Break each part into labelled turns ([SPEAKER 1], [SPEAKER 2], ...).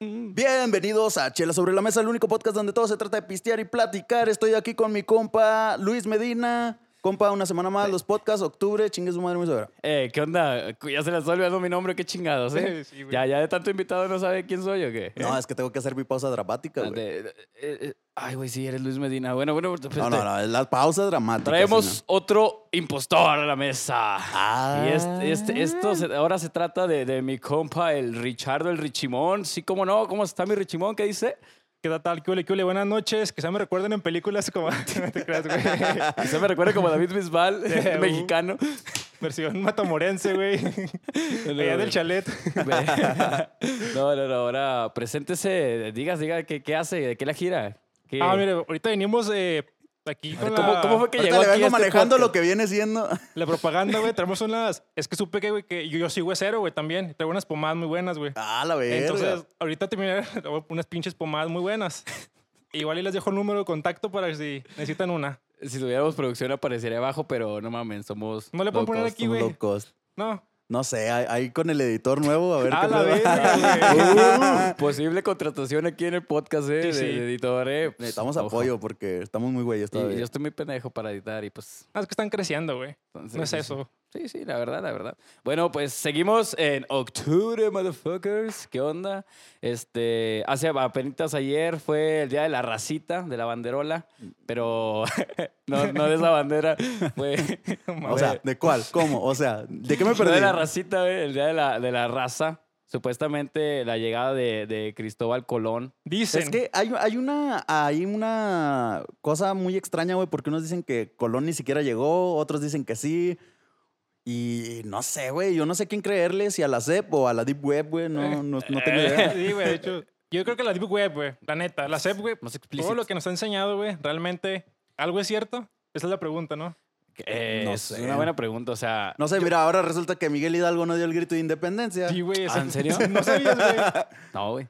[SPEAKER 1] Bienvenidos a Chela sobre la Mesa, el único podcast donde todo se trata de pistear y platicar. Estoy aquí con mi compa Luis Medina. Compa, una semana más, los podcasts, octubre, chingue su madre, mi suegra.
[SPEAKER 2] Eh, ¿qué onda? Ya se les está olvidando mi nombre, qué chingados, ¿eh?
[SPEAKER 3] Sí, sí, güey.
[SPEAKER 2] ya, ya de tanto invitado no sabe quién soy o qué.
[SPEAKER 1] No, es que tengo que hacer mi pausa dramática,
[SPEAKER 2] ¿Eh? Ah,
[SPEAKER 1] Eh, güey.
[SPEAKER 2] de- de- eh, eh, ay, güey, sí, eres Luis Medina. Bueno, bueno, pues,
[SPEAKER 1] No, no,
[SPEAKER 2] te-
[SPEAKER 1] no, es la pausa dramática.
[SPEAKER 2] traemos
[SPEAKER 1] señor.
[SPEAKER 2] otro impostor a la mesa.
[SPEAKER 1] Ah.
[SPEAKER 2] Y este, este- esto se- ahora se trata de, de mi compa, el Richardo, el Richimón. Sí, cómo no, ¿cómo está mi Richimón? ¿Qué dice?
[SPEAKER 3] ¿Qué tal? ¿Qué hule, qué hule? Buenas noches. Quizá me recuerden en películas como... no te creas, güey.
[SPEAKER 2] Quizá me recuerda como a David Bisbal,
[SPEAKER 3] Yeah, uh.
[SPEAKER 2] mexicano.
[SPEAKER 3] Versión matamorense, güey. Allá del chalet.
[SPEAKER 2] no, no, no, ahora preséntese, digas, diga, ¿qué, qué hace? ¿De qué la gira? ¿Qué-
[SPEAKER 3] Ah, mire, ahorita venimos eh, aquí con
[SPEAKER 2] ¿Cómo,
[SPEAKER 3] la,
[SPEAKER 2] cómo fue que
[SPEAKER 1] Ahorita
[SPEAKER 2] llegó
[SPEAKER 1] le
[SPEAKER 2] aquí
[SPEAKER 1] vengo
[SPEAKER 2] este
[SPEAKER 1] manejando
[SPEAKER 2] podcast?
[SPEAKER 1] lo que viene siendo.
[SPEAKER 3] la propaganda, güey. Traemos unas... Es que supe que, güey, que yo, yo soy huesero, güey, también. Traigo unas pomadas muy buenas, güey.
[SPEAKER 1] Ah, la verga.
[SPEAKER 3] Entonces, ahorita terminé unas pinches pomadas muy buenas. Igual y les dejo el número de contacto para si necesitan una.
[SPEAKER 2] Si tuviéramos producción aparecería abajo, pero no mamen, somos.
[SPEAKER 3] No le
[SPEAKER 2] puedo
[SPEAKER 3] pueden poner aquí,
[SPEAKER 1] Un
[SPEAKER 3] güey.
[SPEAKER 1] low cost.
[SPEAKER 3] No.
[SPEAKER 1] No sé, ahí, ahí con el editor nuevo, a ver
[SPEAKER 2] Ah,
[SPEAKER 3] A
[SPEAKER 1] qué
[SPEAKER 3] la
[SPEAKER 1] pedo.
[SPEAKER 3] verga, güey.
[SPEAKER 2] Uh, Posible contratación aquí en el podcast, eh,
[SPEAKER 3] Sí,
[SPEAKER 2] de-
[SPEAKER 3] sí.
[SPEAKER 2] de editor, eh.
[SPEAKER 1] Necesitamos
[SPEAKER 2] Ojo.
[SPEAKER 1] apoyo porque estamos muy güeyes
[SPEAKER 2] Y yo
[SPEAKER 1] todavía.
[SPEAKER 2] estoy muy pendejo para editar y pues.
[SPEAKER 3] Ah, es que están creciendo, güey.
[SPEAKER 2] entonces,
[SPEAKER 3] No es
[SPEAKER 2] pues,
[SPEAKER 3] eso.
[SPEAKER 2] Sí, sí, la verdad, la verdad. Bueno, pues seguimos en octubre, motherfuckers. ¿Qué onda? Este, hace apenas ayer fue el día de la racita, de la banderola, pero no, no de esa bandera, fue
[SPEAKER 1] O sea, ¿de cuál? ¿Cómo? O sea, ¿de qué me
[SPEAKER 2] El día
[SPEAKER 1] perdí?
[SPEAKER 2] de la racita, güey, el día de la, de la raza. Supuestamente la llegada de, de Cristóbal Colón.
[SPEAKER 3] Dicen.
[SPEAKER 1] Es que hay, hay una hay una cosa muy extraña, güey, porque unos dicen que Colón ni siquiera llegó, otros dicen que sí. Y no sé, güey, yo no sé quién creerle, si a la CEP o a la Deep Web, güey, no, no, no tengo idea.
[SPEAKER 3] Sí, güey, de hecho. Yo creo que la Deep Web, güey, la neta, la CEP, güey,
[SPEAKER 2] Más explícito.
[SPEAKER 3] todo lo que nos ha enseñado, güey, realmente, ¿algo es cierto? Esa es la pregunta, ¿no?
[SPEAKER 2] Eh,
[SPEAKER 1] No
[SPEAKER 2] es
[SPEAKER 1] sé.
[SPEAKER 2] una buena pregunta, o sea...
[SPEAKER 1] No sé, mira, ahora resulta que Miguel Hidalgo no dio el grito de independencia.
[SPEAKER 3] Sí, güey.
[SPEAKER 2] ¿Ah,
[SPEAKER 3] esa-
[SPEAKER 2] en serio?
[SPEAKER 3] No sabías, güey.
[SPEAKER 2] No, güey.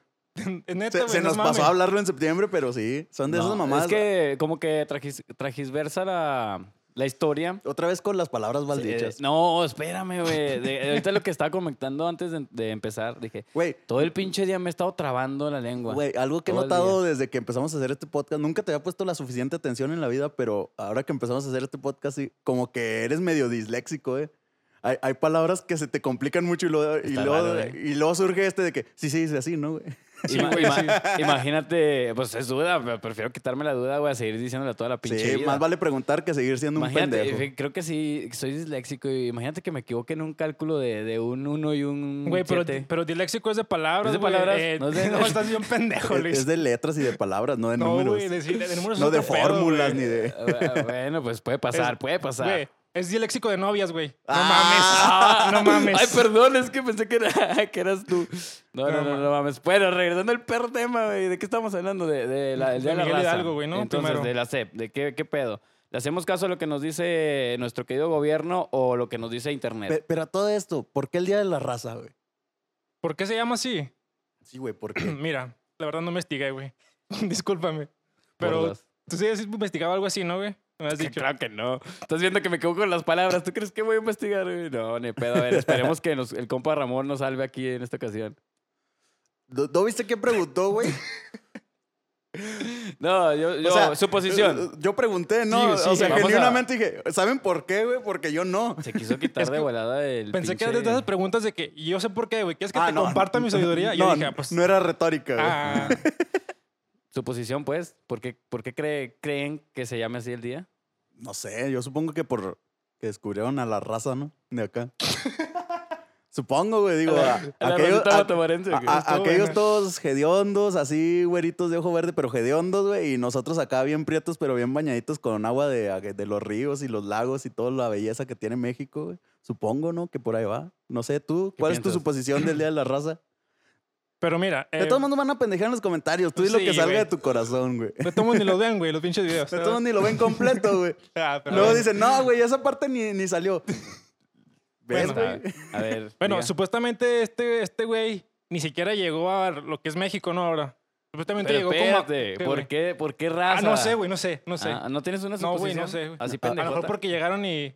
[SPEAKER 3] Es neta,
[SPEAKER 1] se
[SPEAKER 3] güey.
[SPEAKER 1] se
[SPEAKER 3] no
[SPEAKER 1] nos
[SPEAKER 3] mames.
[SPEAKER 1] pasó a hablarlo en septiembre, pero sí, son de
[SPEAKER 2] No,
[SPEAKER 1] esas mamadas.
[SPEAKER 2] Es que como que trajis, trajisversa la, la historia.
[SPEAKER 1] Otra vez con las palabras mal
[SPEAKER 2] Eh,
[SPEAKER 1] dichas.
[SPEAKER 2] no, espérame, güey. De- Ahorita lo que estaba comentando antes de, de empezar, dije,
[SPEAKER 1] Güey,
[SPEAKER 2] todo el pinche día me he estado trabando la lengua.
[SPEAKER 1] Güey, algo que he
[SPEAKER 2] Todo el
[SPEAKER 1] notado desde que empezamos a hacer este podcast, nunca te había puesto la suficiente atención en la vida, pero ahora que empezamos a hacer este podcast, sí, como que eres medio disléxico, ¿eh? Hay, hay palabras que se te complican mucho y luego, y,
[SPEAKER 2] Está
[SPEAKER 1] luego,
[SPEAKER 2] raro, ¿eh?
[SPEAKER 1] y luego surge este de que sí, sí, dice así, ¿no, güey?
[SPEAKER 3] Sí,
[SPEAKER 2] Ima-
[SPEAKER 3] güey,
[SPEAKER 2] ima-
[SPEAKER 3] sí.
[SPEAKER 2] Imagínate, pues es duda, pero prefiero quitarme la duda, güey, a seguir diciéndole a toda la
[SPEAKER 1] Sí,
[SPEAKER 2] pinche vida.
[SPEAKER 1] más vale preguntar que seguir siendo un
[SPEAKER 2] Imagínate,
[SPEAKER 1] pendejo.
[SPEAKER 2] fe- creo que sí, soy disléxico y imagínate que me equivoque en un cálculo de, de un 1 y un
[SPEAKER 3] Güey, pero,
[SPEAKER 2] siete.
[SPEAKER 3] pero disléxico es de
[SPEAKER 2] ¿Es
[SPEAKER 3] palabras,
[SPEAKER 2] de
[SPEAKER 3] güey.
[SPEAKER 2] palabras?
[SPEAKER 3] Eh,
[SPEAKER 2] No
[SPEAKER 3] no,
[SPEAKER 2] es de-
[SPEAKER 3] estás bien pendejo,
[SPEAKER 1] Es,
[SPEAKER 3] Luis.
[SPEAKER 1] es de letras y de palabras, no de
[SPEAKER 3] no,
[SPEAKER 1] números.
[SPEAKER 3] güey, decir- de, números es
[SPEAKER 1] no de
[SPEAKER 3] otro pedo,
[SPEAKER 1] fórmulas
[SPEAKER 3] güey.
[SPEAKER 1] ni de...
[SPEAKER 2] Ah, bueno, pues puede pasar,
[SPEAKER 3] Es-
[SPEAKER 2] puede pasar.
[SPEAKER 3] Güey, es disléxico de novias, güey. No
[SPEAKER 2] Ah,
[SPEAKER 3] mames. No mames.
[SPEAKER 2] Ay, perdón, es que pensé que, era- que eras tú. No, no,
[SPEAKER 3] No,
[SPEAKER 2] no,
[SPEAKER 3] ma-
[SPEAKER 2] no mames. Bueno, regresando al perro tema, güey, ¿de qué estamos hablando? De, de la, del
[SPEAKER 3] De
[SPEAKER 2] Día de la
[SPEAKER 3] Miguel
[SPEAKER 2] raza.
[SPEAKER 3] Hidalgo, güey, ¿no?
[SPEAKER 2] Entonces,
[SPEAKER 3] Primero.
[SPEAKER 2] de la CEP, ¿de qué, qué pedo? ¿Le hacemos caso a lo que nos dice nuestro querido gobierno o lo que nos dice internet?
[SPEAKER 1] Pe- Pero a todo esto, ¿por qué el Día de la Raza, güey?
[SPEAKER 3] ¿Por qué se llama así?
[SPEAKER 1] Sí, güey, ¿por qué?
[SPEAKER 3] Mira, la verdad no investigué, güey. Discúlpame.
[SPEAKER 2] Por
[SPEAKER 3] Pero
[SPEAKER 2] dos.
[SPEAKER 3] tú sí has investigado algo así, ¿no, güey? Me has dicho.
[SPEAKER 2] Claro que no. Estás viendo que me equivoco con las palabras. ¿Tú crees que voy a investigar? güey? No, ni pedo. A ver, esperemos que nos- el compa Ramón nos salve aquí en esta ocasión.
[SPEAKER 1] ¿No no viste qué preguntó, güey?
[SPEAKER 2] No, yo, yo suposición.
[SPEAKER 1] eh, Yo pregunté, ¿no?
[SPEAKER 3] Sí, sí,
[SPEAKER 1] o sea,
[SPEAKER 2] vamos a-
[SPEAKER 1] genuinamente dije, ¿saben por qué, güey? Porque yo no.
[SPEAKER 2] Se quiso quitar
[SPEAKER 3] Es que
[SPEAKER 2] de volada el
[SPEAKER 3] Pensé que
[SPEAKER 2] pinche-
[SPEAKER 3] eran de esas preguntas de que yo sé por qué, güey. ¿Quieres que
[SPEAKER 1] Ah,
[SPEAKER 3] te
[SPEAKER 1] no,
[SPEAKER 3] comparta mi sabiduría? Yo
[SPEAKER 1] no,
[SPEAKER 3] dije, ah, pues.
[SPEAKER 1] no era retórica, güey.
[SPEAKER 3] ah,
[SPEAKER 2] Su posición, pues, ¿por qué, por qué cree- creen que se llame así el día?
[SPEAKER 1] No sé, yo supongo que por que descubrieron a la raza, ¿no? De acá. supongo, güey, digo. a-
[SPEAKER 2] La
[SPEAKER 1] aquellos,
[SPEAKER 2] racita
[SPEAKER 1] a-
[SPEAKER 2] matamorense,
[SPEAKER 1] a-
[SPEAKER 2] que-
[SPEAKER 1] a-
[SPEAKER 3] estuvo
[SPEAKER 1] aquellos
[SPEAKER 3] buena.
[SPEAKER 1] todos hediondos, así güeritos de ojo verde, pero hediondos, güey. Y nosotros acá bien prietos, pero bien bañaditos con agua de, de los ríos y los lagos y toda la belleza que tiene México, güey. Supongo, ¿no? Que por ahí va. No sé, tú,
[SPEAKER 2] ¿Qué
[SPEAKER 1] ¿cuál es tu
[SPEAKER 2] piensas?
[SPEAKER 1] suposición del Día de la Raza?
[SPEAKER 3] pero mira.
[SPEAKER 1] De
[SPEAKER 3] eh,
[SPEAKER 1] todos modos van a pendejar en los comentarios. Tú di lo
[SPEAKER 3] sí,
[SPEAKER 1] que salga
[SPEAKER 3] güey.
[SPEAKER 1] de tu corazón, güey. De
[SPEAKER 3] De todos modos ni los ven, güey, los pinches videos.
[SPEAKER 1] todos modos ni lo ven completo, güey.
[SPEAKER 3] Ah, pero
[SPEAKER 1] Luego
[SPEAKER 3] bueno.
[SPEAKER 1] dicen, no, güey, esa parte ni, ni salió. ¿Ves,
[SPEAKER 3] Bueno,
[SPEAKER 1] güey?
[SPEAKER 2] A ver, a ver,
[SPEAKER 3] Bueno,
[SPEAKER 2] diga.
[SPEAKER 3] supuestamente este este güey ni siquiera llegó a lo que es México, ¿no? Ahora. Supuestamente
[SPEAKER 2] Pero
[SPEAKER 3] llegó
[SPEAKER 2] espérate,
[SPEAKER 3] como.
[SPEAKER 2] ¿por,
[SPEAKER 3] güey?
[SPEAKER 2] qué, ¿por qué
[SPEAKER 3] Ah,
[SPEAKER 2] raza?
[SPEAKER 3] no sé, güey, no sé, no sé.
[SPEAKER 2] Ah, ¿No tienes una
[SPEAKER 3] No, güey,
[SPEAKER 2] suposición?
[SPEAKER 3] no sé, güey.
[SPEAKER 2] Así
[SPEAKER 3] A lo
[SPEAKER 2] pendejota.
[SPEAKER 3] mejor porque llegaron y.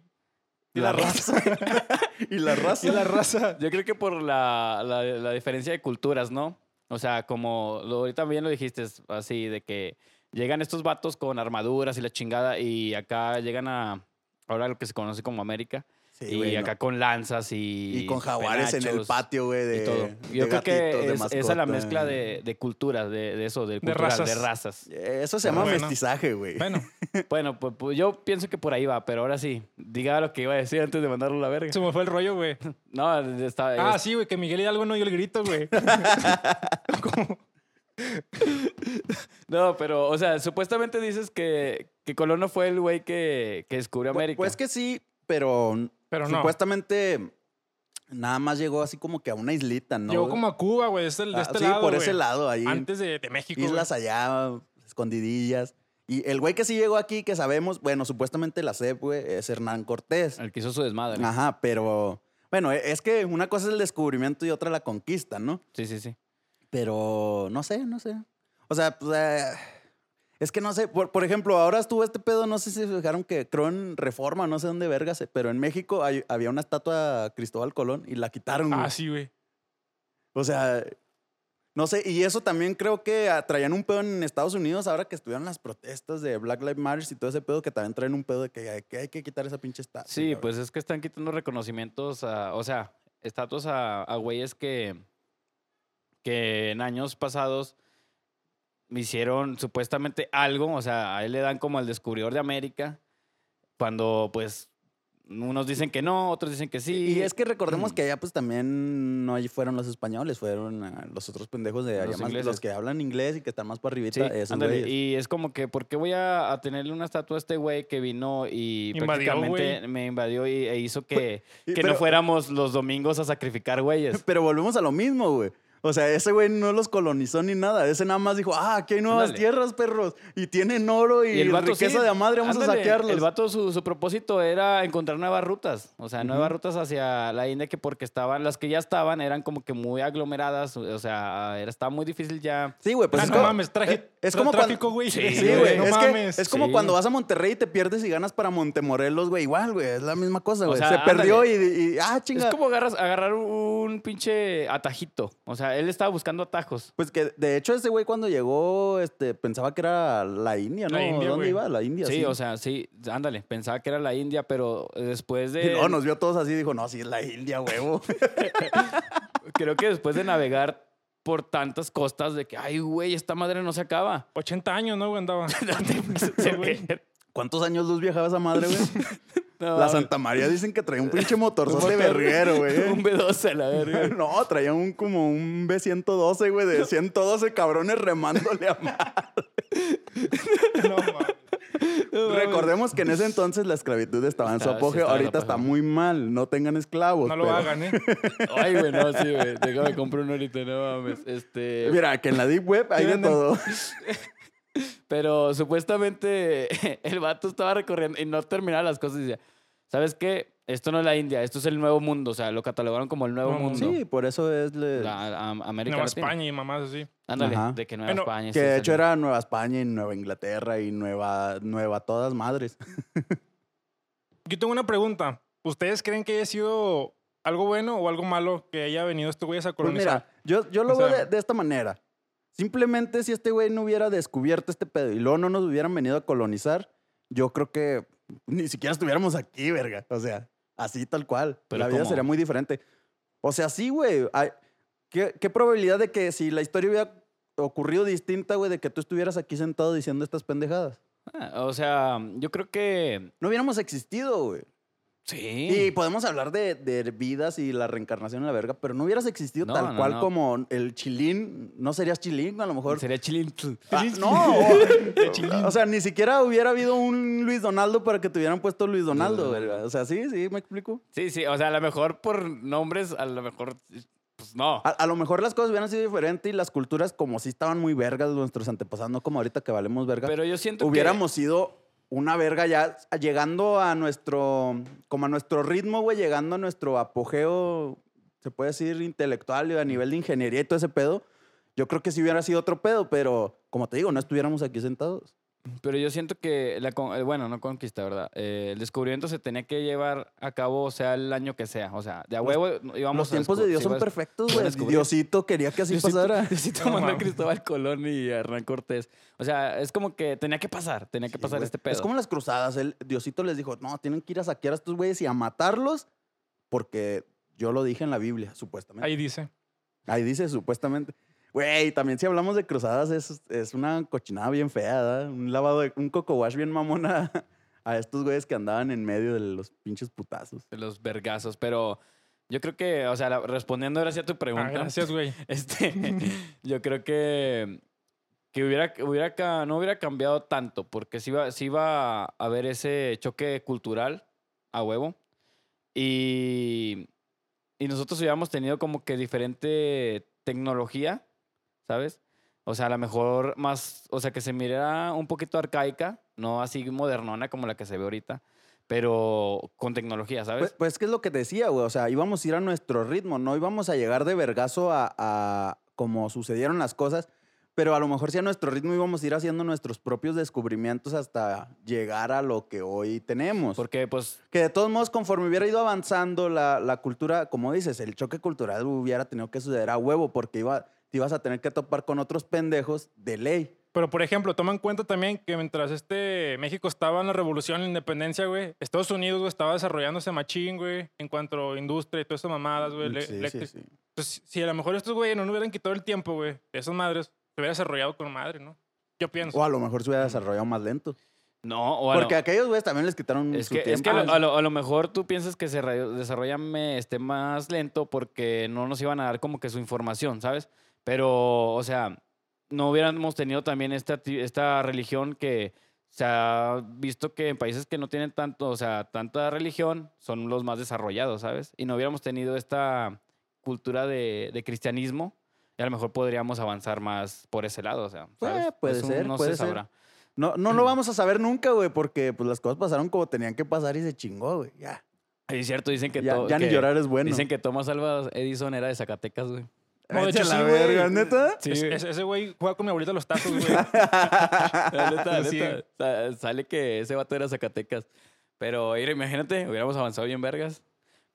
[SPEAKER 1] Y la raza. y la raza.
[SPEAKER 3] Y la raza.
[SPEAKER 2] Yo creo que por la, la, la diferencia de culturas, ¿no? O sea, como lo- ahorita bien lo dijiste, es así de que llegan estos vatos con armaduras y la chingada y acá llegan a ahora lo que se conoce como América
[SPEAKER 1] Sí,
[SPEAKER 2] y
[SPEAKER 1] güey, no.
[SPEAKER 2] acá con lanzas y
[SPEAKER 1] Y con jaguares en el
[SPEAKER 2] penachos
[SPEAKER 1] patio, güey, de,
[SPEAKER 2] y todo.
[SPEAKER 1] de
[SPEAKER 2] Yo
[SPEAKER 1] gatitos,
[SPEAKER 2] creo que
[SPEAKER 1] de
[SPEAKER 2] es, esa es la
[SPEAKER 1] mascota.
[SPEAKER 2] mezcla de, de culturas, de, de eso, de, culturas,
[SPEAKER 3] razas.
[SPEAKER 2] de razas.
[SPEAKER 1] Eh, Eso se llama
[SPEAKER 3] Bueno.
[SPEAKER 1] mestizaje, güey.
[SPEAKER 3] Bueno,
[SPEAKER 2] Bueno, pues, pues, yo pienso que por ahí va, pero ahora sí, diga lo que iba a decir antes de mandarlo a la verga.
[SPEAKER 3] se me fue el rollo, güey.
[SPEAKER 2] No, está,
[SPEAKER 3] Ah,
[SPEAKER 2] es-
[SPEAKER 3] sí, güey, que Miguel Hidalgo no dio el grito, güey.
[SPEAKER 2] no, pero, o sea, supuestamente dices que, que Colón no fue el güey que, que descubrió
[SPEAKER 1] Pu-
[SPEAKER 2] América.
[SPEAKER 1] Pues que sí, pero,
[SPEAKER 3] Pero no.
[SPEAKER 1] supuestamente nada más llegó así como que a una islita, ¿no?
[SPEAKER 3] Llegó como a Cuba, güey. Es el- de
[SPEAKER 1] Ah,
[SPEAKER 3] este
[SPEAKER 1] sí,
[SPEAKER 3] lado,
[SPEAKER 1] por
[SPEAKER 3] güey.
[SPEAKER 1] ese lado, ahí.
[SPEAKER 3] Antes de, de México. güey.
[SPEAKER 1] islas allá, escondidillas. Y el güey que sí llegó aquí, que sabemos, bueno, supuestamente la CEP, güey, es Hernán Cortés.
[SPEAKER 2] el que hizo su desmadre.
[SPEAKER 1] Ajá, pero bueno, e- es que una cosa es el descubrimiento y otra la conquista, ¿no?
[SPEAKER 2] Sí, sí, sí.
[SPEAKER 1] Pero no sé, no sé. O sea, pues, eh, es que no sé. Por, por ejemplo, ahora estuvo este pedo, no sé si se fijaron que creo en Reforma, no sé dónde vergas, eh, pero en México hay- había una estatua a Cristóbal Colón y la quitaron. güey.
[SPEAKER 3] Ah, sí, güey.
[SPEAKER 1] O sea, no sé. Y eso también creo que ah, traían un pedo en Estados Unidos ahora que estuvieron las protestas de Black Lives Matter y todo ese pedo que también traen un pedo de que hay que, hay que quitar esa pinche estatua.
[SPEAKER 2] Sí,
[SPEAKER 1] cabrón.
[SPEAKER 2] pues es que están quitando reconocimientos a, o sea, estatuas a, a güeyes que, que en años pasados hicieron supuestamente algo, o sea, a él le dan como el descubridor de América, cuando pues unos dicen que no, otros dicen que sí. Mm.
[SPEAKER 1] Y es que recordemos que allá pues también no fueron los españoles, fueron ah, los otros pendejos de allá,
[SPEAKER 2] Los
[SPEAKER 1] más-
[SPEAKER 2] ingleses.
[SPEAKER 1] los que hablan inglés y que están más para
[SPEAKER 2] Sí,
[SPEAKER 1] arribita. esos
[SPEAKER 2] ándale,
[SPEAKER 1] güeyes.
[SPEAKER 2] y es como que, ¿por qué voy a, a tenerle una estatua a este güey que vino y
[SPEAKER 3] Invadió,
[SPEAKER 2] prácticamente
[SPEAKER 3] güey.
[SPEAKER 2] me invadió y, e hizo que,
[SPEAKER 1] Y-
[SPEAKER 2] que
[SPEAKER 1] pero-
[SPEAKER 2] no fuéramos los domingos a sacrificar güeyes?
[SPEAKER 1] Pero volvemos a lo mismo, güey. O sea, ese güey no los colonizó ni nada. Ese nada más dijo, ah, aquí hay nuevas
[SPEAKER 2] Ándale.
[SPEAKER 1] tierras, perros. Y tienen oro y,
[SPEAKER 2] vato,
[SPEAKER 1] riqueza
[SPEAKER 2] sí,
[SPEAKER 1] de madre, vamos
[SPEAKER 2] ándale,
[SPEAKER 1] a saquearlos.
[SPEAKER 2] El vato, su, su propósito era encontrar nuevas rutas. O sea, nuevas rutas hacia la India que porque estaban, las que ya estaban, eran como que muy aglomeradas. O sea, era, estaba muy difícil ya.
[SPEAKER 1] Sí, güey, pues
[SPEAKER 3] ah,
[SPEAKER 1] es
[SPEAKER 3] no
[SPEAKER 1] como-
[SPEAKER 3] mames, traje,
[SPEAKER 1] es
[SPEAKER 3] tra-
[SPEAKER 1] como cuando-
[SPEAKER 3] tráfico, güey.
[SPEAKER 2] Sí,
[SPEAKER 1] Sí, güey.
[SPEAKER 3] No
[SPEAKER 1] es, que
[SPEAKER 3] mames.
[SPEAKER 1] es como
[SPEAKER 2] Sí.
[SPEAKER 1] cuando vas a Monterrey y te pierdes y ganas para Montemorelos, güey. Igual, güey. Es la misma cosa,
[SPEAKER 2] O
[SPEAKER 1] güey.
[SPEAKER 2] sea,
[SPEAKER 1] Se
[SPEAKER 2] ándale.
[SPEAKER 1] perdió y, y- ah, chinga.
[SPEAKER 2] Es como agarras, agarrar un pinche atajito. O sea, él estaba buscando atajos.
[SPEAKER 1] Pues que de hecho ese güey cuando llegó, este, pensaba que era la India, ¿no?
[SPEAKER 3] La India,
[SPEAKER 1] ¿Dónde
[SPEAKER 3] güey.
[SPEAKER 1] iba? La India.
[SPEAKER 2] Sí, o sea, sí, ándale, pensaba que era la India, pero después
[SPEAKER 1] Y
[SPEAKER 2] de...
[SPEAKER 1] luego nos vio todos así y dijo, no, sí es la India, huevo.
[SPEAKER 2] Creo que después de navegar por tantas costas de que, ay, güey, esta madre no se acaba.
[SPEAKER 3] 80 años, ¿no, güey? Andaba. güey.
[SPEAKER 1] ¿Cuántos años luz viajaba esa madre, güey?
[SPEAKER 2] No,
[SPEAKER 1] la Santa María dicen que traía un pinche motorzote verguero,
[SPEAKER 2] Un
[SPEAKER 1] güey. ¿eh?
[SPEAKER 2] B12 a la verga.
[SPEAKER 1] No, traía un como un B112, güey, de 112 cabrones remándole a madre.
[SPEAKER 3] No, mames.
[SPEAKER 1] Recordemos que en ese entonces la esclavitud estaba en su
[SPEAKER 2] Estaba- sí,
[SPEAKER 1] apogeo.
[SPEAKER 2] estaba en
[SPEAKER 1] Ahorita
[SPEAKER 2] su
[SPEAKER 1] está
[SPEAKER 2] apogeo.
[SPEAKER 1] muy mal, no tengan esclavos.
[SPEAKER 3] No lo
[SPEAKER 1] pero-
[SPEAKER 3] hagan, ¿eh?
[SPEAKER 2] Ay, güey, no, sí, güey. Déjame comprar uno ahorita, no mames. Este.
[SPEAKER 1] Mira, que en la Deep Web hay de
[SPEAKER 3] Tienen-
[SPEAKER 1] todo.
[SPEAKER 2] Pero supuestamente el vato estaba recorriendo y no terminaba las cosas y decía: ¿Sabes qué? Esto no es la India, esto es el nuevo mundo. O sea, lo catalogaron como el nuevo
[SPEAKER 3] Nuevo
[SPEAKER 2] mundo.
[SPEAKER 3] mundo.
[SPEAKER 1] Sí, por eso es... le-
[SPEAKER 2] La- a- América
[SPEAKER 3] Nueva
[SPEAKER 2] Latina.
[SPEAKER 3] España y mamás así.
[SPEAKER 2] Ándale,
[SPEAKER 1] Ajá.
[SPEAKER 2] de que Nueva
[SPEAKER 3] Bueno,
[SPEAKER 2] España.
[SPEAKER 1] Que
[SPEAKER 2] sí,
[SPEAKER 1] de
[SPEAKER 2] salió.
[SPEAKER 1] hecho era Nueva España y Nueva Inglaterra y Nueva, Nueva todas madres.
[SPEAKER 3] Yo tengo una pregunta. ¿Ustedes creen que haya sido algo bueno o algo malo que haya venido estos güeyes a
[SPEAKER 1] Pues
[SPEAKER 3] colonizar?
[SPEAKER 1] mira, yo, yo lo
[SPEAKER 3] O
[SPEAKER 1] veo
[SPEAKER 3] sea-
[SPEAKER 1] de, de esta manera. Simplemente si este güey no hubiera descubierto este pedo y luego no nos hubieran venido a colonizar, yo creo que ni siquiera estuviéramos aquí, verga. O sea, así tal cual.
[SPEAKER 2] Pero
[SPEAKER 1] la vida
[SPEAKER 2] ¿cómo?
[SPEAKER 1] sería muy diferente. O sea, sí, güey. Ay, ¿Qué, qué probabilidad de que si la historia hubiera ocurrido distinta, güey, de que tú estuvieras aquí sentado diciendo estas pendejadas?
[SPEAKER 2] Ah, O sea, yo creo que.
[SPEAKER 1] No hubiéramos existido, güey.
[SPEAKER 2] Sí.
[SPEAKER 1] Y podemos hablar de, de vidas y la reencarnación en la verga, pero no hubieras existido
[SPEAKER 2] No,
[SPEAKER 1] tal
[SPEAKER 2] no,
[SPEAKER 1] cual
[SPEAKER 2] no.
[SPEAKER 1] como el chilín. No serías chilín, a lo mejor.
[SPEAKER 2] Sería chilín.
[SPEAKER 1] Ah, no. o sea, ni siquiera hubiera habido un Luis Donaldo para que te hubieran puesto Luis Donaldo,
[SPEAKER 2] Donaldo.
[SPEAKER 1] verga. O sea, sí, sí, me explico.
[SPEAKER 2] Sí, sí. O sea, a lo mejor por nombres, a lo mejor. Pues no.
[SPEAKER 1] A, a lo mejor las cosas hubieran sido diferentes y las culturas, como sí estaban muy vergas nuestros antepasados, no como ahorita que valemos verga.
[SPEAKER 2] Pero yo siento que.
[SPEAKER 1] hubiéramos sido una verga ya llegando a nuestro, como a nuestro ritmo, güey, llegando a nuestro apogeo, se puede decir, intelectual y a nivel de ingeniería y todo ese pedo. Yo creo que si hubiera sido otro pedo, pero como te digo, no estuviéramos aquí sentados.
[SPEAKER 2] Pero yo siento que, la, con- eh, bueno, no conquista, ¿verdad? Eh, el descubrimiento se tenía que llevar a cabo, sea el año que sea. O sea, de a huevo íbamos
[SPEAKER 1] Los
[SPEAKER 2] a
[SPEAKER 1] tiempos de
[SPEAKER 2] descu-
[SPEAKER 1] Dios
[SPEAKER 2] se
[SPEAKER 1] son
[SPEAKER 2] iba a-
[SPEAKER 1] perfectos,
[SPEAKER 2] iban a
[SPEAKER 1] güey.
[SPEAKER 2] descubrir.
[SPEAKER 1] Diosito quería que así
[SPEAKER 2] Diosito-
[SPEAKER 1] pasara.
[SPEAKER 2] Diosito
[SPEAKER 3] No
[SPEAKER 2] mandó a
[SPEAKER 3] mames.
[SPEAKER 2] Cristóbal Colón y a Hernán Cortés. O sea, es como que tenía que pasar, tenía que
[SPEAKER 1] Sí,
[SPEAKER 2] pasar
[SPEAKER 1] güey.
[SPEAKER 2] este pedo.
[SPEAKER 1] Es como las cruzadas. El Diosito les dijo, no, tienen que ir a saquear a estos güeyes y a matarlos porque yo lo dije en la Biblia, supuestamente. Ahí,
[SPEAKER 3] Ahí dice. Ah,
[SPEAKER 1] dice supuestamente. Güey, también si hablamos de cruzadas es, es una cochinada bien fea, ¿verdad? Un lavado, de, un coco wash bien mamona a estos güeyes que andaban en medio de los pinches putazos.
[SPEAKER 2] De los vergazos, pero yo creo que, o sea, la- respondiendo ahora sí a tu
[SPEAKER 3] Ah,
[SPEAKER 2] pregunta.
[SPEAKER 3] gracias, güey.
[SPEAKER 2] Este, yo creo que, que hubiera, hubiera, ca- no hubiera cambiado tanto, porque sí iba, sí iba a haber ese choque cultural a huevo. Y, y nosotros hubiéramos tenido como que diferente tecnología, ¿sabes? O sea, a lo mejor más, o sea, que se mirara un poquito arcaica, no así modernona como la que se ve ahorita, pero con tecnología, ¿sabes?
[SPEAKER 1] Pues, pues, ¿qué es lo que te decía, güey? O sea, íbamos a ir a nuestro ritmo, no íbamos a llegar de vergazo a, a como sucedieron las cosas, pero a lo mejor sí a nuestro ritmo íbamos a ir haciendo nuestros propios descubrimientos hasta llegar a lo que hoy tenemos.
[SPEAKER 2] porque pues
[SPEAKER 1] que de todos modos, conforme hubiera ido avanzando la, la cultura, como dices, el choque cultural hubiera tenido que suceder a huevo porque iba, te ibas a tener que topar con otros pendejos de ley.
[SPEAKER 3] Pero, por ejemplo, toma en cuenta también que mientras este México estaba en la revolución, la independencia, güey, Estados Unidos, güey, estaba desarrollándose machín, güey, en cuanto a industria y todas esas mamadas, güey. le-
[SPEAKER 1] Mm, Sí, sí,
[SPEAKER 3] electric-
[SPEAKER 1] sí.
[SPEAKER 3] Entonces, pues, si a lo mejor estos, güey, no nos hubieran quitado el tiempo, güey, de esas madres, se hubiera desarrollado con madre, ¿no? Yo pienso.
[SPEAKER 1] O a lo mejor se hubiera desarrollado más lento.
[SPEAKER 2] no, o a lo-
[SPEAKER 1] Porque a aquellos güeyes también les quitaron
[SPEAKER 2] Es
[SPEAKER 1] su
[SPEAKER 2] que, es que
[SPEAKER 1] tiempo.
[SPEAKER 2] a, lo, a lo- a lo mejor tú piensas que se re- desarrolla me- este, más lento porque no nos iban a dar como que su información, ¿sabes? Pero, o sea, no hubiéramos tenido también esta, ti- esta religión que se ha visto que en países que no tienen tanto, o sea, tanta religión son los más desarrollados, ¿sabes? Y no hubiéramos tenido esta cultura de, de cristianismo y a lo mejor podríamos avanzar más por ese lado, o sea, ¿sabes?
[SPEAKER 1] Eh, puede
[SPEAKER 2] Es un
[SPEAKER 1] ser,
[SPEAKER 2] no se
[SPEAKER 1] puede ser.
[SPEAKER 2] sabrá.
[SPEAKER 1] No, no lo vamos a saber nunca, güey, porque pues, las cosas pasaron como tenían que pasar y se chingó, güey. Ya,
[SPEAKER 2] Y Es cierto, dicen que
[SPEAKER 1] ya,
[SPEAKER 2] to-
[SPEAKER 1] ya ni
[SPEAKER 2] que-
[SPEAKER 1] llorar es bueno.
[SPEAKER 2] Dicen que Thomas Alva Edison era de Zacatecas, güey.
[SPEAKER 3] No, de hecho,
[SPEAKER 1] Vete a la
[SPEAKER 3] sí, güey.
[SPEAKER 1] verga, ¿neta?
[SPEAKER 2] Sí,
[SPEAKER 3] Es-
[SPEAKER 2] güey.
[SPEAKER 3] es- ese güey juega con mi abuelita los tacos, güey.
[SPEAKER 1] Ah,
[SPEAKER 2] La neta, la
[SPEAKER 3] Sí.
[SPEAKER 2] neta. Sa- Sale que ese vato era Zacatecas. Pero, oye, imagínate, hubiéramos avanzado bien vergas.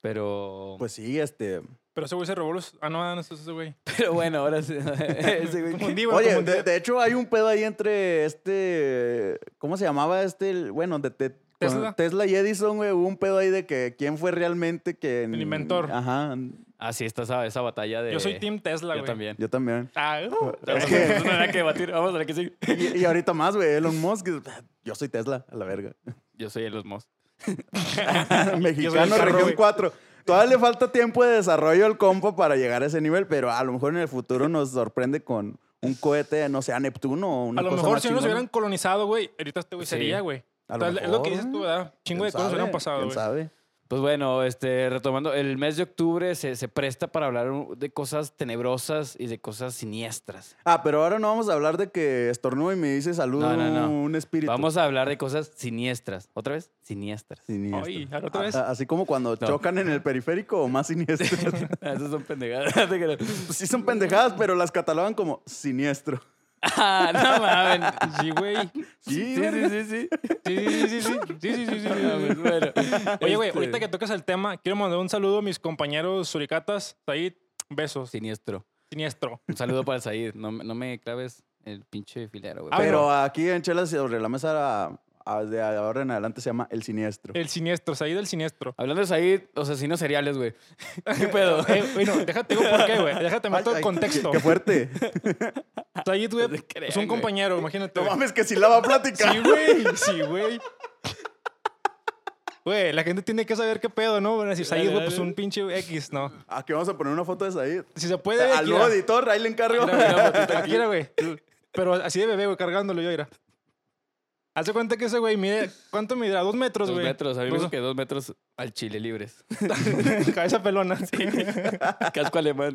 [SPEAKER 2] Pero,
[SPEAKER 1] Pues sí, este...
[SPEAKER 3] Pero ese güey se robó los. Ah, no, no es ese güey.
[SPEAKER 2] pero bueno, ahora sí. ese güey que-
[SPEAKER 3] Confundí, güey.
[SPEAKER 1] Oye,
[SPEAKER 3] confundí.
[SPEAKER 1] de, de hecho hay un pedo ahí entre este... ¿Cómo se llamaba este? el- Bueno, de, de- con
[SPEAKER 3] Tesla.
[SPEAKER 1] Tesla y Edison, güey, hubo un pedo ahí de que quién fue realmente quien...
[SPEAKER 3] El inventor.
[SPEAKER 1] Ajá,
[SPEAKER 2] Así Ah, está esa, esa batalla de...
[SPEAKER 3] Yo soy Team Tesla,
[SPEAKER 2] Yo
[SPEAKER 3] güey.
[SPEAKER 2] también.
[SPEAKER 1] yo también.
[SPEAKER 3] Ah,
[SPEAKER 1] Es
[SPEAKER 2] Entonces,
[SPEAKER 1] que-
[SPEAKER 2] no hay nada que debatir. Vamos a ver que sí.
[SPEAKER 1] Y, y ahorita más, güey, Elon Musk. Yo soy Tesla, a la verga.
[SPEAKER 2] Yo soy Elon Musk.
[SPEAKER 1] Mexicano,
[SPEAKER 3] carro,
[SPEAKER 1] región
[SPEAKER 3] güey.
[SPEAKER 1] 4. Todavía le falta tiempo de desarrollo al compa para llegar a ese nivel, pero a lo mejor en el futuro nos sorprende con un cohete, no sé, a Neptuno o una
[SPEAKER 3] a lo
[SPEAKER 1] cosa
[SPEAKER 3] mejor
[SPEAKER 1] más
[SPEAKER 3] si no nos
[SPEAKER 1] chingona.
[SPEAKER 3] hubieran colonizado, güey, ahorita este güey
[SPEAKER 2] Sí.
[SPEAKER 3] sería, güey.
[SPEAKER 1] A lo
[SPEAKER 3] Entonces, Es lo que
[SPEAKER 1] mejor,
[SPEAKER 3] dices tú, ¿verdad? Chingo de
[SPEAKER 1] ¿Quién
[SPEAKER 3] cosas hubieran
[SPEAKER 1] sabe?
[SPEAKER 3] pasado,
[SPEAKER 1] ¿Quién
[SPEAKER 3] güey.
[SPEAKER 1] sabe?
[SPEAKER 2] Pues bueno, este, retomando, el mes de octubre se, se presta para hablar un- de cosas tenebrosas y de cosas siniestras.
[SPEAKER 1] Ah, pero ahora no vamos a hablar de que estornudo y me dice salud
[SPEAKER 2] No, no, no.
[SPEAKER 1] un espíritu.
[SPEAKER 2] Vamos a hablar de cosas siniestras. ¿Otra vez? Siniestras.
[SPEAKER 1] Siniestro.
[SPEAKER 3] Ay, ¿ahora otra
[SPEAKER 1] A-
[SPEAKER 3] vez?
[SPEAKER 1] a- así como cuando
[SPEAKER 2] No.
[SPEAKER 1] chocan en el periférico o más siniestro.
[SPEAKER 2] Esas son pendejadas. No te creas.
[SPEAKER 1] sí son pendejadas, pero las catalogan como siniestro.
[SPEAKER 2] ah, no mames.
[SPEAKER 3] Sí, güey.
[SPEAKER 1] Sí,
[SPEAKER 2] Sí,
[SPEAKER 1] verga.
[SPEAKER 2] sí, sí, sí.
[SPEAKER 3] Sí, sí, sí, sí. Sí, sí, sí, sí, sí,
[SPEAKER 2] No
[SPEAKER 3] sí.
[SPEAKER 2] mames, bueno.
[SPEAKER 3] Oye, güey,
[SPEAKER 2] Este,
[SPEAKER 3] ahorita que tocas el tema, quiero mandar un saludo a mis compañeros suricatas. Said, besos.
[SPEAKER 2] Siniestro.
[SPEAKER 3] Siniestro.
[SPEAKER 2] Un saludo para Said. No, me- no me claves el pinche filero, güey.
[SPEAKER 3] Ah,
[SPEAKER 1] Pero aquí en Chelas sobre la mesa a- a- de ahora en adelante se llama el siniestro.
[SPEAKER 3] El siniestro, Said el siniestro.
[SPEAKER 2] Hablando de Said, asesinos seriales, güey. ¿Qué pedo?
[SPEAKER 3] Eh, bueno, déjate digo por qué, güey. Déjate meter el
[SPEAKER 1] Ay,
[SPEAKER 3] contexto.
[SPEAKER 1] Qué fuerte.
[SPEAKER 3] Said, güey,
[SPEAKER 2] No te creas,
[SPEAKER 3] es pues, un
[SPEAKER 2] güey.
[SPEAKER 3] compañero, imagínate.
[SPEAKER 1] No
[SPEAKER 3] güey.
[SPEAKER 1] mames, que sí la va a platicar.
[SPEAKER 3] Sí, güey. Sí, güey. Güey, la gente tiene que saber qué pedo, ¿no? Van a decir, Said, güey, pues un pinche X, ¿no?
[SPEAKER 1] Aquí vamos a poner una foto de Said.
[SPEAKER 3] Si se puede.
[SPEAKER 1] Al
[SPEAKER 3] Eh, aquí,
[SPEAKER 1] nuevo
[SPEAKER 3] mira.
[SPEAKER 1] editor, ahí le encargo.
[SPEAKER 3] Aquí era, güey. Pero así de bebé, güey, cargándolo yo, era. Hace cuenta que ese güey mide. ¿Cuánto midirá? Dos metros,
[SPEAKER 2] Dos
[SPEAKER 3] güey.
[SPEAKER 2] metros. A mí me
[SPEAKER 3] Dos-
[SPEAKER 2] dijo que dos metros al chile libres.
[SPEAKER 3] Cabeza pelona.
[SPEAKER 2] Casco alemán.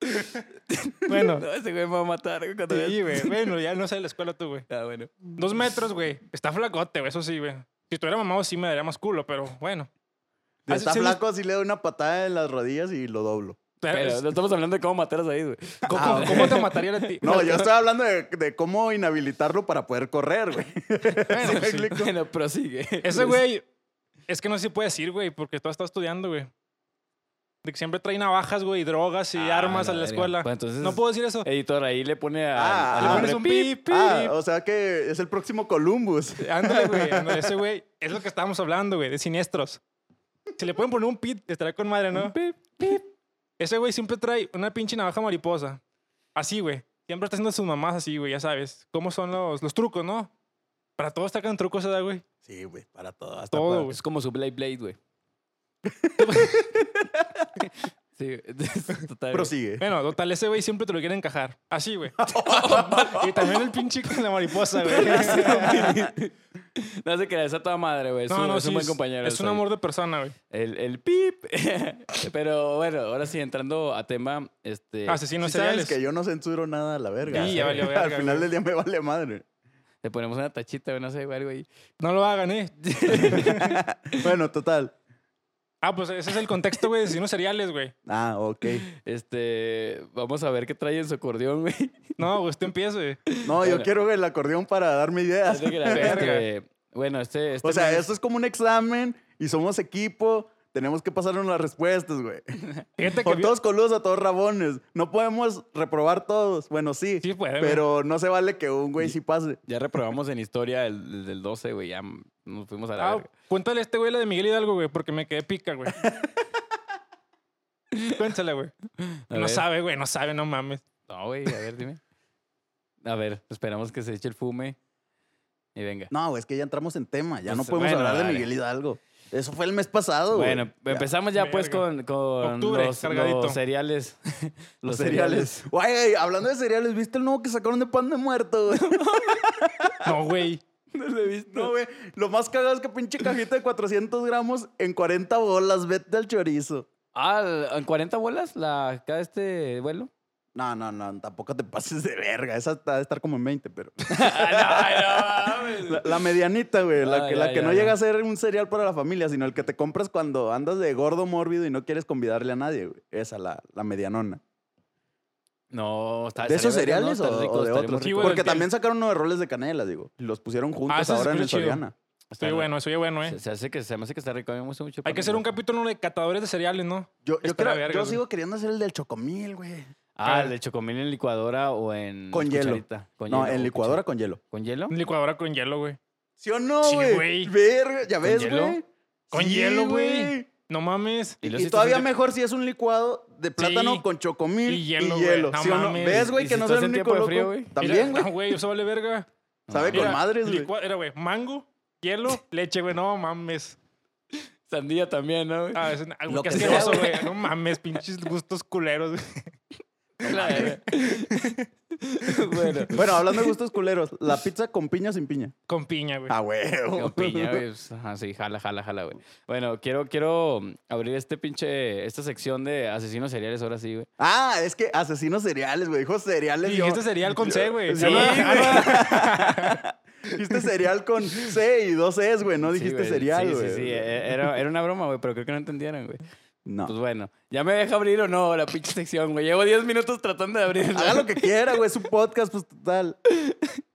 [SPEAKER 3] bueno,
[SPEAKER 2] No, ese güey me va a matar. güey, cuando
[SPEAKER 3] sí,
[SPEAKER 2] veas-
[SPEAKER 3] güey. Bueno, ya no sé la escuela tú, güey.
[SPEAKER 2] Ah, bueno.
[SPEAKER 3] Dos metros, güey. Está flacote, güey. Eso sí, güey. Si tuviera mamado, sí me daría más culo, pero bueno.
[SPEAKER 1] Está
[SPEAKER 3] Así se-
[SPEAKER 1] flaco, así le doy una patada en las rodillas y lo doblo.
[SPEAKER 2] Pero Ah, no estamos hablando de cómo matar a Said, güey.
[SPEAKER 3] ¿Cómo, cómo te matarían a ti?
[SPEAKER 1] No, yo estoy hablando de, de cómo inhabilitarlo para poder correr, güey. ¿Sí me explico?
[SPEAKER 2] Bueno, prosigue.
[SPEAKER 3] Ese güey, es que no sé si puede decir, güey, porque todo está estudiando, güey. De que siempre trae navajas, güey, y drogas y
[SPEAKER 2] Ah,
[SPEAKER 3] armas
[SPEAKER 2] la
[SPEAKER 3] a la
[SPEAKER 2] verga.
[SPEAKER 3] escuela.
[SPEAKER 2] Pues entonces-
[SPEAKER 3] no puedo decir eso.
[SPEAKER 2] Editor, ahí le pone a.
[SPEAKER 1] Ah,
[SPEAKER 2] al
[SPEAKER 1] le
[SPEAKER 2] hombre,
[SPEAKER 3] pones un
[SPEAKER 2] "Pip,
[SPEAKER 3] pip".
[SPEAKER 1] Ah, o sea que es el próximo Columbus.
[SPEAKER 3] Ándale, güey, ándale. Ese güey es lo que estábamos hablando, güey, de siniestros. Si le pueden poner un pit, estará con madre, ¿no?
[SPEAKER 2] pip, pip.
[SPEAKER 3] Ese güey siempre trae una pinche navaja mariposa. Así, güey. Siempre está haciendo sus mamás así, güey, ya sabes. ¿Cómo son los, los trucos, no? Para todos sacan trucos, ¿verdad, güey?
[SPEAKER 1] Sí, güey, para todo. Hasta
[SPEAKER 3] Todo,
[SPEAKER 1] para-
[SPEAKER 3] güey.
[SPEAKER 2] Es como su Blade Blade, güey. sí, total. güey.
[SPEAKER 1] Prosigue.
[SPEAKER 3] Bueno, total, ese güey siempre te lo quiere encajar. Así, güey. y también el pinche con la mariposa, güey.
[SPEAKER 2] No sé qué, esa toda madre, güey. Es,
[SPEAKER 3] no,
[SPEAKER 2] un,
[SPEAKER 3] no,
[SPEAKER 2] es un
[SPEAKER 3] sí,
[SPEAKER 2] buen compañero.
[SPEAKER 3] Es un
[SPEAKER 2] Said.
[SPEAKER 3] amor de persona, güey.
[SPEAKER 2] El, el pip. Pero bueno, ahora sí, entrando a tema, este.
[SPEAKER 3] Asesinos
[SPEAKER 1] Sí sabes
[SPEAKER 3] seriales.
[SPEAKER 1] que yo no censuro nada a la verga.
[SPEAKER 3] Sí, ya valió
[SPEAKER 1] Al
[SPEAKER 3] verga,
[SPEAKER 1] final
[SPEAKER 3] güey.
[SPEAKER 1] del día me vale madre.
[SPEAKER 2] Le ponemos una tachita, güey, no sé, güey, algo ahí.
[SPEAKER 3] No lo hagan, ¿eh?
[SPEAKER 1] Bueno, total.
[SPEAKER 3] Ah, pues ese es el contexto, güey, de asesinos seriales, güey.
[SPEAKER 1] Ah, ok.
[SPEAKER 2] Este, vamos a ver qué trae en su acordeón, güey.
[SPEAKER 3] No, güey, usted empieza, güey.
[SPEAKER 1] No, yo
[SPEAKER 2] Bueno.
[SPEAKER 1] quiero el acordeón para darme ideas.
[SPEAKER 2] Así que la-
[SPEAKER 3] Verga.
[SPEAKER 2] este, bueno, este, este
[SPEAKER 1] O sea,
[SPEAKER 2] mes-
[SPEAKER 1] esto es como un examen y somos equipo. Tenemos que pasarnos las respuestas, güey.
[SPEAKER 3] Fíjate que
[SPEAKER 1] O
[SPEAKER 3] vi-
[SPEAKER 1] todos coludos o todos rabones. No podemos reprobar todos. Bueno, sí.
[SPEAKER 3] Sí puede, güey.
[SPEAKER 1] pero no se vale que un güey sí pase.
[SPEAKER 2] ya reprobamos en historia el, el del 12, güey. Ya nos fuimos a la
[SPEAKER 3] Ah,
[SPEAKER 2] verga.
[SPEAKER 3] cuéntale a este güey la de Miguel Hidalgo, güey, porque me quedé pica, güey. Cuéntale, güey.
[SPEAKER 2] A
[SPEAKER 3] No
[SPEAKER 2] ver.
[SPEAKER 3] sabe, güey, no sabe, no mames.
[SPEAKER 2] No, güey, a ver, dime. A ver, esperamos que se eche el fume y venga.
[SPEAKER 1] No, güey, es que ya entramos en tema. Ya
[SPEAKER 2] Pues,
[SPEAKER 1] no podemos
[SPEAKER 2] bueno,
[SPEAKER 1] hablar de
[SPEAKER 2] dale.
[SPEAKER 1] Miguel Hidalgo. Eso fue el mes pasado, güey.
[SPEAKER 2] bueno, empezamos ya pues
[SPEAKER 3] Verga.
[SPEAKER 2] con, con
[SPEAKER 3] Octubre,
[SPEAKER 2] los,
[SPEAKER 3] cargadito.
[SPEAKER 2] los cereales.
[SPEAKER 1] Los cereales. Güey, hablando de cereales, ¿viste el nuevo que sacaron de pan de muerto, güey?
[SPEAKER 3] No, güey.
[SPEAKER 2] No lo he visto.
[SPEAKER 1] No, güey. Lo más cagado es que pinche cajita de 400 gramos en 40 bolas. Vete al chorizo.
[SPEAKER 2] Ah, ¿en 40 bolas la cada este vuelo?
[SPEAKER 1] No, no, no. Tampoco te pases de verga. Esa está- debe estar como en 20, pero... La, la medianita, güey.
[SPEAKER 2] Ah,
[SPEAKER 1] la que,
[SPEAKER 2] ya,
[SPEAKER 1] la que
[SPEAKER 2] ya,
[SPEAKER 1] no
[SPEAKER 2] ya.
[SPEAKER 1] llega a ser un cereal para la familia, sino el que te compras cuando andas de gordo mórbido y no quieres convidarle a nadie, güey. Esa, la, la medianona.
[SPEAKER 2] No, está
[SPEAKER 1] ¿De esos
[SPEAKER 2] estaría verga,
[SPEAKER 1] cereales
[SPEAKER 2] ¿no?
[SPEAKER 1] o,
[SPEAKER 2] Están
[SPEAKER 1] o
[SPEAKER 2] ricos,
[SPEAKER 1] de
[SPEAKER 2] estaría muy
[SPEAKER 1] otros?
[SPEAKER 3] Sí,
[SPEAKER 2] rico.
[SPEAKER 3] güey,
[SPEAKER 1] Porque
[SPEAKER 3] el-
[SPEAKER 1] también sacaron unos de roles de canela, digo. y Los pusieron
[SPEAKER 3] Ah,
[SPEAKER 1] juntos
[SPEAKER 3] ese
[SPEAKER 1] ahora en
[SPEAKER 3] escucha
[SPEAKER 1] el
[SPEAKER 3] chido.
[SPEAKER 1] Soriana.
[SPEAKER 2] Está
[SPEAKER 3] Estoy
[SPEAKER 2] rico.
[SPEAKER 3] bueno, estoy bueno, eh.
[SPEAKER 2] Se, se hace que, se me hace que está rico. A mí me gusta mucho. el pan
[SPEAKER 3] Hay que
[SPEAKER 2] de
[SPEAKER 3] hacer un
[SPEAKER 2] muerto.
[SPEAKER 3] capítulo de catadores de cereales, ¿no?
[SPEAKER 1] Yo, yo,
[SPEAKER 3] Está
[SPEAKER 1] creo-
[SPEAKER 3] la verga,
[SPEAKER 1] yo
[SPEAKER 3] güey.
[SPEAKER 1] sigo queriendo hacer el del chocomil, güey.
[SPEAKER 2] Ah, el de chocomil en licuadora o en.
[SPEAKER 1] Con hielo.
[SPEAKER 2] cucharita. Con
[SPEAKER 1] No,
[SPEAKER 2] hielo,
[SPEAKER 1] en
[SPEAKER 2] o
[SPEAKER 1] licuadora con hielo.
[SPEAKER 2] cuchara- ¿Con hielo?
[SPEAKER 3] Una licuadora con hielo, güey.
[SPEAKER 1] ¿Sí o no,
[SPEAKER 3] Sí,
[SPEAKER 1] güey?
[SPEAKER 3] güey.
[SPEAKER 1] Verga, ¿ya ves,
[SPEAKER 2] hielo?
[SPEAKER 1] güey?
[SPEAKER 3] Con
[SPEAKER 1] Sí,
[SPEAKER 3] hielo, güey. No mames.
[SPEAKER 1] Y,
[SPEAKER 2] luego si estás
[SPEAKER 1] todavía
[SPEAKER 2] haciendo-
[SPEAKER 1] mejor si es un licuado de plátano
[SPEAKER 3] Sí.
[SPEAKER 1] con chocomil
[SPEAKER 3] Y
[SPEAKER 1] y
[SPEAKER 3] hielo,
[SPEAKER 1] hielo.
[SPEAKER 3] güey. No
[SPEAKER 1] ¿Sí o no?
[SPEAKER 3] mames.
[SPEAKER 1] ¿Ves,
[SPEAKER 2] ¿Y
[SPEAKER 1] güey, que
[SPEAKER 2] si
[SPEAKER 1] no
[SPEAKER 2] estás
[SPEAKER 1] soy el
[SPEAKER 2] en
[SPEAKER 1] único
[SPEAKER 2] tiempo de
[SPEAKER 1] loco?
[SPEAKER 2] frío, güey?
[SPEAKER 1] También,
[SPEAKER 3] Mira,
[SPEAKER 1] güey.
[SPEAKER 3] no, güey, eso vale verga.
[SPEAKER 1] Sabe
[SPEAKER 3] Mira,
[SPEAKER 1] con madres, güey.
[SPEAKER 3] licua- Era, güey, mango, hielo, leche, güey. No mames.
[SPEAKER 2] Sandía también, ¿no? güey?
[SPEAKER 3] Ah, es una- algo
[SPEAKER 1] Lo
[SPEAKER 3] que
[SPEAKER 1] que sea,
[SPEAKER 3] asqueroso,
[SPEAKER 1] güey.
[SPEAKER 3] güey. No mames, pinches gustos culeros, güey.
[SPEAKER 2] La verga. bueno.
[SPEAKER 1] Bueno, hablando de gustos culeros, la pizza con piña o sin piña.
[SPEAKER 3] Con piña, güey.
[SPEAKER 1] Ah, huevo.
[SPEAKER 2] Con piña, güey. pues, Ajá, sí, jala, jala, jala, güey. Bueno, quiero, quiero abrir este pinche, esta sección de asesinos seriales ahora sí, güey.
[SPEAKER 1] Ah, es que asesinos cereales, güey. Dijo cereales.
[SPEAKER 3] Y
[SPEAKER 1] yo-
[SPEAKER 3] este sería el con C, güey.
[SPEAKER 1] Sí,
[SPEAKER 3] Ya lo-
[SPEAKER 1] Dijiste cereal con C y dos E's, güey. No
[SPEAKER 2] Sí,
[SPEAKER 1] dijiste
[SPEAKER 2] güey.
[SPEAKER 1] cereal,
[SPEAKER 2] Sí,
[SPEAKER 1] güey.
[SPEAKER 2] Sí, sí, eh, Era, era una broma, güey, pero creo que no entendieron, güey.
[SPEAKER 1] No.
[SPEAKER 2] Pues bueno, ¿ya me deja abrir o no la pinche sección, güey? Llevo 10 minutos tratando de abrirla.
[SPEAKER 1] Pues Haga lo que quiera, güey. Es un podcast, pues total.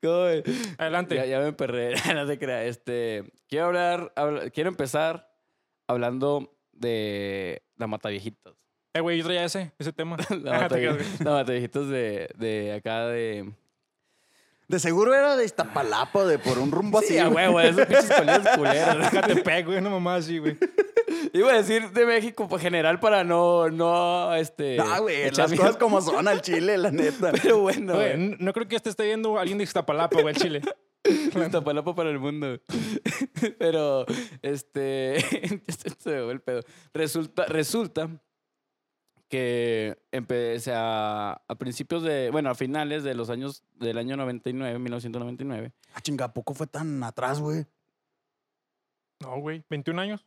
[SPEAKER 2] ¿Cómo, güey?
[SPEAKER 3] Adelante.
[SPEAKER 2] Ya, ya me perré, no se crea. Este, quiero hablar, habla- quiero empezar hablando de la mataviejitas.
[SPEAKER 3] Eh, güey, yo traía ese, ese tema.
[SPEAKER 2] La,
[SPEAKER 3] Ah, te
[SPEAKER 2] matavie-
[SPEAKER 3] creas, güey.
[SPEAKER 2] la mataviejitas de, de acá de...
[SPEAKER 1] De seguro era de Iztapalapa, de por un rumbo
[SPEAKER 2] Sí,
[SPEAKER 1] así.
[SPEAKER 2] ah, a
[SPEAKER 1] güey.
[SPEAKER 2] huevo, esos pinches coleros culeros.
[SPEAKER 3] Catepec, güey, una mamá así, güey.
[SPEAKER 2] Iba a decir de México en general para no, no, este...
[SPEAKER 1] Ah, güey.
[SPEAKER 2] echar
[SPEAKER 1] Las
[SPEAKER 2] mierda.
[SPEAKER 1] cosas como son al chile, la neta.
[SPEAKER 2] Pero bueno,
[SPEAKER 3] Güey,
[SPEAKER 2] güey.
[SPEAKER 3] n- no creo que este esté viendo alguien de Iztapalapa, güey, al Chile.
[SPEAKER 2] Iztapalapa para el mundo. Pero, este. se me fue el pedo. Resulta, resulta que empecé a, a principios de. Bueno, a finales de los años. Del año 99, 1999.
[SPEAKER 1] Ah, chinga, ¿a poco fue tan atrás, güey?
[SPEAKER 3] No, güey, 21 años.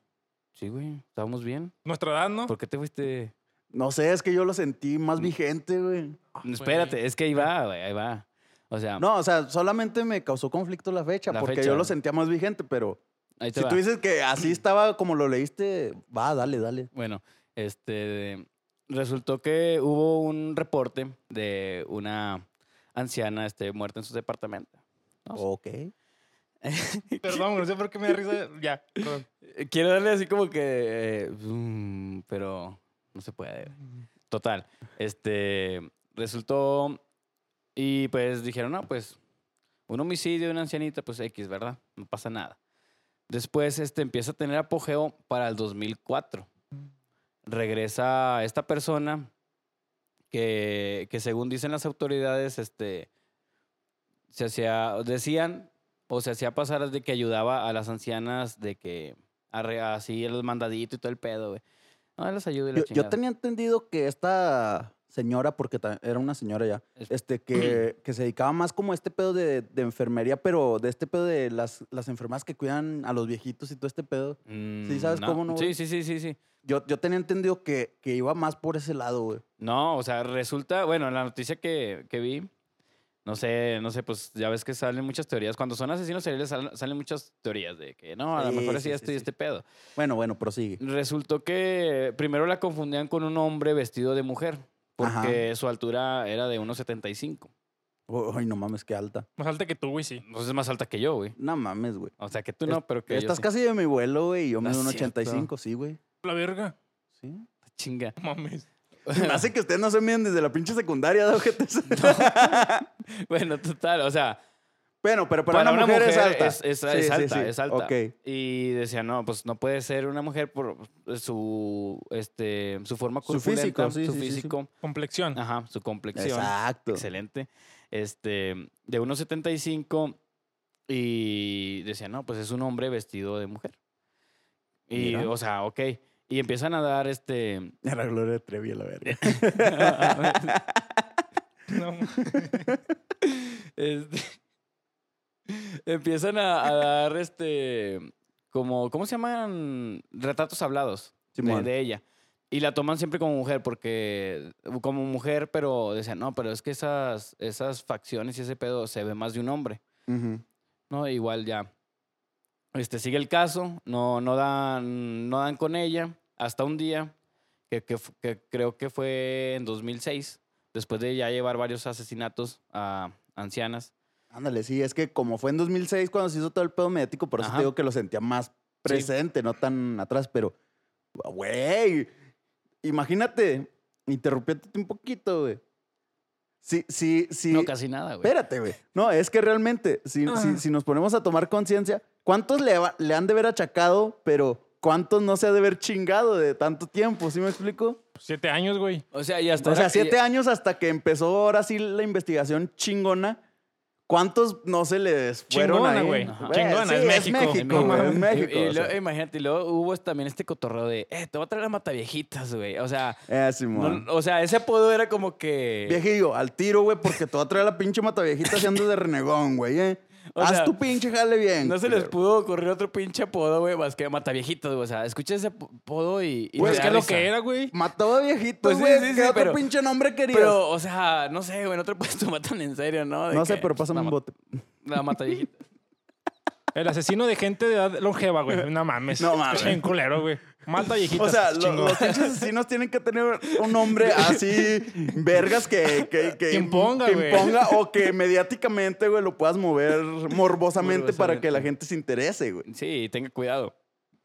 [SPEAKER 2] Sí, güey. Estábamos bien.
[SPEAKER 3] Nuestra edad, ¿no?
[SPEAKER 2] ¿Por qué te fuiste?
[SPEAKER 1] No sé, es que yo lo sentí más vigente, güey.
[SPEAKER 2] Espérate, es que ahí va, güey. Ahí va. O sea,
[SPEAKER 1] No, o sea, solamente me causó conflicto la fecha,
[SPEAKER 2] Ah. La
[SPEAKER 1] porque
[SPEAKER 2] fecha.
[SPEAKER 1] yo lo sentía más vigente, pero
[SPEAKER 2] ahí te
[SPEAKER 1] si
[SPEAKER 2] va.
[SPEAKER 1] tú dices que así estaba como lo leíste, va, dale, dale.
[SPEAKER 2] Bueno, este. resultó que hubo un reporte de una anciana este, muerta en su departamento. No sé.
[SPEAKER 1] Ok.
[SPEAKER 3] Perdón, no sé por qué me da risa. Ya, perdón.
[SPEAKER 2] Eh, Quiero darle así como que. eh, zoom, pero no se puede. Total. Este. Resultó. Y pues dijeron, no, pues. Un homicidio de una ancianita, pues X, ¿verdad? No pasa nada. Después este, empieza a tener apogeo para el 2004. Regresa esta persona que, que según dicen las autoridades, este, se hacía, decían o se hacía pasar de que ayudaba a las ancianas de que arre- así el mandadito y todo el pedo, güey. No, las ayudo y la
[SPEAKER 1] Yo, yo
[SPEAKER 2] chingada.
[SPEAKER 1] tenía entendido que esta señora, porque ta- era una señora ya,
[SPEAKER 2] Es-
[SPEAKER 1] este, que, que se dedicaba más como a este pedo de, de enfermería, pero de este pedo de las, las enfermas que cuidan a los viejitos y todo este pedo.
[SPEAKER 2] Mm,
[SPEAKER 1] Sí, ¿sabes cómo no,
[SPEAKER 2] Sí,
[SPEAKER 1] güey?
[SPEAKER 2] sí, sí, sí, sí.
[SPEAKER 1] Yo, yo tenía entendido que, que iba más por ese lado, güey.
[SPEAKER 2] No, o sea, resulta, bueno, la noticia que, que vi, no sé, no sé, pues ya ves que salen muchas teorías. Cuando son asesinos seriales salen, salen muchas teorías de que no, a lo
[SPEAKER 1] Sí,
[SPEAKER 2] mejor
[SPEAKER 1] sí,
[SPEAKER 2] así
[SPEAKER 1] sí,
[SPEAKER 2] esto
[SPEAKER 1] sí, sí.
[SPEAKER 2] y este pedo.
[SPEAKER 1] Bueno, bueno, prosigue.
[SPEAKER 2] Resultó que primero la confundían con un hombre vestido de mujer,
[SPEAKER 1] Ajá.
[SPEAKER 2] porque su altura era de 1,75.
[SPEAKER 1] Uy, no mames, qué alta.
[SPEAKER 3] Más alta que tú, güey, sí.
[SPEAKER 2] Entonces Pues, es más alta que yo, güey.
[SPEAKER 1] No mames, güey.
[SPEAKER 2] O sea, que tú no, pero que yo
[SPEAKER 1] Estás
[SPEAKER 2] sí.
[SPEAKER 1] casi de mi vuelo, güey, y yo
[SPEAKER 2] No
[SPEAKER 1] mido un
[SPEAKER 2] es cierto.
[SPEAKER 1] 85, sí, güey.
[SPEAKER 3] La verga.
[SPEAKER 1] Sí.
[SPEAKER 2] Chinga.
[SPEAKER 3] Mames.
[SPEAKER 1] Hace que ustedes no se miden desde la pinche secundaria, ¿no, ojetes?
[SPEAKER 2] Bueno, total, o sea,
[SPEAKER 1] Bueno, pero para,
[SPEAKER 2] para,
[SPEAKER 1] una, mujer, es alta.
[SPEAKER 2] Es, es-
[SPEAKER 1] Sí,
[SPEAKER 2] es
[SPEAKER 1] sí,
[SPEAKER 2] alta,
[SPEAKER 1] sí.
[SPEAKER 2] es alta.
[SPEAKER 1] Ok.
[SPEAKER 2] Y decía, no, pues no puede ser una mujer por su, este, su forma
[SPEAKER 1] Su físico,
[SPEAKER 2] corpulenta,
[SPEAKER 1] sí,
[SPEAKER 2] su
[SPEAKER 1] sí, sí, sí.
[SPEAKER 2] físico,
[SPEAKER 3] Complexión.
[SPEAKER 2] ajá, su complexión.
[SPEAKER 1] Exacto.
[SPEAKER 2] Excelente. Este, de 1.75 y decía, no, pues es un hombre vestido de mujer. Y,
[SPEAKER 1] Mira.
[SPEAKER 2] o sea, ok. Y empiezan a dar este...
[SPEAKER 1] Era Gloria Trevi, a la verga.
[SPEAKER 3] No, pues mames.
[SPEAKER 2] Este, empiezan a, a dar este como ¿cómo se llaman? retratos hablados de,
[SPEAKER 1] Simón.
[SPEAKER 2] de ella. Y la toman siempre como mujer porque como mujer, pero decían, "No, pero es que esas esas facciones y ese pedo se ve más de un hombre."
[SPEAKER 1] Ujú.
[SPEAKER 2] No, igual ya. Este sigue el caso, no no dan no dan con ella hasta un día que, que fu- que creo que fue en 2006, después de ya llevar varios asesinatos a ancianas.
[SPEAKER 1] Ándale, sí, es que como fue en 2006 cuando se hizo todo el pedo mediático, por eso
[SPEAKER 2] Ajá.
[SPEAKER 1] te digo que lo sentía más presente, no tan atrás, pero, güey, imagínate, interrumpiéndote un poquito, güey. Sí, sí, sí.
[SPEAKER 2] No, casi nada, güey.
[SPEAKER 1] Espérate, güey. No, es que realmente, si,
[SPEAKER 3] Ah.
[SPEAKER 1] si- si nos ponemos a tomar conciencia, ¿cuántos le, va- le han de haber achacado, pero cuántos no se ha de haber chingado de tanto tiempo? ¿Sí me explico?
[SPEAKER 3] Siete años, güey.
[SPEAKER 2] O sea, y hasta.
[SPEAKER 1] O
[SPEAKER 2] era-
[SPEAKER 1] sea, siete
[SPEAKER 2] y-
[SPEAKER 1] años hasta que empezó ahora sí la investigación chingona. ¿Cuántos no se les fueron
[SPEAKER 3] Chingona,
[SPEAKER 1] ahí?
[SPEAKER 3] güey.
[SPEAKER 1] Ajá.
[SPEAKER 3] Chingona,
[SPEAKER 1] Sí,
[SPEAKER 3] es México.
[SPEAKER 1] Es México,
[SPEAKER 3] No
[SPEAKER 1] güey, es
[SPEAKER 3] mames.
[SPEAKER 1] México,
[SPEAKER 2] Y- y
[SPEAKER 1] o sea.
[SPEAKER 2] luego- Imagínate, y luego hubo también este cotorreo de, eh, te voy a traer las mataviejitas, güey. O sea,
[SPEAKER 1] Eh, Simón.
[SPEAKER 2] no- eh. o sea, ese apodo era como que.
[SPEAKER 1] Viejillo, al tiro, güey, porque te va a traer la pinche mataviejita haciendo de renegón, güey, eh.
[SPEAKER 2] O
[SPEAKER 1] Haz
[SPEAKER 2] sea,
[SPEAKER 1] tu pinche jale bien.
[SPEAKER 2] No se les
[SPEAKER 1] culero.
[SPEAKER 2] pudo ocurrir otro pinche apodo, güey, más que mataviejitas, güey. O sea, escucha ese ap- apodo y. y
[SPEAKER 3] Pues,
[SPEAKER 2] te
[SPEAKER 3] ¿qué
[SPEAKER 2] da
[SPEAKER 3] es lo
[SPEAKER 2] risa.
[SPEAKER 3] que era, güey?
[SPEAKER 1] Mató a viejitos,
[SPEAKER 2] Pues sí,
[SPEAKER 1] güey.
[SPEAKER 2] sí,
[SPEAKER 1] ¿Qué
[SPEAKER 2] sí,
[SPEAKER 1] otro
[SPEAKER 2] pero-
[SPEAKER 1] pinche nombre querías?
[SPEAKER 2] Pero, o sea, no sé, güey, en otro puesto matan en serio, ¿no? De
[SPEAKER 1] no sé,
[SPEAKER 2] que,
[SPEAKER 1] pero
[SPEAKER 2] pues,
[SPEAKER 1] pasan
[SPEAKER 2] la
[SPEAKER 1] un
[SPEAKER 2] ma-
[SPEAKER 1] bote.
[SPEAKER 2] La mataviejita.
[SPEAKER 3] El asesino de gente de edad longeva, güey. No mames.
[SPEAKER 1] No mames.
[SPEAKER 3] Bien culero, güey. Mata viejitas.
[SPEAKER 1] O sea, lo-
[SPEAKER 3] chingón.
[SPEAKER 1] los pinches asesinos tienen que tener un nombre así, vergas, que, que, que
[SPEAKER 3] Que imponga,
[SPEAKER 1] que
[SPEAKER 3] güey.
[SPEAKER 1] imponga o que mediáticamente, güey, lo puedas mover morbosamente para que
[SPEAKER 2] Morbosamente.
[SPEAKER 1] la gente se interese, güey.
[SPEAKER 2] Sí, tenga cuidado.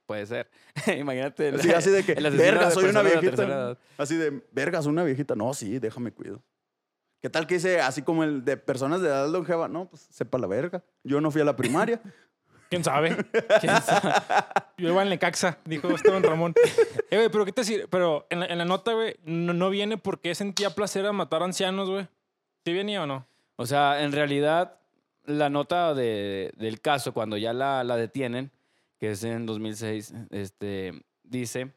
[SPEAKER 2] Puede ser. Imagínate. el-
[SPEAKER 1] Así, así de que,
[SPEAKER 2] el asesino de
[SPEAKER 1] verga, soy una
[SPEAKER 2] personas de la tercera
[SPEAKER 1] viejita.
[SPEAKER 2] edad.
[SPEAKER 1] Así de, vergas, una viejita. No, sí, déjame cuido. ¿Qué tal que dice así como el de personas de edad longeva? No, pues sepa la verga. Yo no fui a la primaria.
[SPEAKER 3] ¿Quién sabe? Yo iba en Lecaxa, dijo Esteban Ramón. Eh, güey, pero ¿qué te sirve? Pero en la, en la nota, güey, no, no viene porque sentía placer a matar ancianos, güey. ¿Sí venía o no?
[SPEAKER 2] O sea, en realidad, la nota de- del caso, cuando ya la, la detienen, que es en 2006, este, dice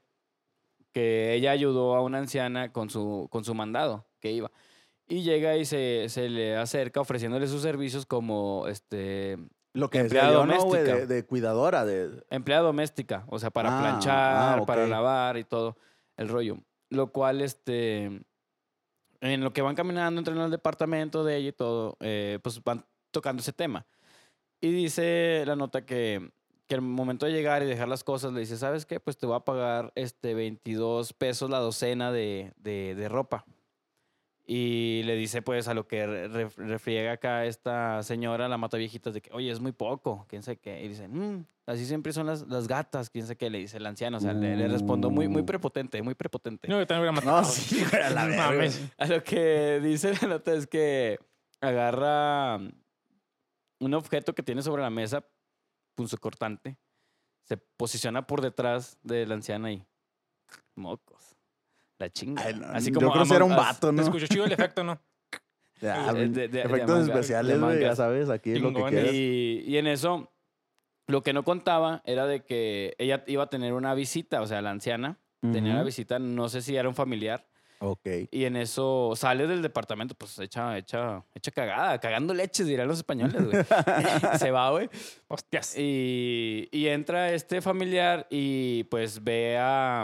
[SPEAKER 2] que ella ayudó a una anciana con su, con su mandado que iba. Y llega y se, se le acerca ofreciéndole sus servicios como este,
[SPEAKER 1] Lo que decía yo,
[SPEAKER 2] Empleada
[SPEAKER 1] ¿no, güey?
[SPEAKER 2] doméstica.
[SPEAKER 1] De, de cuidadora, de...
[SPEAKER 2] empleada doméstica, o sea, para
[SPEAKER 1] Ah,
[SPEAKER 2] planchar,
[SPEAKER 1] ah,
[SPEAKER 2] para
[SPEAKER 1] ok.
[SPEAKER 2] lavar y todo el rollo. Lo cual, este, en lo que van caminando, entrando al departamento de ella y todo, eh, pues van tocando ese tema. Y dice la nota que, que que al momento de llegar y dejar las cosas le dice, ¿sabes qué? Pues te voy a pagar este 22 pesos la docena de, de- de ropa. Y le dice pues a lo que re- re- refriega acá esta señora, la mata viejitas, de que, oye, es muy poco, quién sabe qué. Y dice, "Mm, así siempre son las, las gatas, quién sabe qué, le dice el anciano. O sea, le, le respondo muy, muy
[SPEAKER 1] Uh.
[SPEAKER 2] prepotente, muy prepotente.
[SPEAKER 3] No, yo también hubiera matado.
[SPEAKER 1] Este, No, sí, güey, a la
[SPEAKER 3] No
[SPEAKER 1] verga.
[SPEAKER 3] mames.
[SPEAKER 2] A lo que dice la nota es que agarra un objeto que tiene sobre la mesa, punzocortante, se posiciona por detrás de la anciana y mocos. La chinga.
[SPEAKER 1] Ay, no,
[SPEAKER 2] Así
[SPEAKER 1] yo
[SPEAKER 2] como
[SPEAKER 1] creo que era un
[SPEAKER 2] Among Us.
[SPEAKER 1] vato,
[SPEAKER 3] Te
[SPEAKER 1] ¿no?
[SPEAKER 3] escucho chido el efecto, ¿no?
[SPEAKER 1] Ya,
[SPEAKER 2] Eh, de- de- de
[SPEAKER 1] efectos
[SPEAKER 2] manga,
[SPEAKER 1] especiales,
[SPEAKER 2] de
[SPEAKER 1] güey, ya
[SPEAKER 2] manga.
[SPEAKER 1] sabes, aquí lo que
[SPEAKER 3] Chingón,
[SPEAKER 1] quieras.
[SPEAKER 2] Y, y en eso, lo que no contaba era de que ella iba a tener una visita, o sea, la anciana tenía una
[SPEAKER 1] Ujú.
[SPEAKER 2] visita, no sé si era un familiar,
[SPEAKER 1] Ok.
[SPEAKER 2] Y en eso sale del departamento, pues hecha, hecha, hecha cagada, cagando leches, dirán los españoles, güey. Se va, güey.
[SPEAKER 1] Eh,
[SPEAKER 3] Hostias.
[SPEAKER 2] Y, y entra este familiar y pues ve a,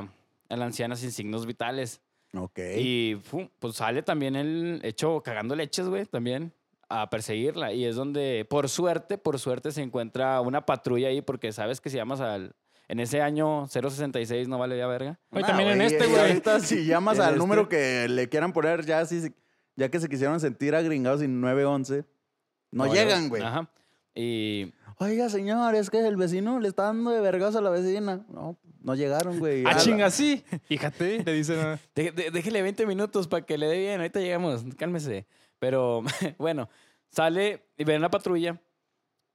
[SPEAKER 2] a la anciana sin signos vitales.
[SPEAKER 1] Ok.
[SPEAKER 2] Y fu, pues sale también el hecho cagando leches, güey, también a perseguirla. Y es donde, por suerte, por suerte se encuentra una patrulla ahí porque sabes que si llamas al... En ese año 066 no vale ya verga.
[SPEAKER 3] Oye,
[SPEAKER 1] Nah,
[SPEAKER 3] también en
[SPEAKER 1] güey,
[SPEAKER 3] este,
[SPEAKER 1] y
[SPEAKER 3] güey.
[SPEAKER 1] Ahorita si llamas
[SPEAKER 2] En
[SPEAKER 1] al
[SPEAKER 2] este.
[SPEAKER 1] número que le quieran poner, ya si se- ya que se quisieron sentir agringados en 911, no, llegan, güey.
[SPEAKER 2] Ajá. Y
[SPEAKER 1] Oiga, señor, es que el vecino le está dando de vergas a la vecina. No, no llegaron, güey.
[SPEAKER 3] Ah,
[SPEAKER 1] Ya-
[SPEAKER 3] chinga, sí. Fíjate, le dicen. ah,
[SPEAKER 2] De- de- déjele 20 minutos para que le dé bien. Ahorita llegamos, cálmese. Pero bueno, sale y ven la patrulla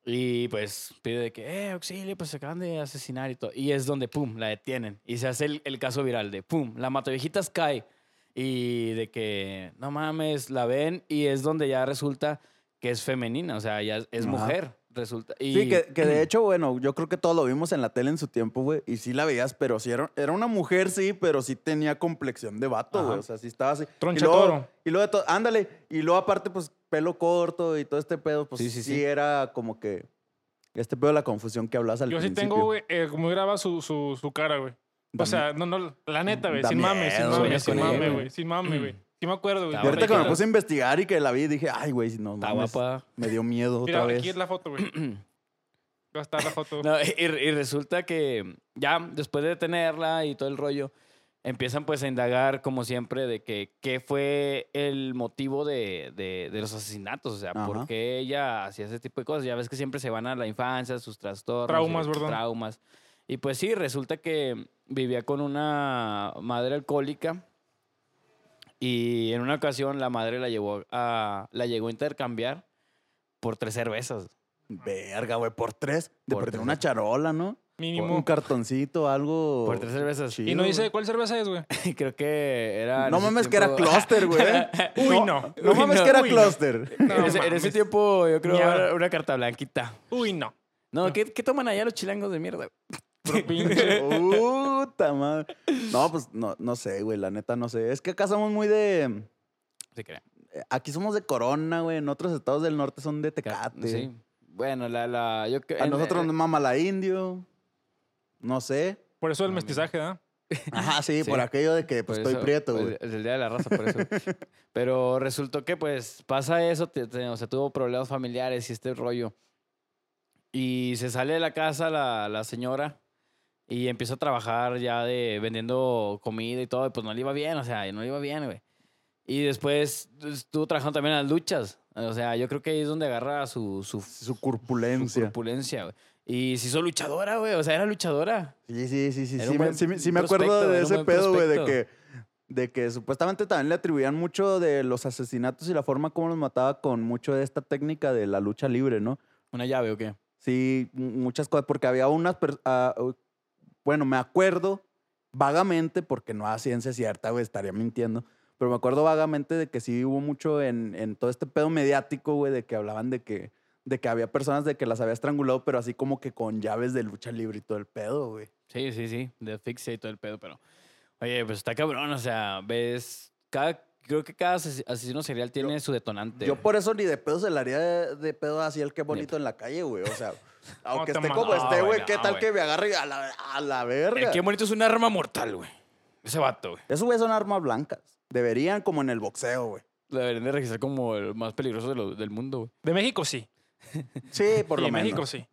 [SPEAKER 2] y pues pide de que, eh, auxilio, pues se acaban de asesinar y todo. Y es donde, pum, la detienen. Y se hace el, el caso viral de, pum, la mataviejitas cae. Y de que, no mames, la ven y es donde ya resulta que es femenina, o sea, ya es, es
[SPEAKER 1] Ajá.
[SPEAKER 2] mujer. Resulta. Y,
[SPEAKER 1] Sí, que, que de hecho, bueno, yo creo que todo lo vimos en la tele en su tiempo, güey. Y sí la veías, pero sí era, era una mujer, sí, pero sí tenía complexión de vato,
[SPEAKER 2] Ajá.
[SPEAKER 1] güey. O sea, sí estaba así. y
[SPEAKER 3] Troncha
[SPEAKER 1] luego,
[SPEAKER 3] toro.
[SPEAKER 1] Y luego, de to- ándale. Y luego, aparte, pues, pelo corto y todo este pedo, pues
[SPEAKER 2] Sí,
[SPEAKER 1] sí,
[SPEAKER 2] sí, sí.
[SPEAKER 1] era como que este pedo de la confusión que hablas al
[SPEAKER 3] Yo sí
[SPEAKER 1] principio.
[SPEAKER 3] tengo, güey, eh, como graba su, su, su cara, güey.
[SPEAKER 1] Da
[SPEAKER 3] O sea, no, no, la neta, güey.
[SPEAKER 1] da
[SPEAKER 3] Sin mame, sin
[SPEAKER 1] miedo,
[SPEAKER 3] mame,
[SPEAKER 2] güey,
[SPEAKER 3] sin
[SPEAKER 2] con ella,
[SPEAKER 3] mame,
[SPEAKER 2] güey.
[SPEAKER 3] güey. Sin mame, güey. Sí me acuerdo, güey.
[SPEAKER 2] Y
[SPEAKER 1] Y ahorita que me
[SPEAKER 2] Ahorita-
[SPEAKER 1] puse a investigar y que la vi, dije, ay, güey, no
[SPEAKER 2] Está
[SPEAKER 1] mames,
[SPEAKER 2] guapa.
[SPEAKER 1] Me dio miedo
[SPEAKER 3] Mira,
[SPEAKER 1] otra vez.
[SPEAKER 3] aquí es la foto, güey. Va a estar la foto.
[SPEAKER 2] No, y, y resulta que ya después de detenerla y todo el rollo, empiezan pues a indagar como siempre de que qué fue el motivo de, de- de los asesinatos, o sea, por
[SPEAKER 1] Ajá.
[SPEAKER 2] qué ella hacía ese tipo de cosas. Ya ves que siempre se van a la infancia, sus trastornos. y
[SPEAKER 3] Traumas, ¿verdad?
[SPEAKER 2] Traumas. Y pues sí, resulta que vivía con una madre alcohólica y en una ocasión la madre la, llevó a, la llegó a intercambiar por tres cervezas.
[SPEAKER 1] Verga, güey, por tres. De
[SPEAKER 2] Por
[SPEAKER 1] perder
[SPEAKER 2] tres.
[SPEAKER 1] una charola, ¿no? Un
[SPEAKER 3] Mínimo.
[SPEAKER 1] cartoncito, algo.
[SPEAKER 2] Por tres cervezas.
[SPEAKER 1] chido,
[SPEAKER 3] Y no dice
[SPEAKER 1] güey.
[SPEAKER 3] cuál cerveza es, güey.
[SPEAKER 2] Creo que era. ah, en
[SPEAKER 1] No
[SPEAKER 2] ese
[SPEAKER 1] mames, que era
[SPEAKER 2] tiempo-
[SPEAKER 1] Cluster, güey.
[SPEAKER 3] Uy, no.
[SPEAKER 1] No
[SPEAKER 2] Uy,
[SPEAKER 1] mames,
[SPEAKER 2] no.
[SPEAKER 1] que era
[SPEAKER 2] Uy, no.
[SPEAKER 1] Cluster.
[SPEAKER 3] No
[SPEAKER 2] en, ese, en ese
[SPEAKER 3] mames.
[SPEAKER 2] tiempo, yo creo
[SPEAKER 3] Ni ahora.
[SPEAKER 2] era una carta blanquita.
[SPEAKER 3] Uy, no.
[SPEAKER 2] No, ¿qué, qué toman allá los chilangos de mierda?
[SPEAKER 3] Puro pinche.
[SPEAKER 1] Puta madre. No, pues no, no sé, güey, la neta no sé. Es que acá somos muy de. eh,
[SPEAKER 2] Se crea.
[SPEAKER 1] Aquí somos de Corona, güey. En otros estados del norte son de Tecate.
[SPEAKER 2] Sí. eh, Bueno, la. la yo, cre-
[SPEAKER 1] A
[SPEAKER 2] en- e,
[SPEAKER 1] nosotros
[SPEAKER 2] en-
[SPEAKER 1] nos mama la indio. No sé.
[SPEAKER 3] Por eso el
[SPEAKER 2] No,
[SPEAKER 3] mestizaje, ¿ah?
[SPEAKER 1] Ajá, sí,
[SPEAKER 2] Sí.
[SPEAKER 1] por aquello de que pues,
[SPEAKER 2] por
[SPEAKER 1] estoy
[SPEAKER 2] eso,
[SPEAKER 1] prieto,
[SPEAKER 2] pues,
[SPEAKER 1] güey.
[SPEAKER 2] Es el día de la raza, por eso. Pero resultó que, pues, pasa eso, te- te- o sea, tuvo problemas familiares y este rollo. Y se sale de la casa la, la señora y empieza a trabajar ya de vendiendo comida y todo. Y pues no le iba bien, o sea, no le iba bien, güey. Y después estuvo trabajando también en las luchas. O sea, yo creo que ahí es donde agarra su, su,
[SPEAKER 1] Su
[SPEAKER 2] su
[SPEAKER 1] corpulencia.
[SPEAKER 2] corpulencia, güey. Y se hizo luchadora, güey. O sea, era luchadora.
[SPEAKER 1] Sí, sí, sí, sí.
[SPEAKER 2] Era
[SPEAKER 1] Sí,
[SPEAKER 2] un
[SPEAKER 1] me,
[SPEAKER 2] buen
[SPEAKER 1] sí me- sí me acuerdo
[SPEAKER 2] prospecto,
[SPEAKER 1] de
[SPEAKER 2] era un
[SPEAKER 1] ese
[SPEAKER 2] buen
[SPEAKER 1] pedo, güey, de que,
[SPEAKER 2] prospecto.
[SPEAKER 1] de que supuestamente también le atribuían mucho de los asesinatos y la forma como los mataba con mucho de esta técnica de la lucha libre, ¿no?
[SPEAKER 2] ¿Una llave o qué?
[SPEAKER 1] Sí, mu- muchas cosas, porque había unas... per- ah, u- bueno, me acuerdo vagamente, porque no a ciencia cierta, güey, estaría mintiendo, pero me acuerdo vagamente de que sí hubo mucho en, en todo este pedo mediático, güey, de que hablaban de que, de que había personas de que las había estrangulado, pero así como que con llaves de lucha libre y todo el pedo, güey.
[SPEAKER 2] Sí, sí, sí, de asfixia y todo el pedo, pero. Oye, pues está cabrón, o sea, ves. Cada, creo que cada ases- asesino serial tiene su detonante.
[SPEAKER 1] Yo por eso ni de pedo se le haría de, de pedo así el que bonito en la calle, güey. O sea, aunque
[SPEAKER 3] te
[SPEAKER 1] esté
[SPEAKER 3] mames.
[SPEAKER 1] como
[SPEAKER 2] No,
[SPEAKER 1] esté,
[SPEAKER 2] güey,
[SPEAKER 1] güey,
[SPEAKER 2] no,
[SPEAKER 1] ¿qué tal
[SPEAKER 2] güey.
[SPEAKER 1] que me agarre a la, a la verga?
[SPEAKER 2] El que Eh, bonito es un arma mortal, güey. Ese vato, güey.
[SPEAKER 1] Eso, güey, son armas blancas. Deberían como en el boxeo, güey.
[SPEAKER 2] Lo deberían de registrar como el más peligroso de lo- del mundo, güey.
[SPEAKER 3] De México, sí.
[SPEAKER 1] Sí, por
[SPEAKER 3] Sí,
[SPEAKER 1] lo
[SPEAKER 3] de
[SPEAKER 1] menos.
[SPEAKER 3] México, sí.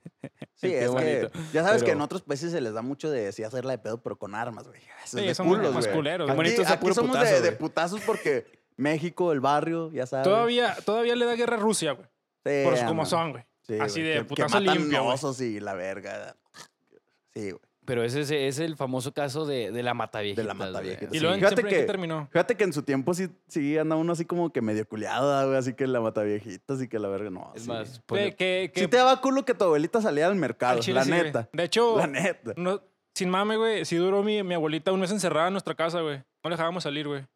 [SPEAKER 1] Sí,
[SPEAKER 2] Qué
[SPEAKER 1] es que
[SPEAKER 2] bonito.
[SPEAKER 1] ya sabes que
[SPEAKER 2] Pero-
[SPEAKER 1] en otros países se les da mucho de sí hacerla de pedo, pero con armas, güey. Eso
[SPEAKER 3] Sí,
[SPEAKER 1] es de
[SPEAKER 3] somos
[SPEAKER 1] culos,
[SPEAKER 3] más
[SPEAKER 1] güey.
[SPEAKER 3] culeros,
[SPEAKER 1] Aquí,
[SPEAKER 3] güey.
[SPEAKER 2] Bonito es a
[SPEAKER 1] aquí
[SPEAKER 2] puro
[SPEAKER 1] somos
[SPEAKER 2] putazo,
[SPEAKER 1] de, de
[SPEAKER 2] güey.
[SPEAKER 1] putazos porque México, el barrio, ya sabes.
[SPEAKER 3] Todavía, todavía le da guerra a Rusia, güey.
[SPEAKER 1] Sí,
[SPEAKER 3] Por
[SPEAKER 1] ah,
[SPEAKER 3] como
[SPEAKER 1] no.
[SPEAKER 3] son, güey.
[SPEAKER 1] Sí,
[SPEAKER 3] Así
[SPEAKER 1] güey,
[SPEAKER 3] de
[SPEAKER 1] que-
[SPEAKER 3] putazo
[SPEAKER 1] que matan
[SPEAKER 3] limpio, güey.
[SPEAKER 1] osos y la verga. Sí, güey.
[SPEAKER 2] Pero ese es, es el famoso caso de, de la matavieja.
[SPEAKER 1] De la matavieja.
[SPEAKER 3] Y
[SPEAKER 1] Sí.
[SPEAKER 3] luego en
[SPEAKER 1] Fíjate
[SPEAKER 3] siempre en qué
[SPEAKER 1] que-
[SPEAKER 3] terminó.
[SPEAKER 1] Fíjate que en su tiempo sí, sí anda uno así como que medio culeado, güey. Así que la mata viejita, así que la verga no.
[SPEAKER 2] Es
[SPEAKER 1] sí.
[SPEAKER 2] más,
[SPEAKER 3] Que,
[SPEAKER 2] pone-
[SPEAKER 3] que, que
[SPEAKER 1] pues, Sí te daba culo que tu abuelita saliera al
[SPEAKER 3] al
[SPEAKER 1] mercado,
[SPEAKER 3] chile
[SPEAKER 1] la
[SPEAKER 3] sí, güey.
[SPEAKER 1] neta.
[SPEAKER 3] De hecho,
[SPEAKER 1] La neta.
[SPEAKER 3] no- sin mame, güey, si duró mi, mi abuelita un mes encerrada en nuestra casa, güey. No le dejábamos salir, güey.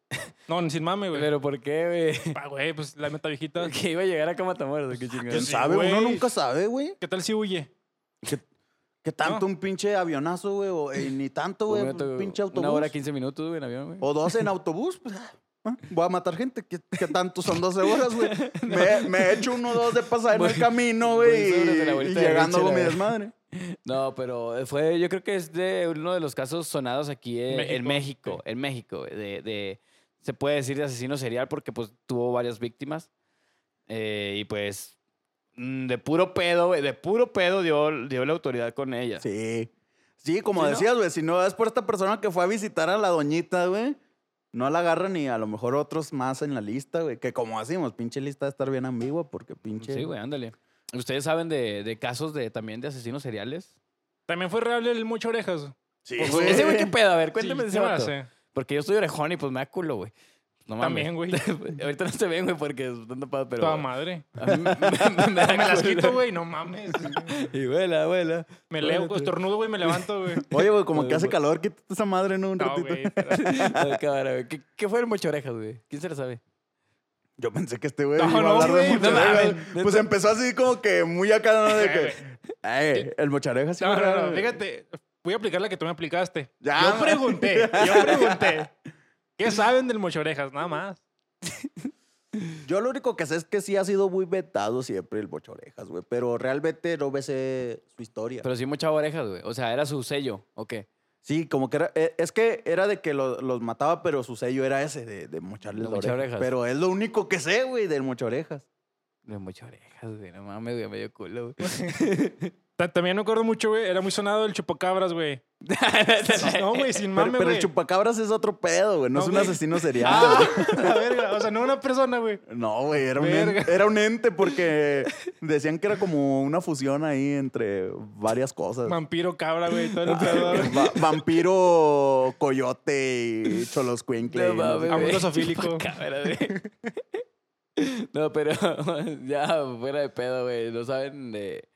[SPEAKER 3] No, ni sin mame, güey.
[SPEAKER 2] Pero ¿por qué, güey?
[SPEAKER 3] Pa, güey, pues la meta viejita.
[SPEAKER 2] Que iba a llegar acá a Matamoros, qué chingada.
[SPEAKER 1] ¿Quién
[SPEAKER 3] sí,
[SPEAKER 1] sabe? Uno
[SPEAKER 3] güey.
[SPEAKER 1] nunca sabe, güey.
[SPEAKER 3] ¿Qué tal si huye?
[SPEAKER 1] Que tanto
[SPEAKER 3] No.
[SPEAKER 1] un pinche avionazo, güey, o eh, ni tanto, güey, un pinche autobús.
[SPEAKER 2] Una hora, 15 minutos, güey, en avión, güey.
[SPEAKER 1] O 12 en autobús, pues, ah, voy a matar gente. ¿Qué, qué tanto son 12 horas, güey? Me, me he hecho uno o dos de pasar en
[SPEAKER 2] Voy-
[SPEAKER 1] el camino,
[SPEAKER 2] voy
[SPEAKER 1] güey,
[SPEAKER 2] sobre de la
[SPEAKER 1] y, y
[SPEAKER 2] abuelita de
[SPEAKER 1] llegando
[SPEAKER 2] Richie,
[SPEAKER 1] con mi
[SPEAKER 2] la verdad.
[SPEAKER 1] desmadre.
[SPEAKER 2] No, pero eh, fue, yo creo que es de uno de los casos sonados aquí en
[SPEAKER 3] México.
[SPEAKER 2] en México, en México, güey, de, de- se puede decir de asesino serial porque pues tuvo varias víctimas eh, y pues mm, de puro pedo, güey, de puro pedo dio, dio la autoridad con ella.
[SPEAKER 1] Sí. Sí, como
[SPEAKER 2] ¿Sí, no?
[SPEAKER 1] decías, güey, si no es por esta persona que fue a visitar a la doñita, güey, no la agarran y a lo mejor otros más en la lista, güey. Que como decimos, pinche lista de estar bien ambigua porque pinche...
[SPEAKER 2] Sí, güey, ándale. ¿Ustedes saben de, de casos de también de asesinos seriales?
[SPEAKER 3] También fue real el mucho orejas.
[SPEAKER 1] Sí,
[SPEAKER 2] Pues,
[SPEAKER 1] güey.
[SPEAKER 2] Ese güey, qué pedo, a ver, cuéntame de ese
[SPEAKER 3] Sí, sí me la
[SPEAKER 2] vato.
[SPEAKER 3] sé.
[SPEAKER 2] Porque yo estoy orejón y pues me da culo, güey. No mames.
[SPEAKER 3] También, güey.
[SPEAKER 2] Ahorita no se ven, güey, porque están tapados, pero...
[SPEAKER 3] Toda madre.
[SPEAKER 2] a mí me, me- me da
[SPEAKER 3] Me las
[SPEAKER 2] culo.
[SPEAKER 3] quito, güey, no mames.
[SPEAKER 2] Y vuela, vuela.
[SPEAKER 3] Me leo, estornudo, güey, me levanto, güey.
[SPEAKER 1] Oye, güey, como que hace calor, quítate esa madre, ¿no? Un
[SPEAKER 3] No,
[SPEAKER 1] ratito.
[SPEAKER 3] güey.
[SPEAKER 2] Ay, cámara, güey. ¿Qué, qué fue el mocho orejas, güey? ¿Quién se lo sabe?
[SPEAKER 1] Yo pensé que este güey
[SPEAKER 3] No,
[SPEAKER 1] iba a
[SPEAKER 3] no,
[SPEAKER 1] hablar
[SPEAKER 3] güey,
[SPEAKER 1] de
[SPEAKER 3] no
[SPEAKER 1] mocharejas.
[SPEAKER 2] mames,
[SPEAKER 1] pues
[SPEAKER 2] neta.
[SPEAKER 1] empezó así como que muy acá, ¿no? De
[SPEAKER 3] Eh,
[SPEAKER 1] que, "Ey, Eh, el mochareja sí
[SPEAKER 3] No,
[SPEAKER 1] fue
[SPEAKER 3] no,
[SPEAKER 1] raro,
[SPEAKER 3] no,
[SPEAKER 1] güey".
[SPEAKER 3] fíjate, voy a aplicar la que tú me aplicaste.
[SPEAKER 1] Ya,
[SPEAKER 3] yo
[SPEAKER 1] ma-
[SPEAKER 3] pregunté, yo pregunté. ¿Qué saben del mocho orejas? Nada más.
[SPEAKER 1] Yo lo único que sé es que sí ha sido muy vetado siempre el mocharejas, güey. Pero realmente no me sé su historia.
[SPEAKER 2] Pero sí mochaba orejas, güey. O sea, era su sello, ¿o qué?
[SPEAKER 1] sí, como que era... eh, Es que era de que lo- los mataba, pero su sello era ese, de, de mocharles
[SPEAKER 2] De
[SPEAKER 1] la
[SPEAKER 2] mochar
[SPEAKER 1] oreja.
[SPEAKER 2] orejas.
[SPEAKER 1] Pero es lo único que sé, güey, del mocharejas.
[SPEAKER 2] De mocho orejas, güey. No mames, güey, medio culo,
[SPEAKER 1] Pues
[SPEAKER 2] güey.
[SPEAKER 3] Ta- También me acuerdo mucho, güey, era muy sonado el chupacabras, güey. No, güey, sin
[SPEAKER 1] Pero,
[SPEAKER 3] mame, güey.
[SPEAKER 1] pero el chupacabras es otro pedo, güey. No,
[SPEAKER 3] No,
[SPEAKER 1] es un
[SPEAKER 3] güey.
[SPEAKER 1] asesino serial.
[SPEAKER 3] Ah, la verga, o sea, no una persona, güey.
[SPEAKER 1] No, güey, era un,
[SPEAKER 3] Verga.
[SPEAKER 1] ente, era un ente porque decían que era como una fusión ahí entre varias cosas.
[SPEAKER 3] Vampiro cabra, güey, todo el pedo, güey.
[SPEAKER 1] Va- vampiro, coyote y cholos
[SPEAKER 2] No mames,
[SPEAKER 3] A un
[SPEAKER 2] güey.
[SPEAKER 3] drosofílico.
[SPEAKER 2] Cámara, güey. No, pero ya fuera de pedo, güey. No saben de,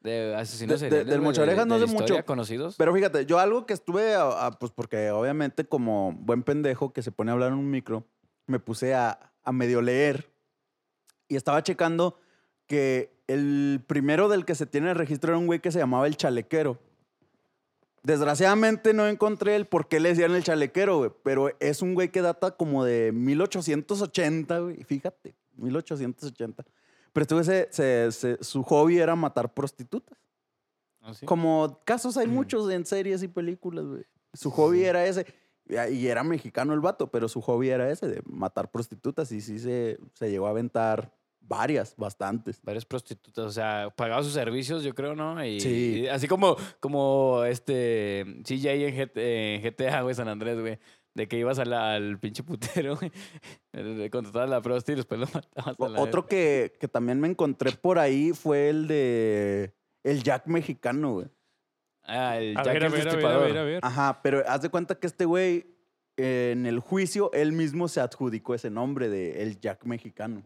[SPEAKER 2] de asesinos
[SPEAKER 1] De- de-
[SPEAKER 2] seriales,
[SPEAKER 1] del
[SPEAKER 2] güey,
[SPEAKER 1] mocho orejas no
[SPEAKER 2] de la
[SPEAKER 1] sé
[SPEAKER 2] historia,
[SPEAKER 1] mucho.
[SPEAKER 2] conocidos.
[SPEAKER 1] Pero fíjate, yo algo que estuve, a- a- pues porque obviamente como buen pendejo que se pone a hablar en un micro, me puse a, a medio leer y estaba checando que el primero del que se tiene el registro era un güey que se llamaba el chalequero. Desgraciadamente no encontré el por qué le decían el chalequero, güey, pero es un güey que data como de 1880, güey, fíjate, 1880. Pero este güey se- se- se- su hobby era matar prostitutas.
[SPEAKER 3] Ah,
[SPEAKER 2] ¿No, sí?
[SPEAKER 1] Como casos hay muchos en series y películas, güey. Su hobby era ese. Y era mexicano el vato, pero su hobby era ese, de matar prostitutas. Y sí se, se llegó a aventar varias, bastantes.
[SPEAKER 2] Varias prostitutas, o sea, pagaba sus servicios, yo creo, ¿no? Y,
[SPEAKER 1] Sí.
[SPEAKER 2] y así como, como este CJ en GT en GTA, güey, San Andrés, güey. De que ibas a la- al pinche putero, güey. le Contratabas a la prosti y después lo matabas. a la
[SPEAKER 1] Otro
[SPEAKER 2] verga.
[SPEAKER 1] que, que también me encontré por ahí fue el de... El Jack mexicano, güey.
[SPEAKER 2] Ah, el
[SPEAKER 3] A
[SPEAKER 2] Jack
[SPEAKER 3] ver, a
[SPEAKER 2] el
[SPEAKER 3] ver, a ver, a
[SPEAKER 2] Destripador.
[SPEAKER 3] ver, a ver.
[SPEAKER 1] Ajá, pero haz de cuenta que este güey, eh, en el juicio, él mismo se adjudicó ese nombre de el Jack mexicano.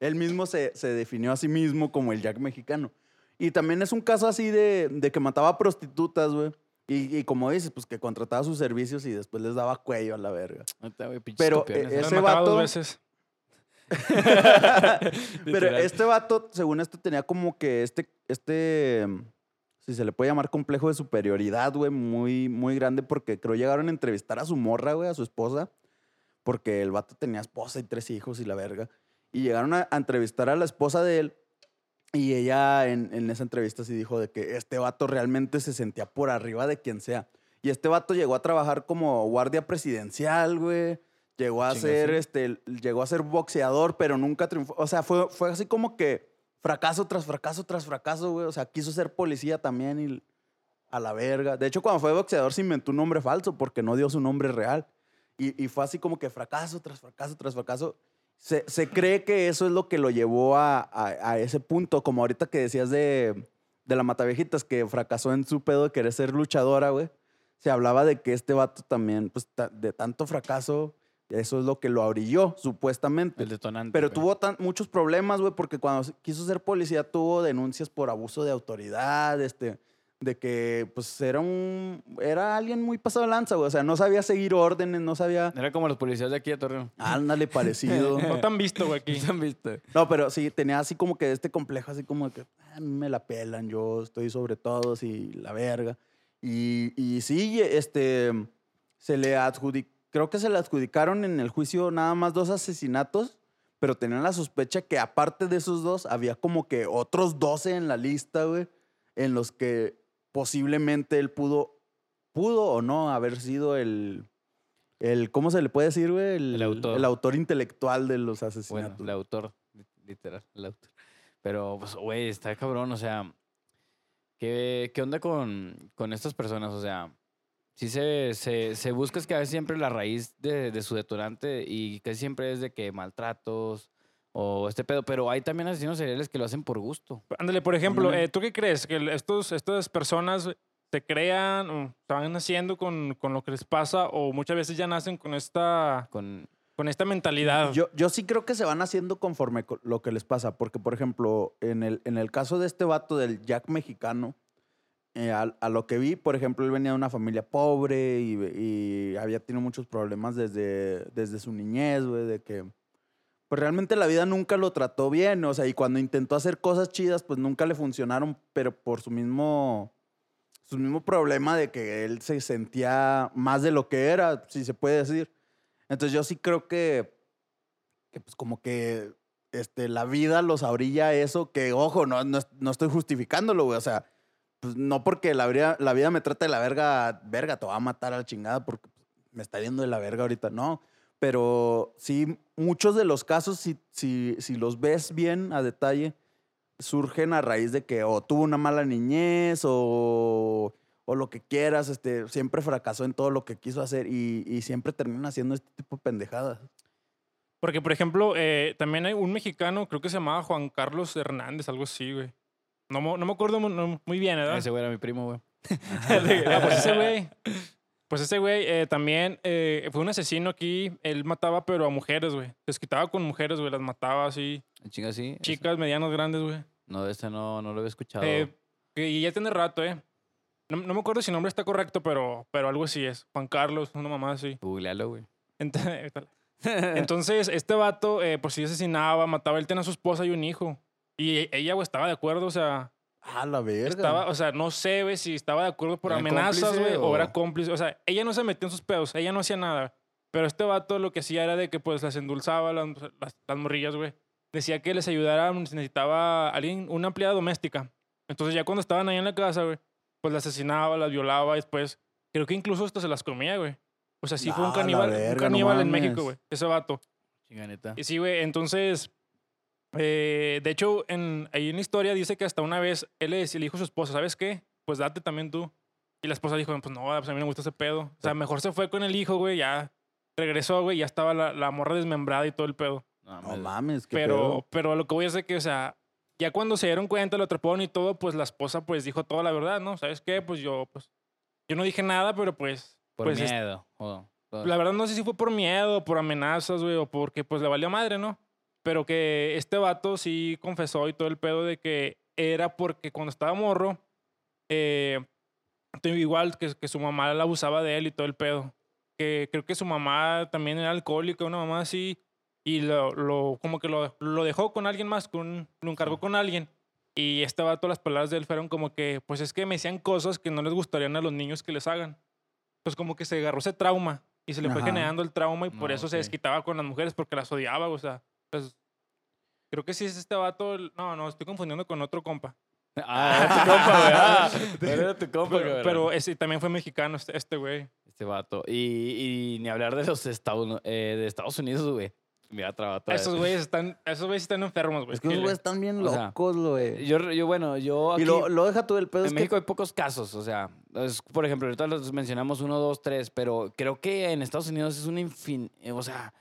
[SPEAKER 1] Él mismo se, se definió a sí mismo como el Jack mexicano. Y también es un caso así de, de que mataba prostitutas, güey. Y, y como dices, pues que contrataba sus servicios y después les daba cuello a la verga.
[SPEAKER 2] Neta, Ah, güey, pinches
[SPEAKER 1] Pero,
[SPEAKER 2] copiones,
[SPEAKER 1] eh,
[SPEAKER 2] ¿no?
[SPEAKER 3] Las
[SPEAKER 1] ese
[SPEAKER 3] mataba dos
[SPEAKER 1] vato-
[SPEAKER 3] veces.
[SPEAKER 1] Pero
[SPEAKER 2] Literal.
[SPEAKER 1] este vato, según esto, tenía como que este, este, si se le puede llamar complejo de superioridad, güey, muy, muy grande, porque creo llegaron a entrevistar a su morra, güey, a su esposa, porque el vato tenía esposa y tres hijos y la verga. Y llegaron a, a entrevistar a la esposa de él. Y ella en, en esa entrevista sí dijo de que este vato realmente se sentía por arriba de quien sea. Y este vato llegó a trabajar como guardia presidencial, güey. Llegó a
[SPEAKER 2] Chinga,
[SPEAKER 1] ser
[SPEAKER 2] sí.
[SPEAKER 1] este, llegó a ser boxeador, pero nunca triunfó. O sea, fue, fue así como que fracaso tras fracaso tras fracaso, güey. O sea, quiso ser policía también y a la verga. De hecho, cuando fue boxeador se inventó un nombre falso porque no dio su nombre real. Y, y fue así como que fracaso tras fracaso tras fracaso. Se, se cree que eso es lo que lo llevó a, a- a ese punto, como ahorita que decías de, de la Mataviejitas, que fracasó en su pedo de querer ser luchadora, güey. Se hablaba de que este vato también, pues, ta- de tanto fracaso, eso es lo que lo abrilló, supuestamente.
[SPEAKER 2] El detonante.
[SPEAKER 1] Pero
[SPEAKER 2] güey.
[SPEAKER 1] tuvo tan- muchos problemas, güey, porque cuando se- quiso ser policía tuvo denuncias por abuso de autoridad, este, de que pues era un era alguien muy pasado de lanza, güey, o sea, no sabía seguir órdenes, no sabía
[SPEAKER 2] Era como los policías de aquí de Torreón.
[SPEAKER 1] ándale parecido.
[SPEAKER 3] No te han visto, güey, aquí.
[SPEAKER 2] ¿Se han visto?
[SPEAKER 1] No, pero sí tenía así como que este complejo así como que "Ah, a mí me la pelan, yo estoy sobre todos y la verga. Y, y sí, este se le adjudicó, creo que se le adjudicaron en el juicio nada más dos asesinatos, pero tenían la sospecha que aparte de esos dos, había como que otros 12 en la lista, güey, en los que posiblemente él pudo, pudo o no haber sido el, el ¿cómo se le puede decir, güey?
[SPEAKER 2] El autor.
[SPEAKER 1] El autor intelectual de los
[SPEAKER 2] Bueno,
[SPEAKER 1] asesinatos.
[SPEAKER 2] el autor, li- literal, el autor. Pero, pues, güey, está cabrón, o sea, ¿qué, qué onda con, con estas personas? O sea, si se, se, se busca es que a veces siempre la raíz de, de su detonante y casi siempre es de que maltratos o este pedo, pero hay también asesinos seriales que lo hacen por gusto.
[SPEAKER 3] Ándale, por ejemplo,
[SPEAKER 1] Ándale.
[SPEAKER 3] eh, ¿tú qué crees? ¿Que el- estos, estas personas se crean o se van naciendo con, con lo que les pasa o muchas veces ya nacen con esta,
[SPEAKER 2] Con,
[SPEAKER 3] con esta mentalidad?
[SPEAKER 1] Yo, yo sí creo que se van haciendo conforme co- lo que les pasa, porque por ejemplo, en el, en el caso de este vato del Jack mexicano, eh, al- a, lo que vi, por ejemplo, él venía de una familia pobre y, ve- y había tenido muchos problemas desde, desde su niñez, güey, de que pues realmente la vida nunca lo trató bien, o sea, y cuando intentó hacer cosas chidas, pues nunca le funcionaron, pero por su mismo su mismo problema de que él se sentía más de lo que era, si se puede decir. Entonces yo sí creo que, que pues como que este, la vida los abrilla a eso, que ojo, no, no, no estoy justificándolo, güey, o sea, pues no porque la, vida- la vida me trate de la verga, verga, te va a matar a la chingada porque me está yendo de la verga ahorita, no. Pero sí, muchos de los casos, si, si, si los ves bien a detalle, surgen a raíz de que o tuvo una mala niñez o, o lo que quieras, este, siempre fracasó en todo lo que quiso hacer y, y siempre termina haciendo este tipo de pendejadas.
[SPEAKER 3] Porque, por ejemplo, eh, también hay un mexicano, creo que se llamaba Juan Carlos Hernández, algo así, güey. No, mo- no me acuerdo mu- no- muy bien, ¿verdad?
[SPEAKER 2] ese güey era mi primo, güey.
[SPEAKER 3] Ah, pues ese güey. Pues ese güey eh, también eh, fue un asesino aquí. Él mataba, pero a mujeres, güey. Se quitaba con mujeres, güey. Las mataba así.
[SPEAKER 2] Chinga, sí. ese-
[SPEAKER 3] Chicas, medianas, grandes, güey.
[SPEAKER 2] No, este no, no lo había escuchado.
[SPEAKER 3] Eh, que- y ya tiene rato, ¿eh? No, no me acuerdo si el nombre está correcto, pero, pero algo así es. Juan Carlos, una mamá así.
[SPEAKER 2] Googlealo, güey.
[SPEAKER 3] Ent- ahorita- Entonces, este vato, eh, pues sí asesinaba, mataba. Él tenía a su esposa y un hijo. Y e- ella, güey, estaba de acuerdo, o sea,
[SPEAKER 1] Ah, la verga.
[SPEAKER 3] estaba, o sea, no sé, güey, si estaba de acuerdo por
[SPEAKER 2] ¿Eran
[SPEAKER 3] amenazas,
[SPEAKER 2] cómplice
[SPEAKER 3] güey, o...
[SPEAKER 2] o-
[SPEAKER 3] era cómplice. O sea, ella no se metió en sus pedos, ella no hacía nada. Pero este vato lo que hacía era de que, pues, las endulzaba, las, las, las morrillas, güey. Decía que les ayudara, si necesitaba alguien, una empleada doméstica. Entonces, ya cuando estaban ahí en la casa, güey, pues las asesinaba, las violaba, y después, creo que incluso hasta se las comía, güey. O sea, sí fue
[SPEAKER 1] Ah,
[SPEAKER 3] un
[SPEAKER 1] la
[SPEAKER 3] caníbal, un
[SPEAKER 1] verga, no
[SPEAKER 3] caníbal en
[SPEAKER 1] mames.
[SPEAKER 3] México, güey, ese vato.
[SPEAKER 2] Chinga, neta.
[SPEAKER 3] Y sí, güey, entonces. eh, de hecho, en, ahí en la historia dice que hasta una vez él le, dec- le dijo a su esposa, ¿sabes qué? Pues date también tú. Y la esposa dijo, pues no, pues a mí no me gusta ese pedo. O sea, mejor se fue con el hijo, güey, ya regresó, güey, ya estaba la, la morra desmembrada y todo el pedo.
[SPEAKER 1] No
[SPEAKER 2] mames.
[SPEAKER 1] mames, qué
[SPEAKER 3] Pero,
[SPEAKER 1] pedo.
[SPEAKER 3] pero lo que voy a hacer que, o sea, ya cuando se dieron cuenta, lo atraparon y todo, pues la esposa pues dijo toda la verdad, ¿no? ¿Sabes qué? Pues yo, pues, yo no dije nada, pero pues...
[SPEAKER 2] Por
[SPEAKER 3] pues, es-
[SPEAKER 2] miedo. Oh, o- o-
[SPEAKER 3] la verdad no sé si fue por miedo, por amenazas, güey, o porque pues le valió madre, ¿no? Pero que este vato sí confesó y todo el pedo de que era porque cuando estaba morro, eh, te- igual que, que su mamá la abusaba de él y todo el pedo. Que creo que su mamá también era alcohólica, una mamá así, y lo, lo- como que lo, lo dejó con alguien más, con, lo encargó con alguien. Y este vato, las palabras de él fueron como que, pues es que me decían cosas que no les gustarían a los niños que les hagan. Pues como que se agarró ese trauma y se le fue
[SPEAKER 1] Ajá.
[SPEAKER 3] generando el trauma y por
[SPEAKER 2] No,
[SPEAKER 3] eso se
[SPEAKER 2] ok.
[SPEAKER 3] desquitaba con las mujeres porque las odiaba, o sea. pues, creo que sí es este vato, el- no, no, estoy confundiendo con otro compa.
[SPEAKER 2] Ah, era tu compa, güey. Ah, pero era tu compa,
[SPEAKER 3] Pero,
[SPEAKER 2] güey.
[SPEAKER 3] pero ese también fue mexicano este este güey.
[SPEAKER 2] Este vato. Y, y ni hablar de los Estados, eh, de Estados Unidos, güey. Mira, traba otra vez.
[SPEAKER 3] Esos güeyes están, esos güeyes están enfermos, güey.
[SPEAKER 1] Es que los güeyes están bien
[SPEAKER 2] pues, O sea,
[SPEAKER 1] locos, güey.
[SPEAKER 2] Yo, yo, bueno, yo aquí
[SPEAKER 1] Y lo, lo deja tú el pedo.
[SPEAKER 2] en
[SPEAKER 1] es que-
[SPEAKER 2] México hay pocos casos, o sea, es- por ejemplo, ahorita los mencionamos uno, dos, tres, pero creo que en Estados Unidos es un infin... eh, O sea,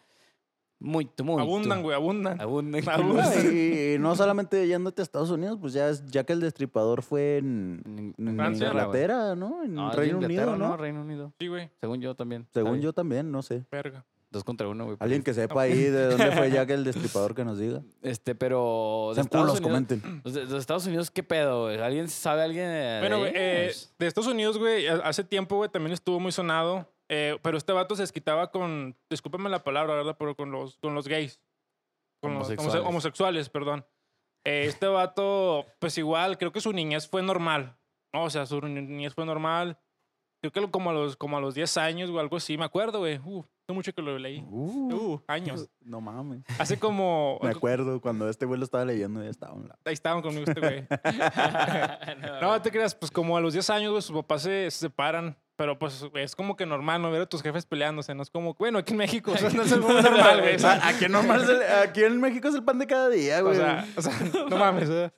[SPEAKER 2] muy, muy...
[SPEAKER 3] Abundan, güey, abundan.
[SPEAKER 2] Abundan.
[SPEAKER 3] Abundan.
[SPEAKER 2] Sí.
[SPEAKER 1] y, y no solamente yéndote a Estados Unidos, pues ya, es- ya que el destripador fue en,
[SPEAKER 2] En
[SPEAKER 1] en
[SPEAKER 3] Francia,
[SPEAKER 1] Inglaterra, ¿no? En
[SPEAKER 2] No, es
[SPEAKER 1] Reino
[SPEAKER 2] Inglaterra,
[SPEAKER 1] Unido, ¿no?
[SPEAKER 2] Reino Unido.
[SPEAKER 3] Sí, güey.
[SPEAKER 2] Según yo también.
[SPEAKER 1] Según
[SPEAKER 2] Está
[SPEAKER 1] yo
[SPEAKER 2] bien.
[SPEAKER 1] también, no sé.
[SPEAKER 3] Verga.
[SPEAKER 2] Dos contra uno, güey.
[SPEAKER 1] Alguien que sepa ahí de dónde fue Jack el destripador que nos diga.
[SPEAKER 2] Este, pero... De
[SPEAKER 1] Sean
[SPEAKER 2] Estados,
[SPEAKER 1] culos,
[SPEAKER 2] Unidos,
[SPEAKER 1] comenten.
[SPEAKER 2] los de, los de Estados Unidos, ¿qué pedo? güey? ¿Alguien sabe alguien de
[SPEAKER 3] Bueno, güey,
[SPEAKER 2] ahí?
[SPEAKER 3] eh, de Estados Unidos, güey, a- hace tiempo, güey, también estuvo muy sonado. eh, pero este vato se desquitaba con, discúlpame la palabra, ¿verdad? Pero con los, con los gays. Con los
[SPEAKER 2] Homosexuales.
[SPEAKER 3] homose- homosexuales, perdón. Eh, este vato, pues igual, creo que su niñez fue normal. ¿no? O sea, su ni- niñez fue normal. Creo que lo- como a los, como a los 10 años, o algo así, me acuerdo, güey. Uh, hace mucho que lo leí.
[SPEAKER 1] Uh,
[SPEAKER 3] Uh, años.
[SPEAKER 1] no mames.
[SPEAKER 3] Hace como...
[SPEAKER 1] Me acuerdo cuando este güey lo estaba leyendo ya estaba a un lado.
[SPEAKER 3] Ahí estaban conmigo este güey.
[SPEAKER 2] no,
[SPEAKER 3] No, te creas, pues como a los 10 años, güey, sus papás se, se separan. Pero pues güey, es como que normal, ¿no? Ver a tus jefes peleándose, ¿no? Es como, bueno, aquí en México, o sea, no es algo normal, güey. O sea,
[SPEAKER 1] Ah, Aquí, nomás es el- aquí en México es el pan de cada día,
[SPEAKER 3] o
[SPEAKER 1] güey.
[SPEAKER 3] sea, o sea, no mames. ¿eh?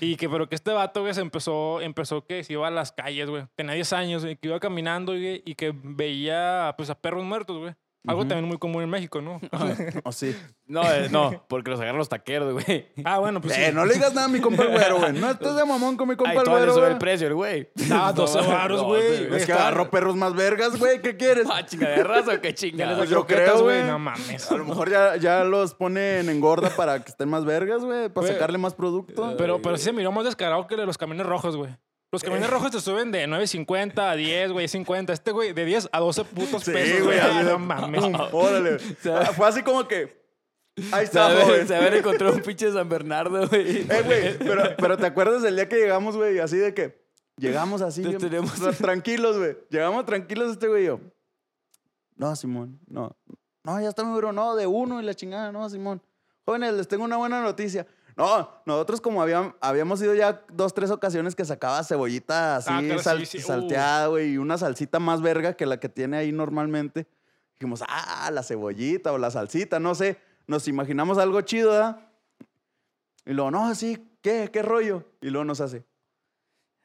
[SPEAKER 3] Y que, pero que este vato, güey, se empezó, empezó que se iba a las calles, güey. Tenía 10 años, güey, que iba caminando, güey, y que veía, pues, a perros muertos, güey. Algo
[SPEAKER 1] Ujú.
[SPEAKER 3] también muy común en México, ¿no?
[SPEAKER 1] O Oh, sí.
[SPEAKER 2] No, eh, no, porque los agarran los taqueros, güey.
[SPEAKER 3] ah, bueno, pues. sí.
[SPEAKER 1] Eh, no le digas nada a mi compa el güero, güey. No estés de mamón con mi compa
[SPEAKER 2] Ay,
[SPEAKER 1] el
[SPEAKER 2] todavía
[SPEAKER 1] güero,
[SPEAKER 2] le sube
[SPEAKER 1] güey.
[SPEAKER 2] el precio, el güey.
[SPEAKER 3] Ah, 12
[SPEAKER 2] No,
[SPEAKER 3] varos,
[SPEAKER 2] no,
[SPEAKER 3] güey.
[SPEAKER 2] sí,
[SPEAKER 1] Es que
[SPEAKER 3] Está-
[SPEAKER 1] agarró perros más vergas, güey. ¿Qué quieres?
[SPEAKER 2] Ah, chinga de raza o qué chinga.
[SPEAKER 1] pues
[SPEAKER 3] Las
[SPEAKER 1] yo
[SPEAKER 3] croquetas,
[SPEAKER 1] creo, güey.
[SPEAKER 3] No mames.
[SPEAKER 1] A lo mejor ya, ya los ponen en gorda para que estén más vergas, güey. Para
[SPEAKER 3] Güey. eh,
[SPEAKER 1] sacarle más producto.
[SPEAKER 3] Pero, pero sí se miró más descarado que los camiones rojos, güey. Los camiones
[SPEAKER 1] Eh.
[SPEAKER 3] rojos te suben de 9.50 a 10, güey, 50. Este, güey, de 10 a 12 putos
[SPEAKER 1] Sí,
[SPEAKER 3] pesos,
[SPEAKER 1] güey,
[SPEAKER 3] güey.
[SPEAKER 1] así
[SPEAKER 3] Ah,
[SPEAKER 1] de-
[SPEAKER 3] No mames.
[SPEAKER 1] ¡Pum! Órale. Ah, Fue así como que. Ahí
[SPEAKER 2] Se
[SPEAKER 1] está,
[SPEAKER 2] haber,
[SPEAKER 1] joven.
[SPEAKER 2] se haber encontrado un pinche San Bernardo, güey.
[SPEAKER 1] Eh, güey, pero, pero ¿te acuerdas del día que llegamos, güey? Así de que llegamos así.
[SPEAKER 2] Nos
[SPEAKER 1] bien-
[SPEAKER 2] tenemos-
[SPEAKER 1] tra- tranquilos, güey. Llegamos tranquilos este güey y yo. No, Simón, no. No, ya está mi bro, no, de uno y la chingada, no, Simón. Jóvenes, les tengo una buena noticia. No, nosotros como habíam- habíamos ido ya dos, tres ocasiones que sacaba cebollita así
[SPEAKER 3] Ah, claro,
[SPEAKER 1] sal-
[SPEAKER 3] sí, sí, uh.
[SPEAKER 1] salteada, güey, y una salsita más verga que la que tiene ahí normalmente. Dijimos, ah, la cebollita o la salsita, no sé. Nos imaginamos algo chido, ¿verdad? Y luego, no, sí, ¿qué? ¿Qué rollo? Y luego nos hace.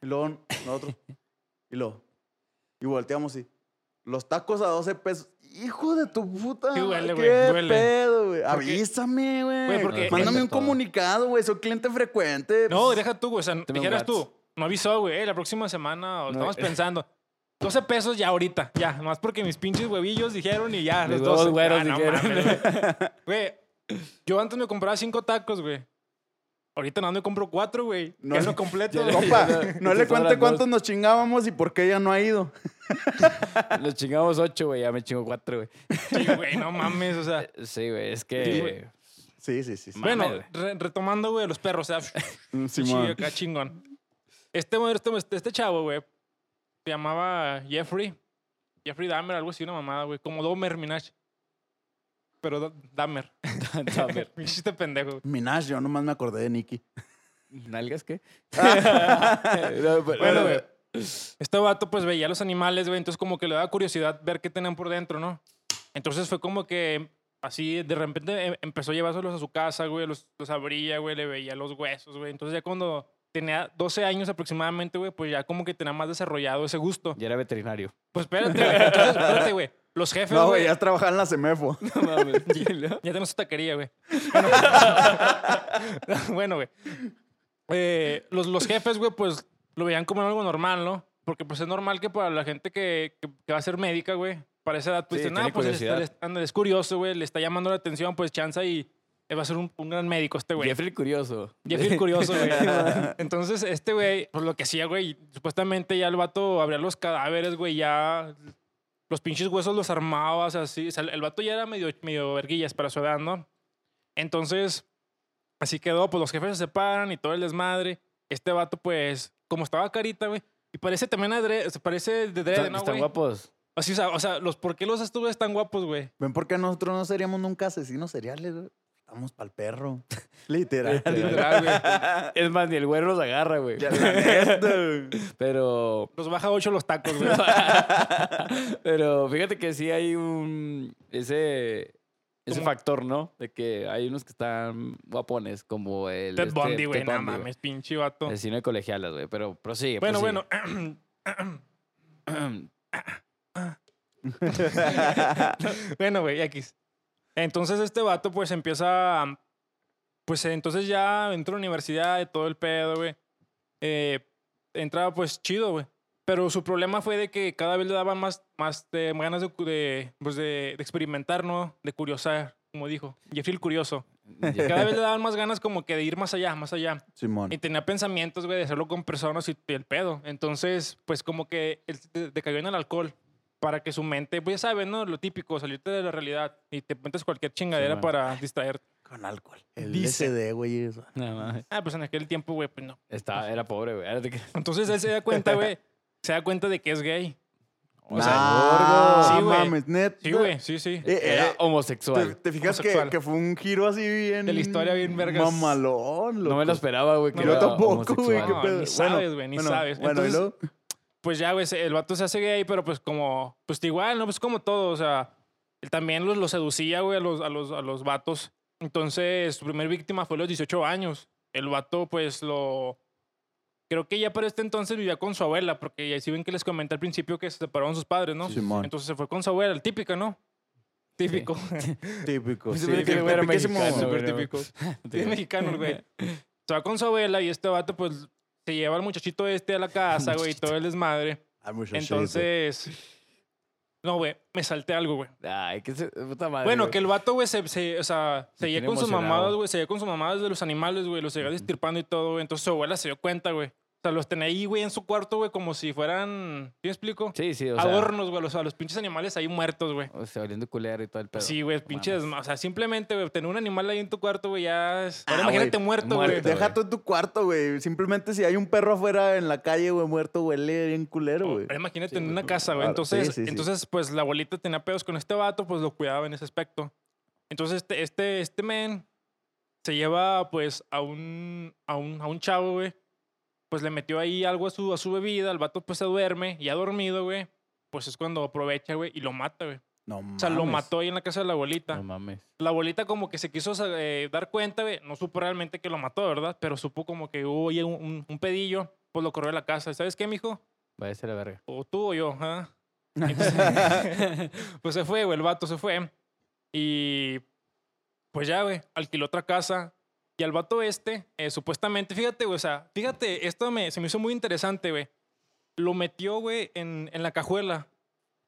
[SPEAKER 1] Y luego nosotros. y luego. Y volteamos y. Los tacos a 12 pesos. Hijo de tu puta.
[SPEAKER 3] Sí,
[SPEAKER 1] madre,
[SPEAKER 3] duele,
[SPEAKER 1] ¿Qué
[SPEAKER 3] güey, duele.
[SPEAKER 1] pedo, güey?
[SPEAKER 3] Porque-
[SPEAKER 1] Avísame,
[SPEAKER 3] Güey,
[SPEAKER 1] güey.
[SPEAKER 3] porque-
[SPEAKER 1] Mándame un
[SPEAKER 2] Todo.
[SPEAKER 1] comunicado, güey. Soy cliente frecuente. Pues,
[SPEAKER 3] No, deja tú, güey. O sea,
[SPEAKER 2] un
[SPEAKER 3] dijeras
[SPEAKER 2] WhatsApp.
[SPEAKER 3] tú. No avisó, güey. eh, La próxima semana o
[SPEAKER 2] No,
[SPEAKER 3] estamos
[SPEAKER 2] eh.
[SPEAKER 3] pensando. 12 pesos ya ahorita. Ya, nomás porque mis pinches huevillos dijeron y ya.
[SPEAKER 2] Mis
[SPEAKER 3] Los
[SPEAKER 2] huevos
[SPEAKER 3] 12.
[SPEAKER 2] güeros
[SPEAKER 3] Ah, no
[SPEAKER 2] dijeron.
[SPEAKER 3] mames, güey. Güey, yo antes me compraba 5 tacos, güey. Ahorita no me compro 4, güey.
[SPEAKER 1] No,
[SPEAKER 3] No, es lo completo.
[SPEAKER 2] ya le-
[SPEAKER 3] güey.
[SPEAKER 1] Compa,
[SPEAKER 2] Y
[SPEAKER 1] no
[SPEAKER 2] se
[SPEAKER 1] le
[SPEAKER 2] fueron
[SPEAKER 1] cuente
[SPEAKER 2] dos.
[SPEAKER 1] cuántos nos chingábamos y por qué ella no ha ido.
[SPEAKER 2] Los chingamos ocho, güey. Ya me chingo cuatro, güey.
[SPEAKER 3] Sí, güey, no mames, o sea.
[SPEAKER 2] Sí, güey. Es
[SPEAKER 3] Sí,
[SPEAKER 2] que.
[SPEAKER 3] güey.
[SPEAKER 1] Sí, sí, sí. sí.
[SPEAKER 2] Mames,
[SPEAKER 3] Bueno,
[SPEAKER 2] güey.
[SPEAKER 3] re- retomando, güey, a los perros, o sea,
[SPEAKER 1] Mm,
[SPEAKER 3] Sí,
[SPEAKER 1] Simón.
[SPEAKER 3] acá chingón. Este, mo- este, este, este chavo, güey, se llamaba Jeffrey. Jeffrey Dahmer, algo así, una mamada, güey. Como Dahmer Minaj. Pero Da- Dahmer.
[SPEAKER 2] Dahmer.
[SPEAKER 3] Me hiciste pendejo, güey.
[SPEAKER 1] Minaj, yo nomás me acordé de Nicky.
[SPEAKER 2] ¿Nalgas qué? No, pero-
[SPEAKER 3] Ah. Bueno, güey. Este vato, pues, veía a los animales, güey. Entonces, como que le daba curiosidad ver qué tenían por dentro, ¿no? Entonces, fue como que así, de repente em- empezó a llevárselos a su casa, güey. Los, los abría, güey. Le veía los huesos, güey. Entonces, ya cuando tenía 12 años aproximadamente, güey, pues ya como que tenía más desarrollado ese gusto.
[SPEAKER 2] Ya era veterinario.
[SPEAKER 3] Pues espérate, güey. Entonces, espérate, güey. Los jefes,
[SPEAKER 1] No,
[SPEAKER 3] güey.
[SPEAKER 1] güey, ya trabajaba en la Semefo.
[SPEAKER 2] No mames.
[SPEAKER 3] Ya tenemos su taquería, güey. Bueno, güey. Eh, los, los jefes, güey, pues lo veían como algo normal, ¿no? Porque pues es normal que para la gente que, que- que va a ser médica, güey, para esa edad, pues
[SPEAKER 2] Sí,
[SPEAKER 3] dicen, ah,
[SPEAKER 2] tiene
[SPEAKER 3] pues
[SPEAKER 2] curiosidad".
[SPEAKER 3] le está- le- ándale, es curioso, güey, le está llamando la atención, pues chanza y va a ser un, un gran médico este güey.
[SPEAKER 2] Jeffrey el curioso.
[SPEAKER 3] Jeffrey el curioso, güey. Entonces, este güey, pues lo que hacía, güey, supuestamente ya el vato abría los cadáveres, güey, ya los pinches huesos los armaba, o sea, sí, o sea, el vato ya era medio, medio verguillas para su edad, ¿no? Entonces, así quedó, pues los jefes se separan y todo el desmadre. Este vato, pues, como estaba carita, güey, y parece también adre- o sea, parece de drede,
[SPEAKER 2] Están
[SPEAKER 3] ¿no,
[SPEAKER 2] están
[SPEAKER 3] güey?
[SPEAKER 2] guapos.
[SPEAKER 3] Así, o sea, o sea, los, ¿por qué los estuve tan guapos, güey?
[SPEAKER 1] ¿Ven por qué nosotros no seríamos nunca asesinos seriales? güey? Estamos pa'l perro. Literal.
[SPEAKER 3] Literal, güey.
[SPEAKER 2] Es más, ni el güero los agarra, güey.
[SPEAKER 1] Ya, la neta, güey.
[SPEAKER 2] Pero.
[SPEAKER 3] Los baja ocho los tacos, güey.
[SPEAKER 2] Pero fíjate que sí hay un. Ese. ese
[SPEAKER 3] Como-
[SPEAKER 2] factor, ¿no? De que hay unos que están guapones, como el.
[SPEAKER 3] Ted
[SPEAKER 2] este,
[SPEAKER 3] Bundy, güey.
[SPEAKER 2] Ted Bundy,
[SPEAKER 3] No
[SPEAKER 2] güey. Este, pues,
[SPEAKER 3] mames, pinche vato.
[SPEAKER 2] El cine de colegialas, güey. Pero prosigue.
[SPEAKER 3] Bueno,
[SPEAKER 2] prosigue.
[SPEAKER 3] bueno. Bueno, güey, X. Entonces este vato pues empieza... a- Pues entonces ya entró a la universidad y todo el pedo, güey. Eh, entraba pues chido, güey. Pero su problema fue de que cada vez le daban más, más eh, ganas de, cu- de, pues, de- de experimentar, ¿no? De curiosar, como dijo. Jeffrey el curioso. Cada vez le daban más ganas como que de ir más allá, más allá.
[SPEAKER 1] Simón.
[SPEAKER 3] Y tenía pensamientos, güey, de hacerlo con personas y el pedo. Entonces, pues como que él te- te cayó en el alcohol para que su mente, pues ya sabes, ¿no? Lo típico, salirte de la realidad y te metes cualquier chingadera
[SPEAKER 2] man.
[SPEAKER 3] para distraerte.
[SPEAKER 1] Con alcohol. El
[SPEAKER 3] Dice.
[SPEAKER 1] LSD, güey. eso.
[SPEAKER 2] No mames.
[SPEAKER 3] Ah, pues en aquel tiempo, güey, pues no.
[SPEAKER 2] Estaba- era pobre, güey. Ahora te creas.
[SPEAKER 3] Entonces él se da cuenta, güey, se da cuenta de que es gay. O sea,
[SPEAKER 1] Nah,
[SPEAKER 3] gordo. Sí, güey.
[SPEAKER 1] mames, neta.
[SPEAKER 3] Sí, güey, sí, sí.
[SPEAKER 1] Eh, eh,
[SPEAKER 2] Era
[SPEAKER 1] ¿Te,
[SPEAKER 2] homosexual.
[SPEAKER 1] te fijas que,
[SPEAKER 3] homosexual.
[SPEAKER 1] que fue un giro así bien.
[SPEAKER 3] De la historia bien vergas.
[SPEAKER 1] Mamalón,
[SPEAKER 2] No me lo
[SPEAKER 1] loco.
[SPEAKER 2] esperaba, güey. que
[SPEAKER 3] No, yo
[SPEAKER 2] era
[SPEAKER 1] tampoco,
[SPEAKER 2] homosexual.
[SPEAKER 1] güey, qué
[SPEAKER 3] No,
[SPEAKER 1] pedo.
[SPEAKER 3] ni sabes, güey, ni
[SPEAKER 1] bueno,
[SPEAKER 3] sabes.
[SPEAKER 1] Bueno,
[SPEAKER 3] Entonces,
[SPEAKER 1] ¿y luego?
[SPEAKER 3] pues ya, güey, se- el vato se hace gay, pero pues como, pues igual, ¿no? Pues como todo, o sea, él también los, los seducía, güey, a los, a, los, a los vatos. Entonces, su primer víctima fue a los 18 años. El vato, pues lo. Creo que ya para este entonces vivía con su abuela, porque ya sí ven que les comenté al principio que se separaron sus padres, ¿no?
[SPEAKER 1] Simón.
[SPEAKER 3] Entonces se fue con su abuela, el típico, ¿no? Típico.
[SPEAKER 1] Típico.
[SPEAKER 2] Pues
[SPEAKER 1] sí,
[SPEAKER 2] me
[SPEAKER 1] típico,
[SPEAKER 2] que era
[SPEAKER 1] tipiquísimo.
[SPEAKER 2] mexicano, güey.
[SPEAKER 3] Súper típico.
[SPEAKER 2] Sí.
[SPEAKER 3] Es mexicano, güey. Se va con su abuela y este vato, pues, se lleva al muchachito este a la casa, güey, y todo el desmadre.
[SPEAKER 1] Ah, mucho shit, güey.
[SPEAKER 3] Entonces. No, güey, me salté algo, güey.
[SPEAKER 2] Ay, qué se- puta madre.
[SPEAKER 3] Bueno,
[SPEAKER 2] güey.
[SPEAKER 3] que el vato, güey, se, se, o sea,
[SPEAKER 2] Me
[SPEAKER 3] seguía
[SPEAKER 2] tiene
[SPEAKER 3] con sus
[SPEAKER 2] emocionado.
[SPEAKER 3] mamadas, güey, seguía con sus mamadas de los animales, güey, los seguía destirpando y todo, güey. Entonces su abuela se dio cuenta, güey. O sea, los tenía ahí, güey, en su cuarto, güey, como si fueran, ¿sí me explico?
[SPEAKER 2] Sí, sí, o sea.
[SPEAKER 3] Adornos, güey, o sea, los pinches animales ahí muertos, güey.
[SPEAKER 2] O sea, oliendo culero y todo el pedo.
[SPEAKER 3] Sí, güey, pinches,
[SPEAKER 2] mames.
[SPEAKER 3] o sea, simplemente, güey, tener un animal ahí en tu cuarto, güey, ya es... Ahora
[SPEAKER 1] Ah,
[SPEAKER 3] imagínate
[SPEAKER 1] güey,
[SPEAKER 3] muerto, güey.
[SPEAKER 2] muerto, güey.
[SPEAKER 1] Deja tú en tu cuarto, güey. Simplemente si hay un perro afuera en la calle, güey, muerto, huele bien culero, güey.
[SPEAKER 3] Ahora imagínate
[SPEAKER 2] Sí,
[SPEAKER 3] en
[SPEAKER 2] güey.
[SPEAKER 3] una casa, güey.
[SPEAKER 1] Claro,
[SPEAKER 3] Entonces,
[SPEAKER 1] sí, sí, sí.
[SPEAKER 3] entonces pues la abuelita tenía pedos con este vato, pues lo cuidaba en ese aspecto. Entonces, este, este, este men se lleva, pues, a un, a un, a un chavo, güey. Pues le metió ahí algo a su, a su bebida, el vato pues se duerme, ya dormido, güey. Pues es cuando aprovecha, güey, y lo mata, güey.
[SPEAKER 1] No
[SPEAKER 3] O sea, lo
[SPEAKER 1] mames.
[SPEAKER 3] mató ahí en la casa de la abuelita.
[SPEAKER 2] No mames.
[SPEAKER 3] La abuelita como que se quiso eh, dar cuenta, güey. No supo realmente que lo mató, ¿verdad? Pero supo como que hubo ahí un, un- un pedillo. Pues lo corrió a la casa. ¿Sabes qué, mijo?
[SPEAKER 2] Vaya a ser la verga.
[SPEAKER 3] O tú o yo, ajá. Entonces, pues se fue, güey, el vato se fue. Y pues ya, güey, alquiló otra casa. Y al vato este, eh, supuestamente, fíjate, güey, o sea, fíjate, esto me, se me hizo muy interesante, güey. Lo metió, güey, en, en la cajuela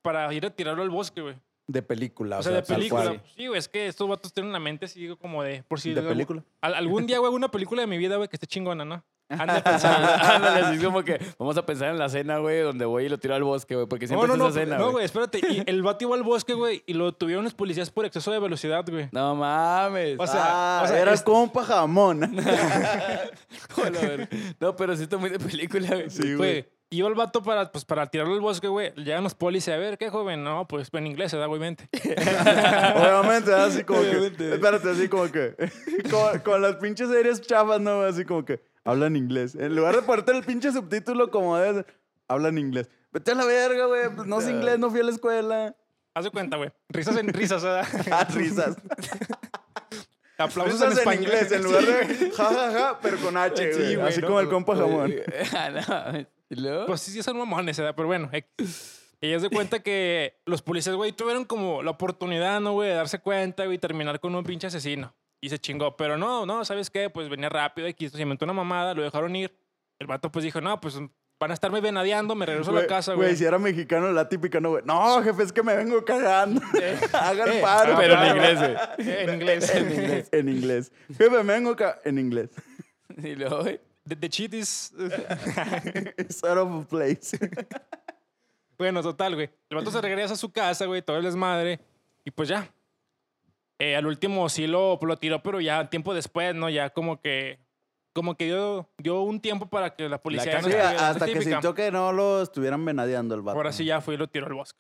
[SPEAKER 3] para ir a tirarlo al bosque, güey.
[SPEAKER 1] De película.
[SPEAKER 3] O sea, de
[SPEAKER 1] tal
[SPEAKER 3] película.
[SPEAKER 1] cual.
[SPEAKER 3] Sí, güey, es que estos vatos tienen una mente así como de, por si...
[SPEAKER 1] De
[SPEAKER 3] algún-
[SPEAKER 1] película.
[SPEAKER 3] al- algún día, güey, hago una película de mi vida, güey, que esté chingona, ¿no? Anda
[SPEAKER 2] Ándale, así como que vamos a pensar en la cena, güey, donde voy y lo tiro al bosque, güey, porque siempre es
[SPEAKER 3] no, Oh, no, no,
[SPEAKER 2] esa cena,
[SPEAKER 3] no, güey, espérate. Y el vato iba al bosque, güey, y lo tuvieron los policías por exceso de velocidad, güey.
[SPEAKER 2] No mames.
[SPEAKER 3] O sea,
[SPEAKER 1] ah,
[SPEAKER 3] o sea, este
[SPEAKER 1] era
[SPEAKER 3] es-
[SPEAKER 1] compa jamón.
[SPEAKER 2] Hola, ver. No, pero sí está muy de película, güey.
[SPEAKER 1] Sí, güey.
[SPEAKER 3] Güey, iba el vato para, pues, para tirarlo al bosque, güey. Llegan los policías, a ver, ¿qué joven? No, pues en inglés, da, güey, vente.
[SPEAKER 1] Obviamente, ¿verdad? así como
[SPEAKER 2] Obviamente.
[SPEAKER 1] que. Espérate, así como que. Con, con las pinches series chafas, ¿no? Así como que. Hablan inglés. En lugar de ponerte el pinche subtítulo como de. Hablan inglés. Vete a la verga, güey. pues no sé inglés, no fui a la escuela.
[SPEAKER 3] Haz de cuenta, güey. Risas en risas, ¿verdad?
[SPEAKER 1] Ah, risas.
[SPEAKER 3] Aplausos
[SPEAKER 1] Risas
[SPEAKER 3] en
[SPEAKER 1] en
[SPEAKER 3] español.
[SPEAKER 1] inglés, en lugar de ja, ja, ja, pero con H,
[SPEAKER 3] Sí,
[SPEAKER 1] güey.
[SPEAKER 3] güey,
[SPEAKER 1] así
[SPEAKER 3] no,
[SPEAKER 1] como el
[SPEAKER 3] güey.
[SPEAKER 1] compa jamón.
[SPEAKER 2] Ah, no mames. ¿Y luego?
[SPEAKER 3] Pues sí, sí son mamones, ¿verdad? Pero bueno, X. Y haz de cuenta que los policías, güey, tuvieron como la oportunidad, ¿no, güey? De darse cuenta, güey, y terminar con un pinche asesino. Y se chingó. Pero no, no, ¿sabes qué? Pues venía rápido, X, se inventó una mamada, lo dejaron ir. El vato pues dijo, no, pues van a estarme venadeando, me regreso a
[SPEAKER 1] Güey,
[SPEAKER 3] la casa,
[SPEAKER 1] güey,
[SPEAKER 3] güey.
[SPEAKER 1] si era mexicano, la típica, no, güey. No, jefe, es que me vengo cagando. Hagan
[SPEAKER 3] Eh,
[SPEAKER 1] paro.
[SPEAKER 2] pero en
[SPEAKER 1] paro.
[SPEAKER 2] inglés, güey.
[SPEAKER 3] Eh, en inglés.
[SPEAKER 1] En inglés. En inglés. Jefe, me vengo cagando. En inglés.
[SPEAKER 2] Y luego, güey.
[SPEAKER 3] The, the cheat is...
[SPEAKER 1] It's out of place.
[SPEAKER 3] Bueno, total, güey. El vato se regresa a su casa, güey, todo el desmadre. Y pues ya. Eh, al último sí lo, lo tiró, pero ya tiempo después, ¿no? Ya como que. Como que dio, dio un tiempo para que la policía.
[SPEAKER 2] La
[SPEAKER 3] ya no
[SPEAKER 1] Sí,
[SPEAKER 2] caga.
[SPEAKER 3] estuviera-
[SPEAKER 1] hasta que
[SPEAKER 3] típica.
[SPEAKER 1] sintió que no lo estuvieran venadeando el vato.
[SPEAKER 3] Ahora sí ya fue y lo tiró al bosque.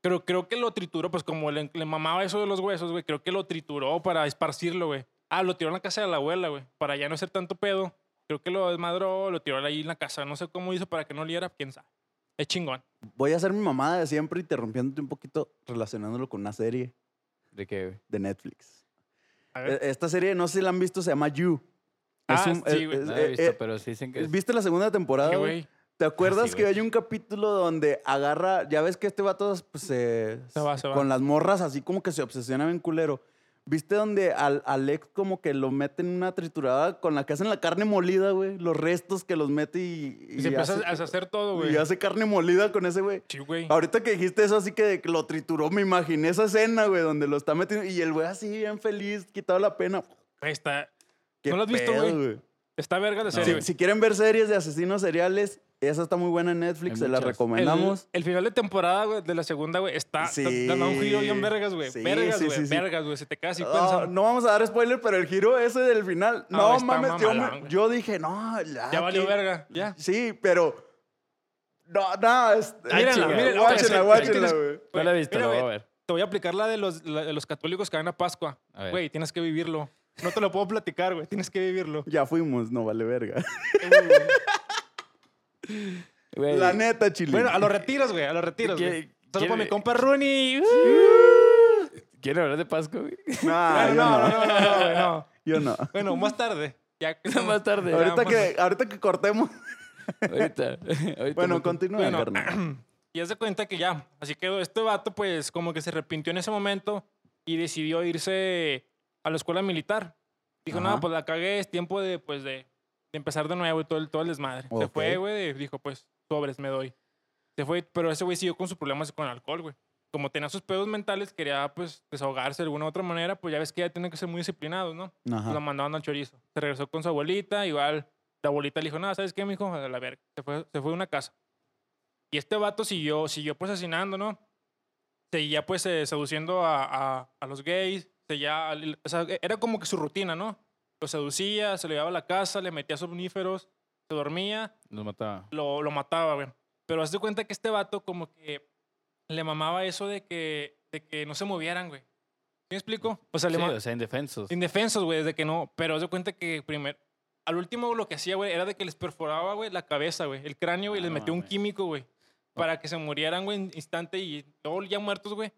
[SPEAKER 3] Creo, creo que lo trituró, pues como le, le mamaba eso de los huesos, güey. Creo que lo trituró para esparcirlo, güey. Ah, lo tiró en la casa de la abuela, güey. Para ya no hacer tanto pedo. Creo que lo desmadró, lo tiró ahí en la casa. No sé cómo hizo para que no liera, quién sabe. Es chingón.
[SPEAKER 1] Voy a hacer mi mamada de siempre interrumpiéndote un poquito relacionándolo con una serie.
[SPEAKER 2] ¿De qué, güey?
[SPEAKER 1] de Netflix.
[SPEAKER 3] A
[SPEAKER 1] E-
[SPEAKER 3] ver,
[SPEAKER 1] Esta serie, no sé si la han visto, se llama You.
[SPEAKER 3] Ah, sí, güey,
[SPEAKER 2] No la he
[SPEAKER 1] eh,
[SPEAKER 2] visto,
[SPEAKER 1] eh,
[SPEAKER 2] pero sí dicen que es-
[SPEAKER 1] ¿Viste la segunda temporada?
[SPEAKER 3] qué
[SPEAKER 1] güey?
[SPEAKER 3] güey.
[SPEAKER 1] ¿Te acuerdas
[SPEAKER 2] sí,
[SPEAKER 1] que
[SPEAKER 2] güey.
[SPEAKER 1] hay un capítulo donde agarra, ya ves que este vato pues, se,
[SPEAKER 3] Se va, se va.
[SPEAKER 1] con las morras así como que se obsesiona bien culero? ¿Viste donde al, al ex como que lo meten en una trituradora con la que hacen la carne molida, güey? Los restos que los mete y,
[SPEAKER 3] Y se empieza
[SPEAKER 1] hace,
[SPEAKER 3] a hacer todo, güey.
[SPEAKER 1] y hace carne molida con ese güey.
[SPEAKER 3] Sí, güey.
[SPEAKER 1] Ahorita que dijiste eso así que de que lo trituró, me imaginé esa escena, güey, donde lo está metiendo y el güey así bien feliz, quitado la pena.
[SPEAKER 3] Ahí está.
[SPEAKER 1] ¿Qué
[SPEAKER 3] ¿No lo has visto,
[SPEAKER 1] pedo,
[SPEAKER 3] güey? Está verga la serie,
[SPEAKER 1] Si-
[SPEAKER 3] güey.
[SPEAKER 1] si quieren ver series de asesinos seriales, esa está muy buena en Netflix,
[SPEAKER 2] Hay
[SPEAKER 1] se la
[SPEAKER 2] muchas.
[SPEAKER 1] recomendamos.
[SPEAKER 3] El, el final de temporada, güey, de la segunda, güey, está
[SPEAKER 1] Sí.
[SPEAKER 3] está dando un giro bien vergas, güey.
[SPEAKER 1] Sí,
[SPEAKER 3] vergas,
[SPEAKER 1] sí,
[SPEAKER 3] güey.
[SPEAKER 1] sí, sí.
[SPEAKER 3] vergas, güey. Se te queda así
[SPEAKER 1] Ah,
[SPEAKER 3] pensando.
[SPEAKER 1] no vamos a dar spoiler, pero el giro ese del final. No
[SPEAKER 3] está
[SPEAKER 1] mames, yo, me-
[SPEAKER 3] mamalón, güey.
[SPEAKER 1] yo dije, no. la
[SPEAKER 3] Ya valió
[SPEAKER 1] que-
[SPEAKER 3] verga. Ya.
[SPEAKER 1] Sí, pero. No, no. Este,
[SPEAKER 3] Mírenla,
[SPEAKER 1] chinga,
[SPEAKER 3] mírenla,
[SPEAKER 1] Guáchenla,
[SPEAKER 3] tienes-
[SPEAKER 1] guáchenla,
[SPEAKER 3] tienes-
[SPEAKER 1] güey.
[SPEAKER 2] No la he
[SPEAKER 3] Güey,
[SPEAKER 2] visto,
[SPEAKER 3] mira,
[SPEAKER 2] la voy a
[SPEAKER 3] güey,
[SPEAKER 2] ver.
[SPEAKER 3] Te voy a aplicar la de los, la de los católicos que van a Pascua.
[SPEAKER 2] A ver.
[SPEAKER 3] Güey, tienes que vivirlo. No te lo puedo platicar, güey. Tienes que vivirlo.
[SPEAKER 1] Ya fuimos, no vale verga.
[SPEAKER 2] Güey,
[SPEAKER 1] La neta, chile.
[SPEAKER 3] bueno, a los retiros, güey. A los retiros,
[SPEAKER 2] ¿Qué-
[SPEAKER 3] güey.
[SPEAKER 2] quiere-
[SPEAKER 3] Solo para mi compa Rooney.
[SPEAKER 2] ¿Quieren hablar de Pascua, güey?
[SPEAKER 1] Nah,
[SPEAKER 3] no,
[SPEAKER 1] Ah, yo no,
[SPEAKER 3] no, no, no, no, güey, no.
[SPEAKER 1] Yo no.
[SPEAKER 3] Bueno, más tarde. Ya
[SPEAKER 2] Más tarde.
[SPEAKER 3] Ya,
[SPEAKER 1] Ahorita
[SPEAKER 3] vamos.
[SPEAKER 1] que, ahorita que cortemos.
[SPEAKER 2] Ahorita. ahorita
[SPEAKER 1] Bueno,
[SPEAKER 2] no-
[SPEAKER 1] continúa,
[SPEAKER 3] Bueno,
[SPEAKER 1] carnal.
[SPEAKER 3] Y haz de cuenta que ya. Así quedó. Este vato, pues, como que se arrepintió en ese momento y decidió irse a la escuela militar. Dijo,
[SPEAKER 1] Ajá.
[SPEAKER 3] no, pues la cagué, es tiempo de, pues, de, de empezar de nuevo y todo el, todo el desmadre. Se
[SPEAKER 1] Ok.
[SPEAKER 3] fue, güey, y dijo, pues, sobres, me doy. Se fue, pero ese güey siguió con sus problemas con el alcohol, güey. Como tenía sus pedos mentales, quería, pues, desahogarse de alguna u otra manera, pues ya ves que ya tienen que ser muy disciplinados, ¿no?
[SPEAKER 1] Ajá.
[SPEAKER 3] Lo mandaban al chorizo. Se regresó con su abuelita, igual. La abuelita le dijo, no, ¿sabes qué, mijo? A la verga. Se fue, se fue a una casa. Y este vato siguió, siguió pues asesinando, ¿no? Seguía pues eh, seduciendo a, a- a los gays. Seguía, al- o sea, era como que su rutina, ¿no? Lo seducía, se lo llevaba a la casa, le metía somníferos, se dormía
[SPEAKER 2] Nos mataba.
[SPEAKER 3] lo, lo mataba, güey. Pero hazte cuenta que este vato como que le mamaba eso de que, de que no se movieran, güey. ¿Sí ¿Me explico? O sea,
[SPEAKER 2] Sí,
[SPEAKER 3] le ma-
[SPEAKER 2] o sea,
[SPEAKER 1] Pues,
[SPEAKER 2] indefensos.
[SPEAKER 3] indefensos, güey, desde que no. Pero haz de cuenta que primero... Al último lo que hacía, güey, era de que les perforaba, güey, la cabeza, güey, el cráneo, güey, y
[SPEAKER 2] Ah,
[SPEAKER 3] les
[SPEAKER 2] no
[SPEAKER 3] metía un
[SPEAKER 2] mames.
[SPEAKER 3] químico, güey, para que se murieran, güey, en instante y luego ya muertos, güey.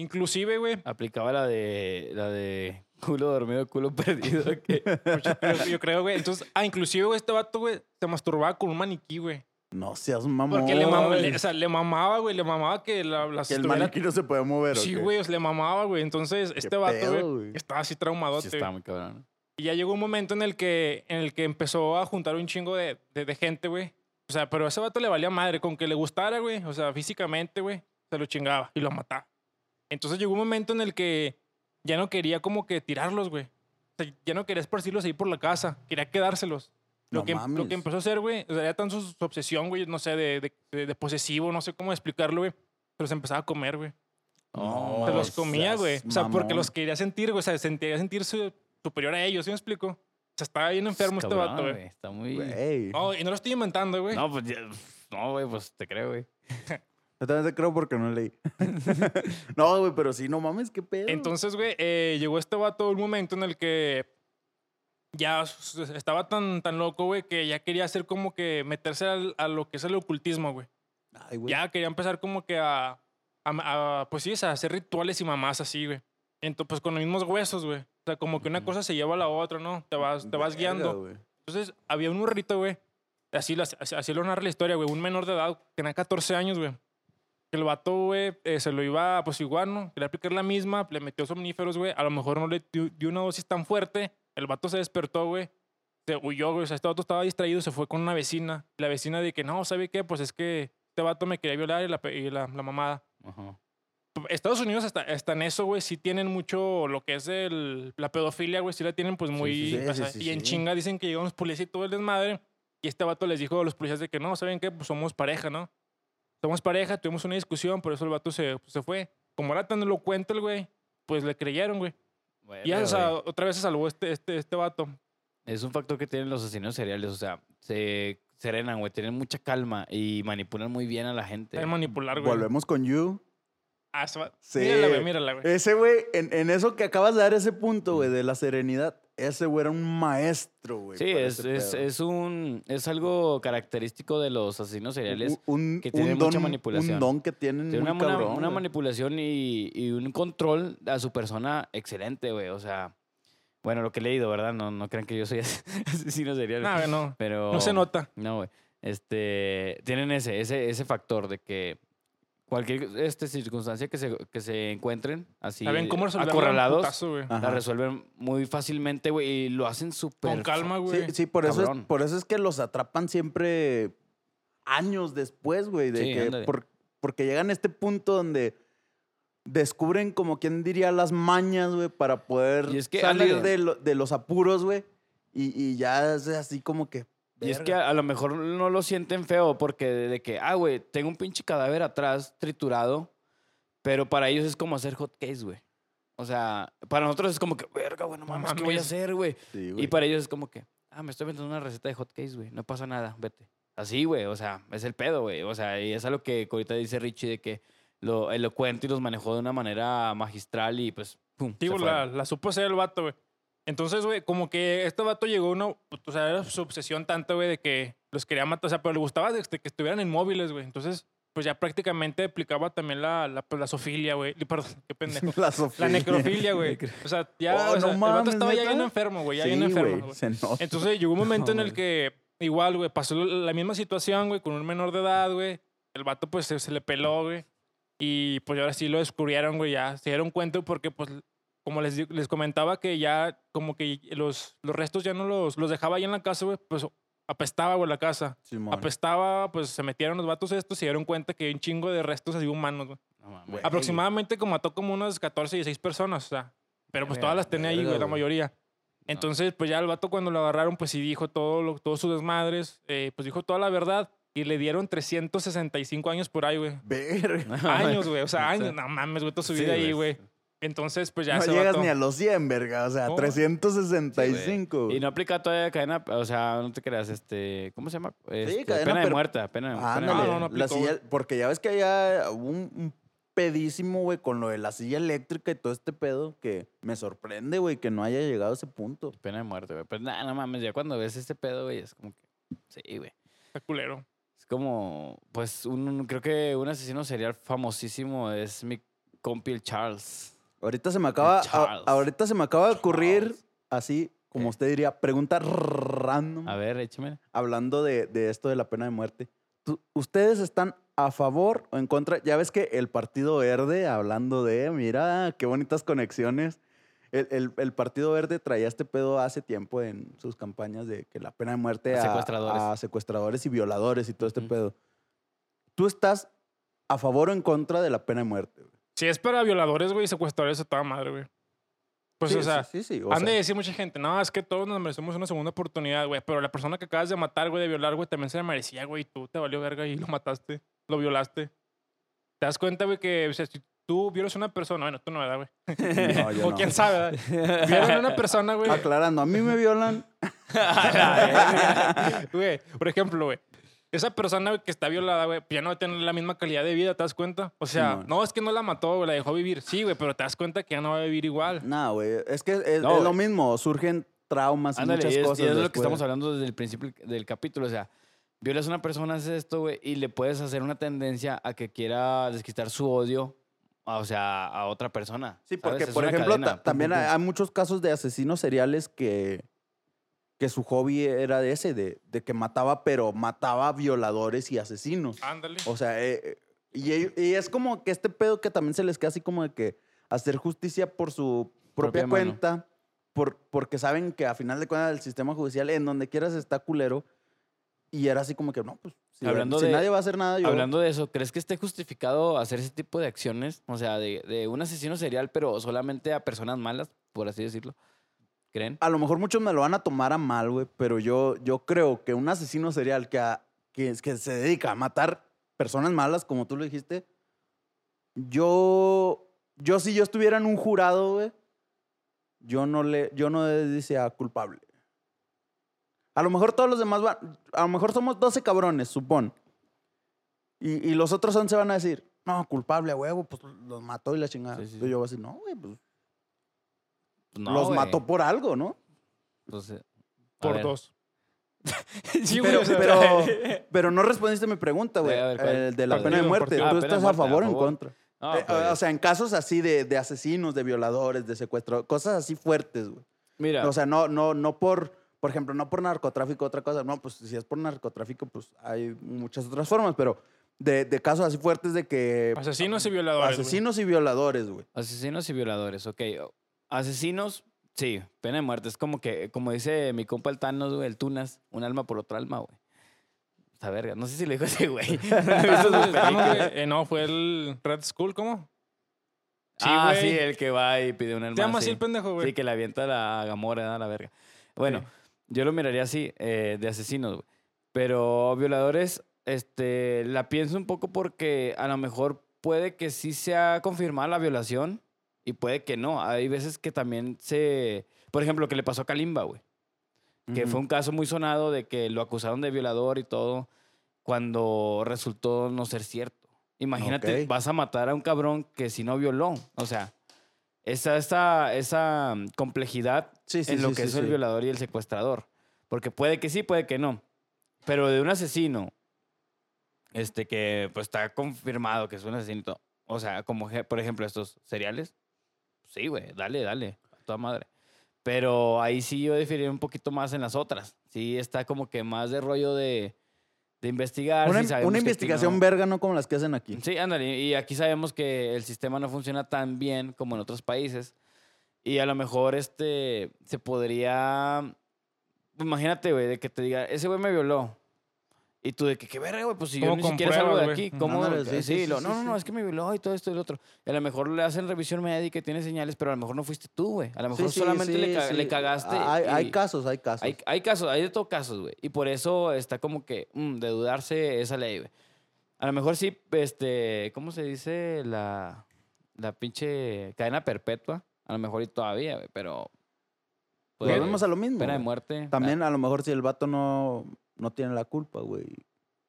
[SPEAKER 3] Inclusive, güey,
[SPEAKER 2] Aplicaba la de, la de culo dormido, culo perdido. que-
[SPEAKER 3] yo- yo creo, güey, entonces, ah, inclusive, güey, este vato, güey, se masturbaba con un maniquí, güey.
[SPEAKER 1] No seas mamón.
[SPEAKER 3] Porque le, mam-
[SPEAKER 2] güey.
[SPEAKER 3] le- o sea, le mamaba, güey, le mamaba que la, las
[SPEAKER 1] Que el
[SPEAKER 3] estuviera-
[SPEAKER 1] maniquí no se puede mover. ¿o
[SPEAKER 3] Sí,
[SPEAKER 1] qué?
[SPEAKER 3] güey, o sea, le mamaba, güey. Entonces, este
[SPEAKER 1] pedo,
[SPEAKER 3] vato, güey,
[SPEAKER 1] güey?
[SPEAKER 3] estaba así traumadote.
[SPEAKER 2] sí, estaba muy cabrón.
[SPEAKER 3] Y ya llegó un momento en el que, en el que empezó a juntar un chingo de, de- de gente, güey. O sea, pero a ese vato le valía madre, con que le gustara, güey. O sea, físicamente, güey, se lo chingaba y lo mataba. Entonces llegó un momento en el que ya no quería como que tirarlos, güey. O sea, ya no quería esparcirlos ahí por la casa. Quería quedárselos. Lo,
[SPEAKER 1] No
[SPEAKER 3] que, lo
[SPEAKER 1] mames.
[SPEAKER 3] que empezó a hacer, güey, o sea, era tan su, su obsesión, güey, no sé, de, de- de- de posesivo, no sé cómo explicarlo, güey. Pero se empezaba a comer, güey.
[SPEAKER 1] No,
[SPEAKER 3] Se
[SPEAKER 1] Oh,
[SPEAKER 3] los comía,
[SPEAKER 1] seas
[SPEAKER 3] güey. O sea, porque
[SPEAKER 1] mamón.
[SPEAKER 3] los quería sentir, güey. O sea, sentía sentirse superior a ellos, ¿sí me explico? O sea, estaba bien enfermo este
[SPEAKER 2] Cabrón,
[SPEAKER 3] vato, güey.
[SPEAKER 2] Está muy...
[SPEAKER 1] Güey.
[SPEAKER 2] Oh.
[SPEAKER 3] No, y no lo estoy inventando, güey.
[SPEAKER 2] No, pues ya- No, güey, pues te creo, güey.
[SPEAKER 1] Yo también te creo porque no leí. no, güey, pero sí, no mames, qué pedo.
[SPEAKER 3] Entonces, güey, eh, llegó este vato un momento en el que ya s- s- estaba tan, tan loco, güey, que ya quería hacer como que meterse al- a lo que es el ocultismo, güey.
[SPEAKER 1] Ay, güey.
[SPEAKER 3] Ya quería empezar como que a, a- a- pues sí, a hacer rituales y mamás así, güey. Entonces, pues con los mismos huesos, güey. O sea, como que una
[SPEAKER 2] Ujú.
[SPEAKER 3] cosa se lleva a la otra, ¿no? Te
[SPEAKER 2] pues,
[SPEAKER 3] vas, te vas
[SPEAKER 1] Verga,
[SPEAKER 3] guiando.
[SPEAKER 1] güey.
[SPEAKER 3] Entonces, había un morrito, güey. Así, lo- así así lo narra la historia, güey. Un menor de edad, tenía 14 años, güey. Que el vato, güey, eh, se lo iba, pues igual, ¿no? Quería aplicar la misma, le metió somníferos, güey. A lo mejor no le dio, dio una dosis tan fuerte. El vato se despertó, güey. Se huyó, güey. O sea, este vato estaba distraído, se fue con una vecina. La vecina de que, no, ¿sabe qué? Pues es que este vato me quería violar y la, pe- y la, la mamada.
[SPEAKER 2] Ajá.
[SPEAKER 3] Estados Unidos, hasta, hasta en eso, güey, sí tienen mucho lo que es el, la pedofilia, güey, sí la tienen pues muy...
[SPEAKER 2] sí,
[SPEAKER 1] sí,
[SPEAKER 3] o sea,
[SPEAKER 1] sí,
[SPEAKER 3] y en
[SPEAKER 1] sí.
[SPEAKER 3] chinga dicen que llegaron los policías y todo el desmadre. Y este vato les dijo a los policías de que no, ¿saben qué? Pues somos pareja, ¿no? Somos pareja, tuvimos una discusión, por eso el vato se, pues, se fue. Como era tan elocuente el güey, pues le creyeron, güey. Y ya,
[SPEAKER 2] Verga,
[SPEAKER 3] o sea,
[SPEAKER 2] güey.
[SPEAKER 3] otra vez se salvó este, este, este vato.
[SPEAKER 2] Es un factor que tienen los asesinos seriales, o sea, se serenan, güey, tienen mucha calma y manipulan muy bien a la gente.
[SPEAKER 3] Sabe manipular, güey.
[SPEAKER 1] Volvemos con You.
[SPEAKER 3] Ah, se va-
[SPEAKER 1] Sí. Eh.
[SPEAKER 3] Mírala, güey, mírala, güey.
[SPEAKER 1] Ese, güey, en, en eso que acabas de dar ese punto, güey, de la serenidad. Ese güey era un maestro, güey.
[SPEAKER 2] Sí,
[SPEAKER 1] para
[SPEAKER 2] es,
[SPEAKER 1] ese
[SPEAKER 2] es,
[SPEAKER 1] pedo.
[SPEAKER 2] es un, es algo característico de los asesinos seriales.
[SPEAKER 1] un,
[SPEAKER 2] que tiene
[SPEAKER 1] un
[SPEAKER 2] mucha
[SPEAKER 1] don-
[SPEAKER 2] manipulación.
[SPEAKER 1] Un don que tienen
[SPEAKER 2] Tiene
[SPEAKER 1] muy
[SPEAKER 2] una, una-
[SPEAKER 1] cabrón,
[SPEAKER 2] una
[SPEAKER 1] güey.
[SPEAKER 2] manipulación y, y un control a su persona excelente, güey. O sea, bueno, lo que he leído, ¿verdad? No, no crean que yo soy as- asesino serial.
[SPEAKER 3] No, no.
[SPEAKER 2] pero
[SPEAKER 3] No se nota.
[SPEAKER 2] No, güey. Este, tienen ese, ese, ese factor de que cualquier este, circunstancia que se, que se encuentren así
[SPEAKER 3] Saben cómo resolverlo. de un
[SPEAKER 2] acorralados,
[SPEAKER 3] putazo, güey.
[SPEAKER 2] la
[SPEAKER 1] Ajá.
[SPEAKER 2] resuelven muy fácilmente, güey, y lo hacen súper...
[SPEAKER 3] Con calma, güey.
[SPEAKER 1] Sí, sí, por eso, es,
[SPEAKER 2] Cabrón.
[SPEAKER 1] por eso es que los atrapan siempre años después, güey. de
[SPEAKER 2] Sí,
[SPEAKER 1] que
[SPEAKER 2] ándale.
[SPEAKER 1] por- porque llegan a este punto donde descubren, como quien diría, las mañas, güey, para poder
[SPEAKER 2] Y es que,
[SPEAKER 1] salir
[SPEAKER 2] ándale.
[SPEAKER 1] de, lo- de los apuros, güey. Y, y ya es así como que.
[SPEAKER 2] Y es que
[SPEAKER 1] verga.
[SPEAKER 2] a, a lo mejor no lo sienten feo porque de, de que, ah, güey, tengo un pinche cadáver atrás triturado, pero para ellos es como hacer hot cakes, güey. O sea, para nosotros es como que, verga, güey, no
[SPEAKER 3] No
[SPEAKER 2] mames, ¿qué voy a
[SPEAKER 3] mames.
[SPEAKER 2] hacer, güey?
[SPEAKER 1] Sí, güey.
[SPEAKER 2] Y pues, para ellos es como que, ah, me estoy inventando una receta de hot cakes, güey, no pasa nada, vete. Así, güey, o sea, es el pedo, güey. O sea, y es a lo que ahorita dice Richie de que lo elocuente y los manejó de una manera magistral y pues, pum. se
[SPEAKER 3] Sí, güey, la,
[SPEAKER 2] fueron.
[SPEAKER 3] la supo hacer el vato, güey. Entonces, güey, como que este vato llegó uno, o sea, era su obsesión tanto, güey, de que los quería matar, o sea, pero le gustaba de que estuvieran inmóviles, güey. Entonces, pues ya prácticamente aplicaba también la, la, pues, la sofilia, güey. Y Perdón, qué pendejo.
[SPEAKER 1] la,
[SPEAKER 3] La
[SPEAKER 1] Sofía.
[SPEAKER 3] necrofilia, güey. O sea, ya
[SPEAKER 1] Oh,
[SPEAKER 3] o sea,
[SPEAKER 1] no
[SPEAKER 3] el vato
[SPEAKER 1] mames,
[SPEAKER 3] estaba ya
[SPEAKER 1] ¿neta?
[SPEAKER 3] bien enfermo,
[SPEAKER 2] pues
[SPEAKER 3] güey, ya
[SPEAKER 1] Sí,
[SPEAKER 3] bien enfermo,
[SPEAKER 1] güey,
[SPEAKER 3] güey.
[SPEAKER 1] Se nota.
[SPEAKER 3] Entonces llegó un momento en el
[SPEAKER 2] mames.
[SPEAKER 3] que igual, güey, pasó la la misma situación, güey, con un menor de edad, güey. El vato pues se, se le peló, güey. Y pues ahora sí lo descubrieron, güey, ya se dieron cuenta porque pues como les, di- les comentaba que ya como que los, los restos ya no los, los dejaba ahí en la casa, güey, pues apestaba, güey, la casa.
[SPEAKER 1] Simón.
[SPEAKER 2] ah,
[SPEAKER 3] Apestaba, pues se metieron los vatos estos y se dieron cuenta que hay un chingo de restos así humanos, güey.
[SPEAKER 2] No mames.
[SPEAKER 1] Güey.
[SPEAKER 3] Aproximadamente como mató como unas 14, 16 personas, o sea. Pero pues
[SPEAKER 2] Verga,
[SPEAKER 3] todas las tenía ahí,
[SPEAKER 2] verga,
[SPEAKER 3] güey, la
[SPEAKER 2] güey.
[SPEAKER 3] mayoría. Entonces, pues ya el vato cuando lo agarraron, pues sí dijo todo lo- todos sus desmadres, eh, pues dijo toda la verdad y le dieron 365 años por ahí, güey.
[SPEAKER 1] Verga.
[SPEAKER 2] No,
[SPEAKER 3] Años, güey, o sea,
[SPEAKER 2] O sea,
[SPEAKER 3] años, no mames, güey, toda su
[SPEAKER 2] sí,
[SPEAKER 3] vida ahí,
[SPEAKER 2] güey.
[SPEAKER 3] güey. Entonces, pues ya
[SPEAKER 1] no
[SPEAKER 3] ese
[SPEAKER 1] llegas
[SPEAKER 3] vato-
[SPEAKER 1] ni a los 100, verga. O sea,
[SPEAKER 3] No.
[SPEAKER 1] 365.
[SPEAKER 2] Y no aplica todavía cadena, o sea, no te creas, este, ¿cómo se llama? Este,
[SPEAKER 1] cadena
[SPEAKER 2] pena de
[SPEAKER 1] per-
[SPEAKER 2] muerta, pena de
[SPEAKER 1] Ah,
[SPEAKER 2] pena
[SPEAKER 1] ándale,
[SPEAKER 2] de
[SPEAKER 3] no,
[SPEAKER 2] muerte.
[SPEAKER 3] no
[SPEAKER 1] la
[SPEAKER 3] aplicó,
[SPEAKER 1] silla- porque ya ves que había hubo un, un pedísimo, güey, con lo de la silla eléctrica y todo este pedo que me sorprende, güey, que no haya llegado a ese punto.
[SPEAKER 2] Pena de muerte, güey. Pero nada, no mames, ya cuando ves este pedo, güey, es como que, sí, güey.
[SPEAKER 3] Está culero.
[SPEAKER 2] Es como, pues, un, un- creo que un asesino serial famosísimo es mi compi el Charles.
[SPEAKER 1] Ahorita se me acaba, a-
[SPEAKER 2] Charles.
[SPEAKER 1] ahorita se me acaba de ocurrir,
[SPEAKER 2] Charles. Eh.
[SPEAKER 1] así como
[SPEAKER 2] ¿Qué?
[SPEAKER 1] usted diría, pregunta random,
[SPEAKER 2] A ver, échame.
[SPEAKER 1] hablando de, de esto de la pena de muerte. Tú- ¿Ustedes están a favor o en contra? Ya ves que el Partido Verde, hablando de, mira, qué bonitas conexiones. El, el- el Partido Verde traía este pedo hace tiempo en sus campañas de que la pena de muerte
[SPEAKER 2] A
[SPEAKER 1] a,
[SPEAKER 2] secuestradores.
[SPEAKER 1] a secuestradores y violadores y todo este
[SPEAKER 2] Ujú.
[SPEAKER 1] pedo. ¿Tú estás a favor o en contra de la pena de muerte? güey?
[SPEAKER 3] Si es para violadores, güey, y secuestradores a toda madre, güey. Pues,
[SPEAKER 1] Sí,
[SPEAKER 3] o sea,
[SPEAKER 1] sí, sí, sí, o
[SPEAKER 3] Han de
[SPEAKER 1] sea,
[SPEAKER 3] decir mucha gente, no, es que todos nos merecemos una segunda oportunidad, güey. Pero la persona que acabas de matar, güey, de violar, güey, también se la merecía, güey. y Tú te valió verga y lo mataste, lo violaste. ¿Te das cuenta, güey, que o sea, si tú violas a una persona, bueno, tú no, ¿verdad, güey?
[SPEAKER 1] no, yo
[SPEAKER 3] o
[SPEAKER 1] no.
[SPEAKER 3] quién sabe, ¿verdad? Violan a una persona, güey.
[SPEAKER 1] Aclarando, a mí me violan.
[SPEAKER 3] Güey, por ejemplo, güey. Esa persona güey, que está violada, güey, pues ya no va a tener la misma calidad de vida, ¿te das cuenta? O sea,
[SPEAKER 1] Simón.
[SPEAKER 3] no es que no la mató, güey, la dejó vivir. Sí, güey, pero te das cuenta que ya no va a vivir igual.
[SPEAKER 1] No, güey, es que es,
[SPEAKER 2] No,
[SPEAKER 1] es
[SPEAKER 2] güey.
[SPEAKER 1] lo mismo, surgen traumas y
[SPEAKER 2] Ándale,
[SPEAKER 1] muchas
[SPEAKER 2] y es, y
[SPEAKER 1] cosas.
[SPEAKER 2] es lo que
[SPEAKER 1] después.
[SPEAKER 2] estamos hablando desde el principio del capítulo. O sea, violas a una persona, haces esto, güey, y le puedes hacer una tendencia a que quiera desquitar su odio, a- o sea, a otra persona.
[SPEAKER 1] Sí,
[SPEAKER 2] ¿sabes?
[SPEAKER 1] porque,
[SPEAKER 2] Es
[SPEAKER 1] por
[SPEAKER 2] una
[SPEAKER 1] ejemplo,
[SPEAKER 2] cadena,
[SPEAKER 1] ta-
[SPEAKER 2] pum,
[SPEAKER 1] también
[SPEAKER 2] pum,
[SPEAKER 1] hay,
[SPEAKER 2] pum.
[SPEAKER 1] hay muchos casos de asesinos seriales que, que su hobby era de ese, de, de que mataba, pero mataba violadores y asesinos.
[SPEAKER 3] Ándale.
[SPEAKER 1] O sea, eh, eh, y, ello- y es como que este pedo que también se les queda así como de que hacer justicia por su propia,
[SPEAKER 2] Propia mano.
[SPEAKER 1] cuenta, por, porque saben que a final de cuentas el sistema judicial en donde quieras está culero. Y era así como que, no, pues si,
[SPEAKER 2] Hablando
[SPEAKER 1] si
[SPEAKER 2] de-
[SPEAKER 1] nadie va a hacer nada, yo...
[SPEAKER 2] Hablando de eso, ¿crees que esté justificado hacer ese tipo de acciones? O sea, de, de un asesino serial, pero solamente a personas malas, por así decirlo. ¿Creen?
[SPEAKER 1] A lo mejor muchos me lo van a tomar a mal, güey, pero yo, yo creo que un asesino serial que, a- que, que se dedica a matar personas malas, como tú lo dijiste, yo, yo si yo estuviera en un jurado, güey, yo no le, yo no decía culpable. A lo mejor todos los demás van, a lo mejor somos 12 cabrones, supón. Y, y los otros 11 van a decir, no, culpable, a huevo, pues los mató y la chingada.
[SPEAKER 2] Sí, sí,
[SPEAKER 1] Y
[SPEAKER 2] sí.
[SPEAKER 1] yo voy a decir, no, güey, pues
[SPEAKER 2] No,
[SPEAKER 1] los
[SPEAKER 2] güey.
[SPEAKER 1] mató por algo, ¿no?
[SPEAKER 2] Pues, eh, a
[SPEAKER 3] Por
[SPEAKER 2] ver.
[SPEAKER 3] dos.
[SPEAKER 2] Sí, güey,
[SPEAKER 1] Pero,
[SPEAKER 2] o sea,
[SPEAKER 1] pero, pero no respondiste a mi pregunta, güey.
[SPEAKER 2] Sí, a ver, ¿cuál?
[SPEAKER 1] el de la
[SPEAKER 3] ¿Cuál?
[SPEAKER 1] pena de
[SPEAKER 3] Digo,
[SPEAKER 1] muerte.
[SPEAKER 3] porque-
[SPEAKER 2] Ah,
[SPEAKER 1] ¿Tú
[SPEAKER 2] pena
[SPEAKER 1] estás
[SPEAKER 2] de
[SPEAKER 1] a
[SPEAKER 2] muerte,
[SPEAKER 1] favor
[SPEAKER 2] a
[SPEAKER 1] o en
[SPEAKER 2] favor.
[SPEAKER 1] contra?
[SPEAKER 2] No,
[SPEAKER 1] Eh,
[SPEAKER 2] pues,
[SPEAKER 1] o sea, en casos así de, de asesinos, de violadores, de secuestro, cosas así fuertes, güey.
[SPEAKER 2] mira.
[SPEAKER 1] O sea, no, no, no por, por ejemplo, no por narcotráfico, otra cosa. No, pues si es por narcotráfico, pues hay muchas otras formas, pero de, de casos así fuertes de que
[SPEAKER 3] Asesinos y violadores. güey.
[SPEAKER 1] asesinos y violadores, güey.
[SPEAKER 2] Asesinos y violadores, ok. O- Asesinos, sí, pena de muerte. Es como que, como dice mi compa el Thanos, güey, el Tunas, un alma por otro alma, güey. Esta verga. No sé si le dijo ese güey. No he visto sus
[SPEAKER 3] Vamos,
[SPEAKER 2] películas.
[SPEAKER 3] güey. Eh, no, fue el Red School, ¿cómo?
[SPEAKER 2] ah,
[SPEAKER 3] güey.
[SPEAKER 2] sí, el que va y pide un alma.
[SPEAKER 3] Te amo así
[SPEAKER 2] sí.
[SPEAKER 3] el pendejo, güey.
[SPEAKER 2] Sí, que le avienta la Gamora, ¿no? la verga. Bueno,
[SPEAKER 3] Sí.
[SPEAKER 2] yo lo miraría así, eh, de asesinos, güey. Pero violadores, este, la pienso un poco porque a lo mejor puede que sí sea confirmada la violación y puede que no. Hay veces que también se... Por ejemplo, lo que le pasó a Kalimba, güey. Que
[SPEAKER 1] Ujú.
[SPEAKER 2] fue un caso muy sonado de que lo acusaron de violador y todo cuando resultó no ser cierto. Imagínate,
[SPEAKER 1] Ok.
[SPEAKER 2] vas a matar a un cabrón que si no violó. O sea, esa, esa, esa mm, complejidad
[SPEAKER 1] Sí, sí,
[SPEAKER 2] en lo
[SPEAKER 1] sí,
[SPEAKER 2] que
[SPEAKER 1] sí,
[SPEAKER 2] es el
[SPEAKER 1] sí.
[SPEAKER 2] violador y el secuestrador. Porque puede que sí, puede que no. Pero de un asesino, este que pues está confirmado que es un asesino. y todo. O sea, como je- por ejemplo estos seriales. Sí, güey, dale, dale, a toda madre. Pero ahí sí yo diferiré un poquito más en las otras. Sí, está como que más de rollo de, de investigar.
[SPEAKER 1] Una,
[SPEAKER 2] si sabemos
[SPEAKER 1] una
[SPEAKER 2] que aquí
[SPEAKER 1] investigación
[SPEAKER 2] no-
[SPEAKER 1] verga, no como las que hacen aquí.
[SPEAKER 2] Sí, ándale. Y aquí sabemos que el sistema no funciona tan bien como en otros países. Y a lo mejor este se podría. pues, Imagínate, güey, de que te diga, ese güey me violó. Y tú de que, qué verga, güey, pues si yo
[SPEAKER 3] ¿Cómo
[SPEAKER 2] ni siquiera salgo de
[SPEAKER 3] compruebas,
[SPEAKER 2] aquí,
[SPEAKER 1] güey?
[SPEAKER 2] ¿cómo?
[SPEAKER 1] Ándale, sí,
[SPEAKER 2] sí,
[SPEAKER 1] sí, sí,
[SPEAKER 2] lo-
[SPEAKER 1] sí,
[SPEAKER 2] no, no, no,
[SPEAKER 1] sí.
[SPEAKER 2] es que me violó y todo esto y lo otro. Y a lo mejor le hacen revisión médica y tiene señales, pero a lo mejor no fuiste tú, güey. A lo mejor
[SPEAKER 1] Sí, sí,
[SPEAKER 2] solamente le,
[SPEAKER 1] sí,
[SPEAKER 2] ca-
[SPEAKER 1] sí.
[SPEAKER 2] le cagaste.
[SPEAKER 1] Hay, hay
[SPEAKER 2] y-
[SPEAKER 1] casos, hay casos.
[SPEAKER 2] hay, hay casos, hay de todo casos, güey. Y por eso está como que mm, de dudarse esa ley, güey. A lo mejor sí, este, ¿cómo se dice? La, la pinche cadena perpetua. A lo mejor y todavía, güey, pero... pues,
[SPEAKER 1] Volvemos a lo mismo.
[SPEAKER 2] Pena de
[SPEAKER 1] güey.
[SPEAKER 2] muerte.
[SPEAKER 1] También a lo mejor si el vato no, no tiene la culpa, güey.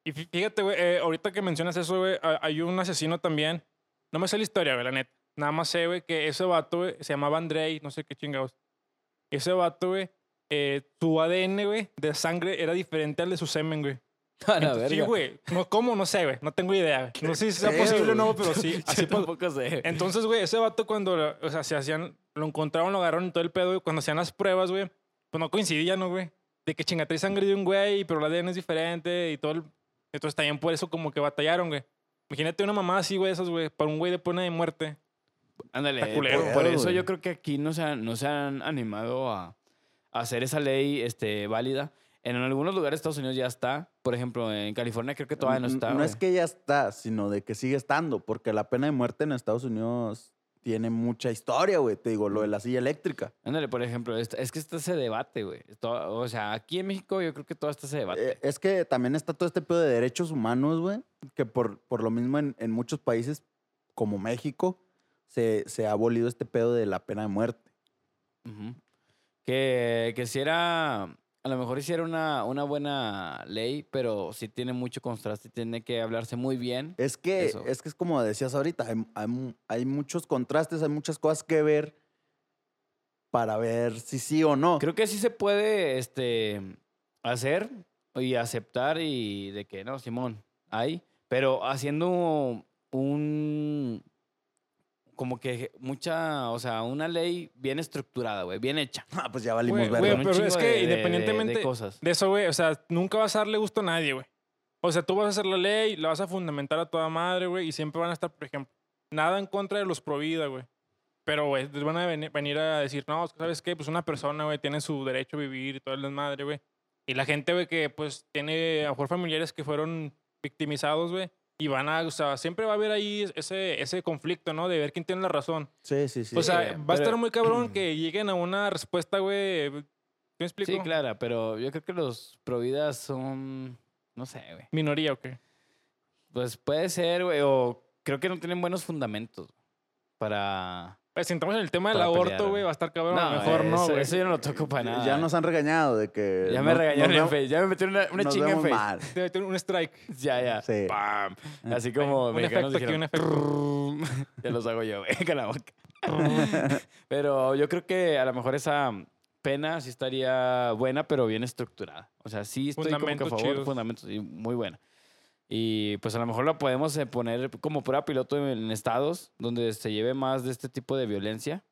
[SPEAKER 3] Y fí- fíjate, güey, eh, ahorita que mencionas eso, güey, ha- hay un asesino también. No me sé la historia, güey, la neta. Nada más sé, güey, que ese vato, güey, se llamaba Andrei, no sé qué chingados. Ese vato, güey, eh, su ADN, güey, de sangre era diferente al de su semen, güey.
[SPEAKER 2] A la verga.
[SPEAKER 3] Sí, güey. No, ¿Cómo? No sé, güey. No tengo idea, güey. No sé si sea
[SPEAKER 1] pedo,
[SPEAKER 3] posible o no,
[SPEAKER 1] güey.
[SPEAKER 3] pero sí. Así
[SPEAKER 2] Yo
[SPEAKER 3] pasó.
[SPEAKER 2] tampoco sé.
[SPEAKER 3] Entonces, güey, ese vato cuando, la- o sea, se hacían, lo encontraron, lo agarraron y todo el pedo, y cuando hacían las pruebas, güey, pues no coincidían, ¿no, güey? De que chinga, trae sangre de un güey, pero la ADN es diferente y todo el... Entonces también por eso como que batallaron, güey. Imagínate una mamá así, güey, esas, güey, para un güey de pena de muerte.
[SPEAKER 2] Ándale,
[SPEAKER 3] Está
[SPEAKER 2] eh,
[SPEAKER 3] culero,
[SPEAKER 2] por, por
[SPEAKER 1] güey.
[SPEAKER 2] eso yo creo que aquí no se han, no se han animado a, a hacer esa ley este, válida. En algunos lugares de Estados Unidos ya está. Por ejemplo, en California creo que todavía no
[SPEAKER 1] N-
[SPEAKER 2] está.
[SPEAKER 1] Mm, No es
[SPEAKER 2] güey.
[SPEAKER 1] que ya está, sino de que sigue estando, porque la pena de muerte en Estados Unidos tiene mucha historia, güey. Te digo, lo de la silla eléctrica.
[SPEAKER 2] Ándale, por ejemplo, es, es que está ese debate, güey. Todo- O sea, aquí en México yo creo que todo está ese debate.
[SPEAKER 1] Eh, es que también está todo este pedo de derechos humanos, güey, que por, por lo mismo en, en muchos países, como México, se, se ha abolido este pedo de la pena de muerte.
[SPEAKER 2] Ujú. Que, que si era, a lo mejor hiciera una, una buena ley, pero sí tiene mucho contraste, tiene que hablarse muy bien.
[SPEAKER 1] Es que,
[SPEAKER 2] Eso.
[SPEAKER 1] es que es como decías ahorita, hay, hay mu- hay muchos contrastes, hay muchas cosas que ver para ver si sí o no.
[SPEAKER 2] Creo que sí se puede este, hacer y aceptar y de que no, Simón, ahí, pero haciendo un... Como que mucha, o sea, una ley bien estructurada, güey, bien hecha.
[SPEAKER 1] Ah, pues ya valimos
[SPEAKER 3] Güey,
[SPEAKER 1] verga.
[SPEAKER 3] güey,
[SPEAKER 2] Con un
[SPEAKER 3] pero es
[SPEAKER 2] chingo
[SPEAKER 3] que
[SPEAKER 2] de- de- de-
[SPEAKER 3] independientemente-
[SPEAKER 2] de cosas.
[SPEAKER 3] De eso, güey, o sea, nunca vas a darle gusto a nadie, güey. O sea, tú vas a hacer la ley, la vas a fundamentar a toda madre, güey, y siempre van a estar, por ejemplo, nada en contra de los pro vida, güey. Pero, güey, les van a veni- venir a decir, no, es que, ¿sabes qué? Pues una persona, güey, tiene su derecho a vivir y todo el desmadre, güey. Y la gente, güey, que pues tiene a lo mejor familiares que fueron victimizados, güey. Y van a, o sea, siempre va a haber ahí ese, ese conflicto, ¿no? De ver quién tiene la razón.
[SPEAKER 1] Sí, sí, sí.
[SPEAKER 3] o sea,
[SPEAKER 2] eh,
[SPEAKER 3] va a
[SPEAKER 2] pero-
[SPEAKER 3] estar muy cabrón que lleguen a una respuesta, güey. ¿tú ¿Me explico?
[SPEAKER 2] Sí, clara, pero yo creo que los providas son, no sé, güey.
[SPEAKER 3] Minoría, ¿o qué?
[SPEAKER 2] Pues puede ser, güey, o creo que no tienen buenos fundamentos para...
[SPEAKER 3] Pues si entramos en el tema del
[SPEAKER 2] Para pelear,
[SPEAKER 3] aborto,
[SPEAKER 2] güey.
[SPEAKER 3] güey, va a estar cabrón. a lo mejor
[SPEAKER 1] eh,
[SPEAKER 2] eso,
[SPEAKER 3] no, güey.
[SPEAKER 2] Eso yo no lo toco para nada. eh.
[SPEAKER 1] Ya nos han regañado de que.
[SPEAKER 2] Ya me
[SPEAKER 1] no-
[SPEAKER 2] regañaron
[SPEAKER 1] nos
[SPEAKER 2] en
[SPEAKER 1] vemos-
[SPEAKER 2] Facebook, ya me metieron una, una
[SPEAKER 1] nos
[SPEAKER 2] chinga en
[SPEAKER 1] vemos
[SPEAKER 2] Facebook.
[SPEAKER 1] mal.
[SPEAKER 3] Te meten un strike.
[SPEAKER 2] Ya, ya.
[SPEAKER 1] Sí. Eh.
[SPEAKER 2] ¡Pam! Así como
[SPEAKER 3] Un
[SPEAKER 2] mexicanos
[SPEAKER 3] efecto aquí, un
[SPEAKER 2] dijeron, "Trum". ya los hago yo, güey, con la boca. Pero yo creo que a lo mejor esa pena sí estaría buena, pero bien estructurada. O sea, sí estoy como que a
[SPEAKER 3] Fundamentos
[SPEAKER 2] favor,
[SPEAKER 3] chidos.
[SPEAKER 2] fundamentos, sí, muy buena. Y pues a lo mejor la podemos eh, poner como prueba piloto en estados donde se lleve más de este tipo de violencia,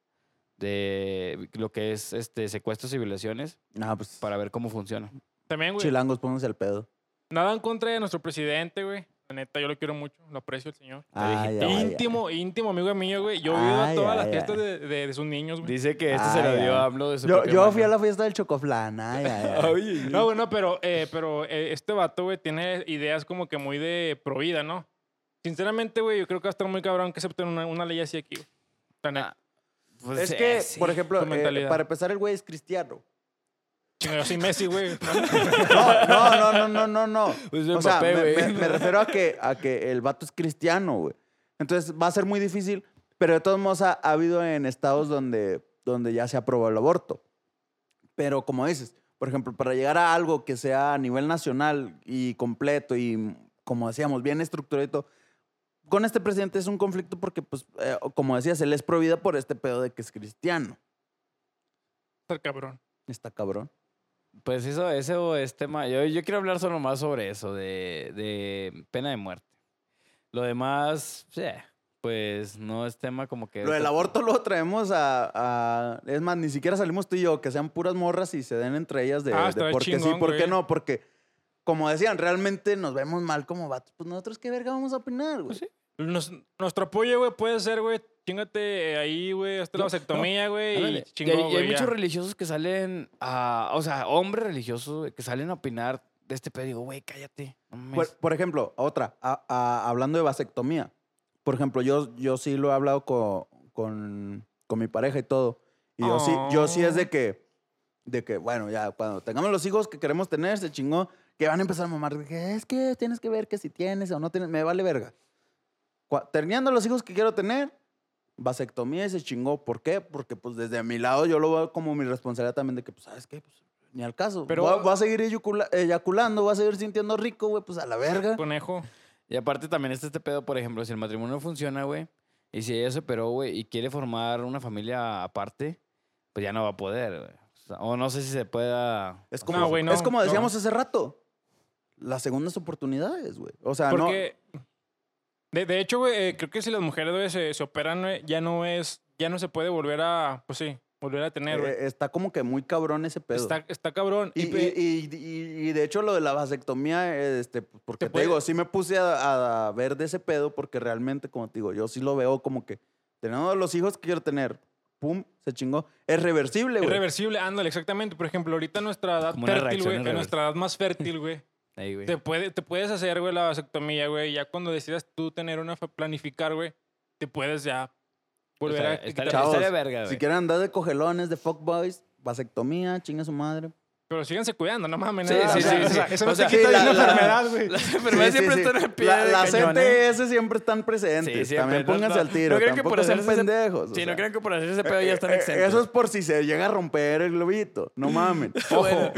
[SPEAKER 2] de lo que es este secuestros y violaciones,
[SPEAKER 1] Ah, pues
[SPEAKER 2] para ver cómo funciona.
[SPEAKER 3] También, güey.
[SPEAKER 1] chilangos, pónganse al pedo.
[SPEAKER 3] Nada en contra de nuestro presidente, güey. La neta, yo lo quiero mucho. Lo aprecio el señor.
[SPEAKER 1] Ay, ay, ay.
[SPEAKER 3] íntimo, íntimo amigo mío, güey. Yo he ido a
[SPEAKER 1] Ay,
[SPEAKER 3] todas
[SPEAKER 1] ay,
[SPEAKER 3] las
[SPEAKER 1] ay.
[SPEAKER 3] fiestas de, de- de sus niños, güey.
[SPEAKER 2] Dice que este se lo
[SPEAKER 1] Ay,
[SPEAKER 2] dio a
[SPEAKER 1] ay.
[SPEAKER 2] AMLO de su
[SPEAKER 1] Yo,
[SPEAKER 2] propia
[SPEAKER 1] yo
[SPEAKER 2] mano.
[SPEAKER 1] fui a la fiesta del Chocoflan. Ay, ay, ay.
[SPEAKER 2] Ay,
[SPEAKER 3] No, bueno, pero, eh, pero eh, este vato, güey, tiene ideas como que muy de pro vida, ¿no? Sinceramente, güey, yo creo que va a estar muy cabrón que acepten una, una ley así aquí, güey. La
[SPEAKER 1] Ah.
[SPEAKER 3] neta,
[SPEAKER 2] pues,
[SPEAKER 1] Es
[SPEAKER 2] eh,
[SPEAKER 1] que,
[SPEAKER 2] sí.
[SPEAKER 1] por ejemplo,
[SPEAKER 3] tu
[SPEAKER 1] eh,
[SPEAKER 3] mentalidad.
[SPEAKER 1] para empezar, el güey es cristiano.
[SPEAKER 3] chinga, yo soy Messi, güey.
[SPEAKER 1] No, no, no, no, no, no.
[SPEAKER 2] Pues
[SPEAKER 1] O sea,
[SPEAKER 2] Mbappé,
[SPEAKER 1] me,
[SPEAKER 2] güey.
[SPEAKER 1] me- me refiero a que, a que el vato es cristiano, güey. Entonces va a ser muy difícil, pero de todos modos ha, ha habido en estados donde, donde ya se aprobó el aborto. Pero como dices, por ejemplo, para llegar a algo que sea a nivel nacional y completo y, como decíamos, bien estructurado y todo, con este presidente es un conflicto porque, pues, eh, como decías, él es prohibida por este pedo de que es cristiano.
[SPEAKER 3] Está cabrón.
[SPEAKER 1] Está cabrón.
[SPEAKER 2] Pues eso, ese o es tema. Yo, yo quiero hablar solo más sobre eso, de, de pena de muerte. Lo demás, sí, pues no es tema como que.
[SPEAKER 1] Lo del aborto lo traemos a, a- Es más, ni siquiera salimos tú y yo, que sean puras morras y se den entre ellas de,
[SPEAKER 3] Ah,
[SPEAKER 1] de
[SPEAKER 3] estaría
[SPEAKER 1] por qué sí,
[SPEAKER 3] chingón,
[SPEAKER 1] por qué
[SPEAKER 3] güey.
[SPEAKER 1] no, porque. Como decían, realmente nos vemos mal como vatos. Pues nosotros qué verga vamos a opinar, güey.
[SPEAKER 2] Pues sí.
[SPEAKER 3] Nos- nuestro apoyo, güey, puede ser, güey, chingate eh, ahí, güey, hasta la
[SPEAKER 2] No,
[SPEAKER 3] vasectomía, güey,
[SPEAKER 2] Ándale.
[SPEAKER 3] y
[SPEAKER 2] Y hay,
[SPEAKER 3] chingón,
[SPEAKER 2] y hay
[SPEAKER 3] güey, ya.
[SPEAKER 2] muchos religiosos que salen a. O sea, hombres religiosos güey, que salen a opinar de este pedo. Digo, güey, cállate. no mames".
[SPEAKER 1] Por, por ejemplo, otra, a- a- hablando de vasectomía. Por ejemplo, yo, yo sí lo he hablado co- con, con mi pareja y todo. Y yo sí, yo sí es de que, de que, bueno, ya cuando tengamos los hijos que queremos tener, se chingó, que van a empezar a mamar. de que, es que tienes que ver que si tienes o no tienes, me vale verga. Cua- Terminando los hijos que quiero tener, vasectomía y se chingó. ¿Por qué? Porque pues desde mi lado yo lo veo como mi responsabilidad también de que, pues, ¿sabes qué? Pues, ni al caso.
[SPEAKER 3] Pero-
[SPEAKER 1] Pero va, a seguir eyacula- eyaculando, va a seguir sintiendo rico, güey, pues a la verga.
[SPEAKER 3] Conejo.
[SPEAKER 2] Y aparte también está este pedo, por ejemplo, si el matrimonio no funciona, güey, y si ella se operó, güey, y quiere formar una familia aparte, pues ya no va a poder, güey. O sea, O no sé si se pueda.
[SPEAKER 1] Es como,
[SPEAKER 3] No, güey, no,
[SPEAKER 1] es como
[SPEAKER 3] no.
[SPEAKER 1] decíamos hace rato. Las segundas oportunidades, güey. O sea,
[SPEAKER 3] Porque, de, de hecho, güey, eh, creo que si las mujeres güey, se, se operan, güey, ya no es, ya no se puede volver a, pues sí, volver a
[SPEAKER 1] no.
[SPEAKER 3] tener, güey.
[SPEAKER 1] eh, está como que muy cabrón ese pedo.
[SPEAKER 3] Está, está cabrón.
[SPEAKER 1] y,
[SPEAKER 3] Y, pe-
[SPEAKER 1] y- y- y- y de hecho lo de la vasectomía, eh, este, porque
[SPEAKER 3] Te
[SPEAKER 1] te,
[SPEAKER 3] puede-
[SPEAKER 1] digo, sí me puse a, a ver de ese pedo porque realmente, como te digo, yo sí lo veo como que teniendo los hijos que quiero tener, pum, se chingó. Es reversible,
[SPEAKER 3] es
[SPEAKER 1] güey.
[SPEAKER 3] reversible, ándale, exactamente. Por ejemplo, ahorita nuestra edad
[SPEAKER 2] Como una
[SPEAKER 3] fértil,
[SPEAKER 2] reacción
[SPEAKER 3] güey,
[SPEAKER 2] en
[SPEAKER 3] en
[SPEAKER 2] reversa.
[SPEAKER 3] nuestra edad más fértil, güey,
[SPEAKER 2] Ahí, güey.
[SPEAKER 3] te, puede, te puedes hacer, güey, la vasectomía, güey. Ya cuando decidas tú tener una, fa- planificar, güey, te puedes ya volver
[SPEAKER 2] Está-
[SPEAKER 3] a...
[SPEAKER 2] está-
[SPEAKER 3] quitar-
[SPEAKER 2] está-
[SPEAKER 1] Chavos,
[SPEAKER 2] estaría verga, güey.
[SPEAKER 1] si quieren andar de cogelones, de fuckboys, vasectomía, chinga su madre.
[SPEAKER 3] Pero síganse cuidando, no mames.
[SPEAKER 2] Sí,
[SPEAKER 3] nada,
[SPEAKER 1] sí,
[SPEAKER 3] o sea,
[SPEAKER 1] sí,
[SPEAKER 3] o sea,
[SPEAKER 2] sí.
[SPEAKER 3] Eso no
[SPEAKER 2] O
[SPEAKER 3] te
[SPEAKER 2] sea,
[SPEAKER 3] quita
[SPEAKER 1] sí,
[SPEAKER 3] de
[SPEAKER 1] la-
[SPEAKER 3] una
[SPEAKER 1] la-
[SPEAKER 3] enfermedad, güey.
[SPEAKER 2] Las enfermedades
[SPEAKER 1] Sí, sí,
[SPEAKER 2] siempre
[SPEAKER 1] sí.
[SPEAKER 2] están en el pie.
[SPEAKER 1] La-
[SPEAKER 2] de
[SPEAKER 1] Las
[SPEAKER 2] cañón, ¿eh?
[SPEAKER 1] CTS siempre están presentes.
[SPEAKER 2] Sí, siempre,
[SPEAKER 1] También
[SPEAKER 2] no,
[SPEAKER 1] pónganse
[SPEAKER 2] no,
[SPEAKER 1] al tiro.
[SPEAKER 2] no crean que
[SPEAKER 1] Tampoco
[SPEAKER 2] por
[SPEAKER 1] sean
[SPEAKER 2] hacerse ese-
[SPEAKER 1] pendejos. o
[SPEAKER 2] Sí, no
[SPEAKER 1] sea.
[SPEAKER 2] creen que por hacer ese pedo ya están
[SPEAKER 1] Eh, eh,
[SPEAKER 2] exentos.
[SPEAKER 1] Eso es por si se llega a romper el globito. No mames. Oh,
[SPEAKER 3] Ojo.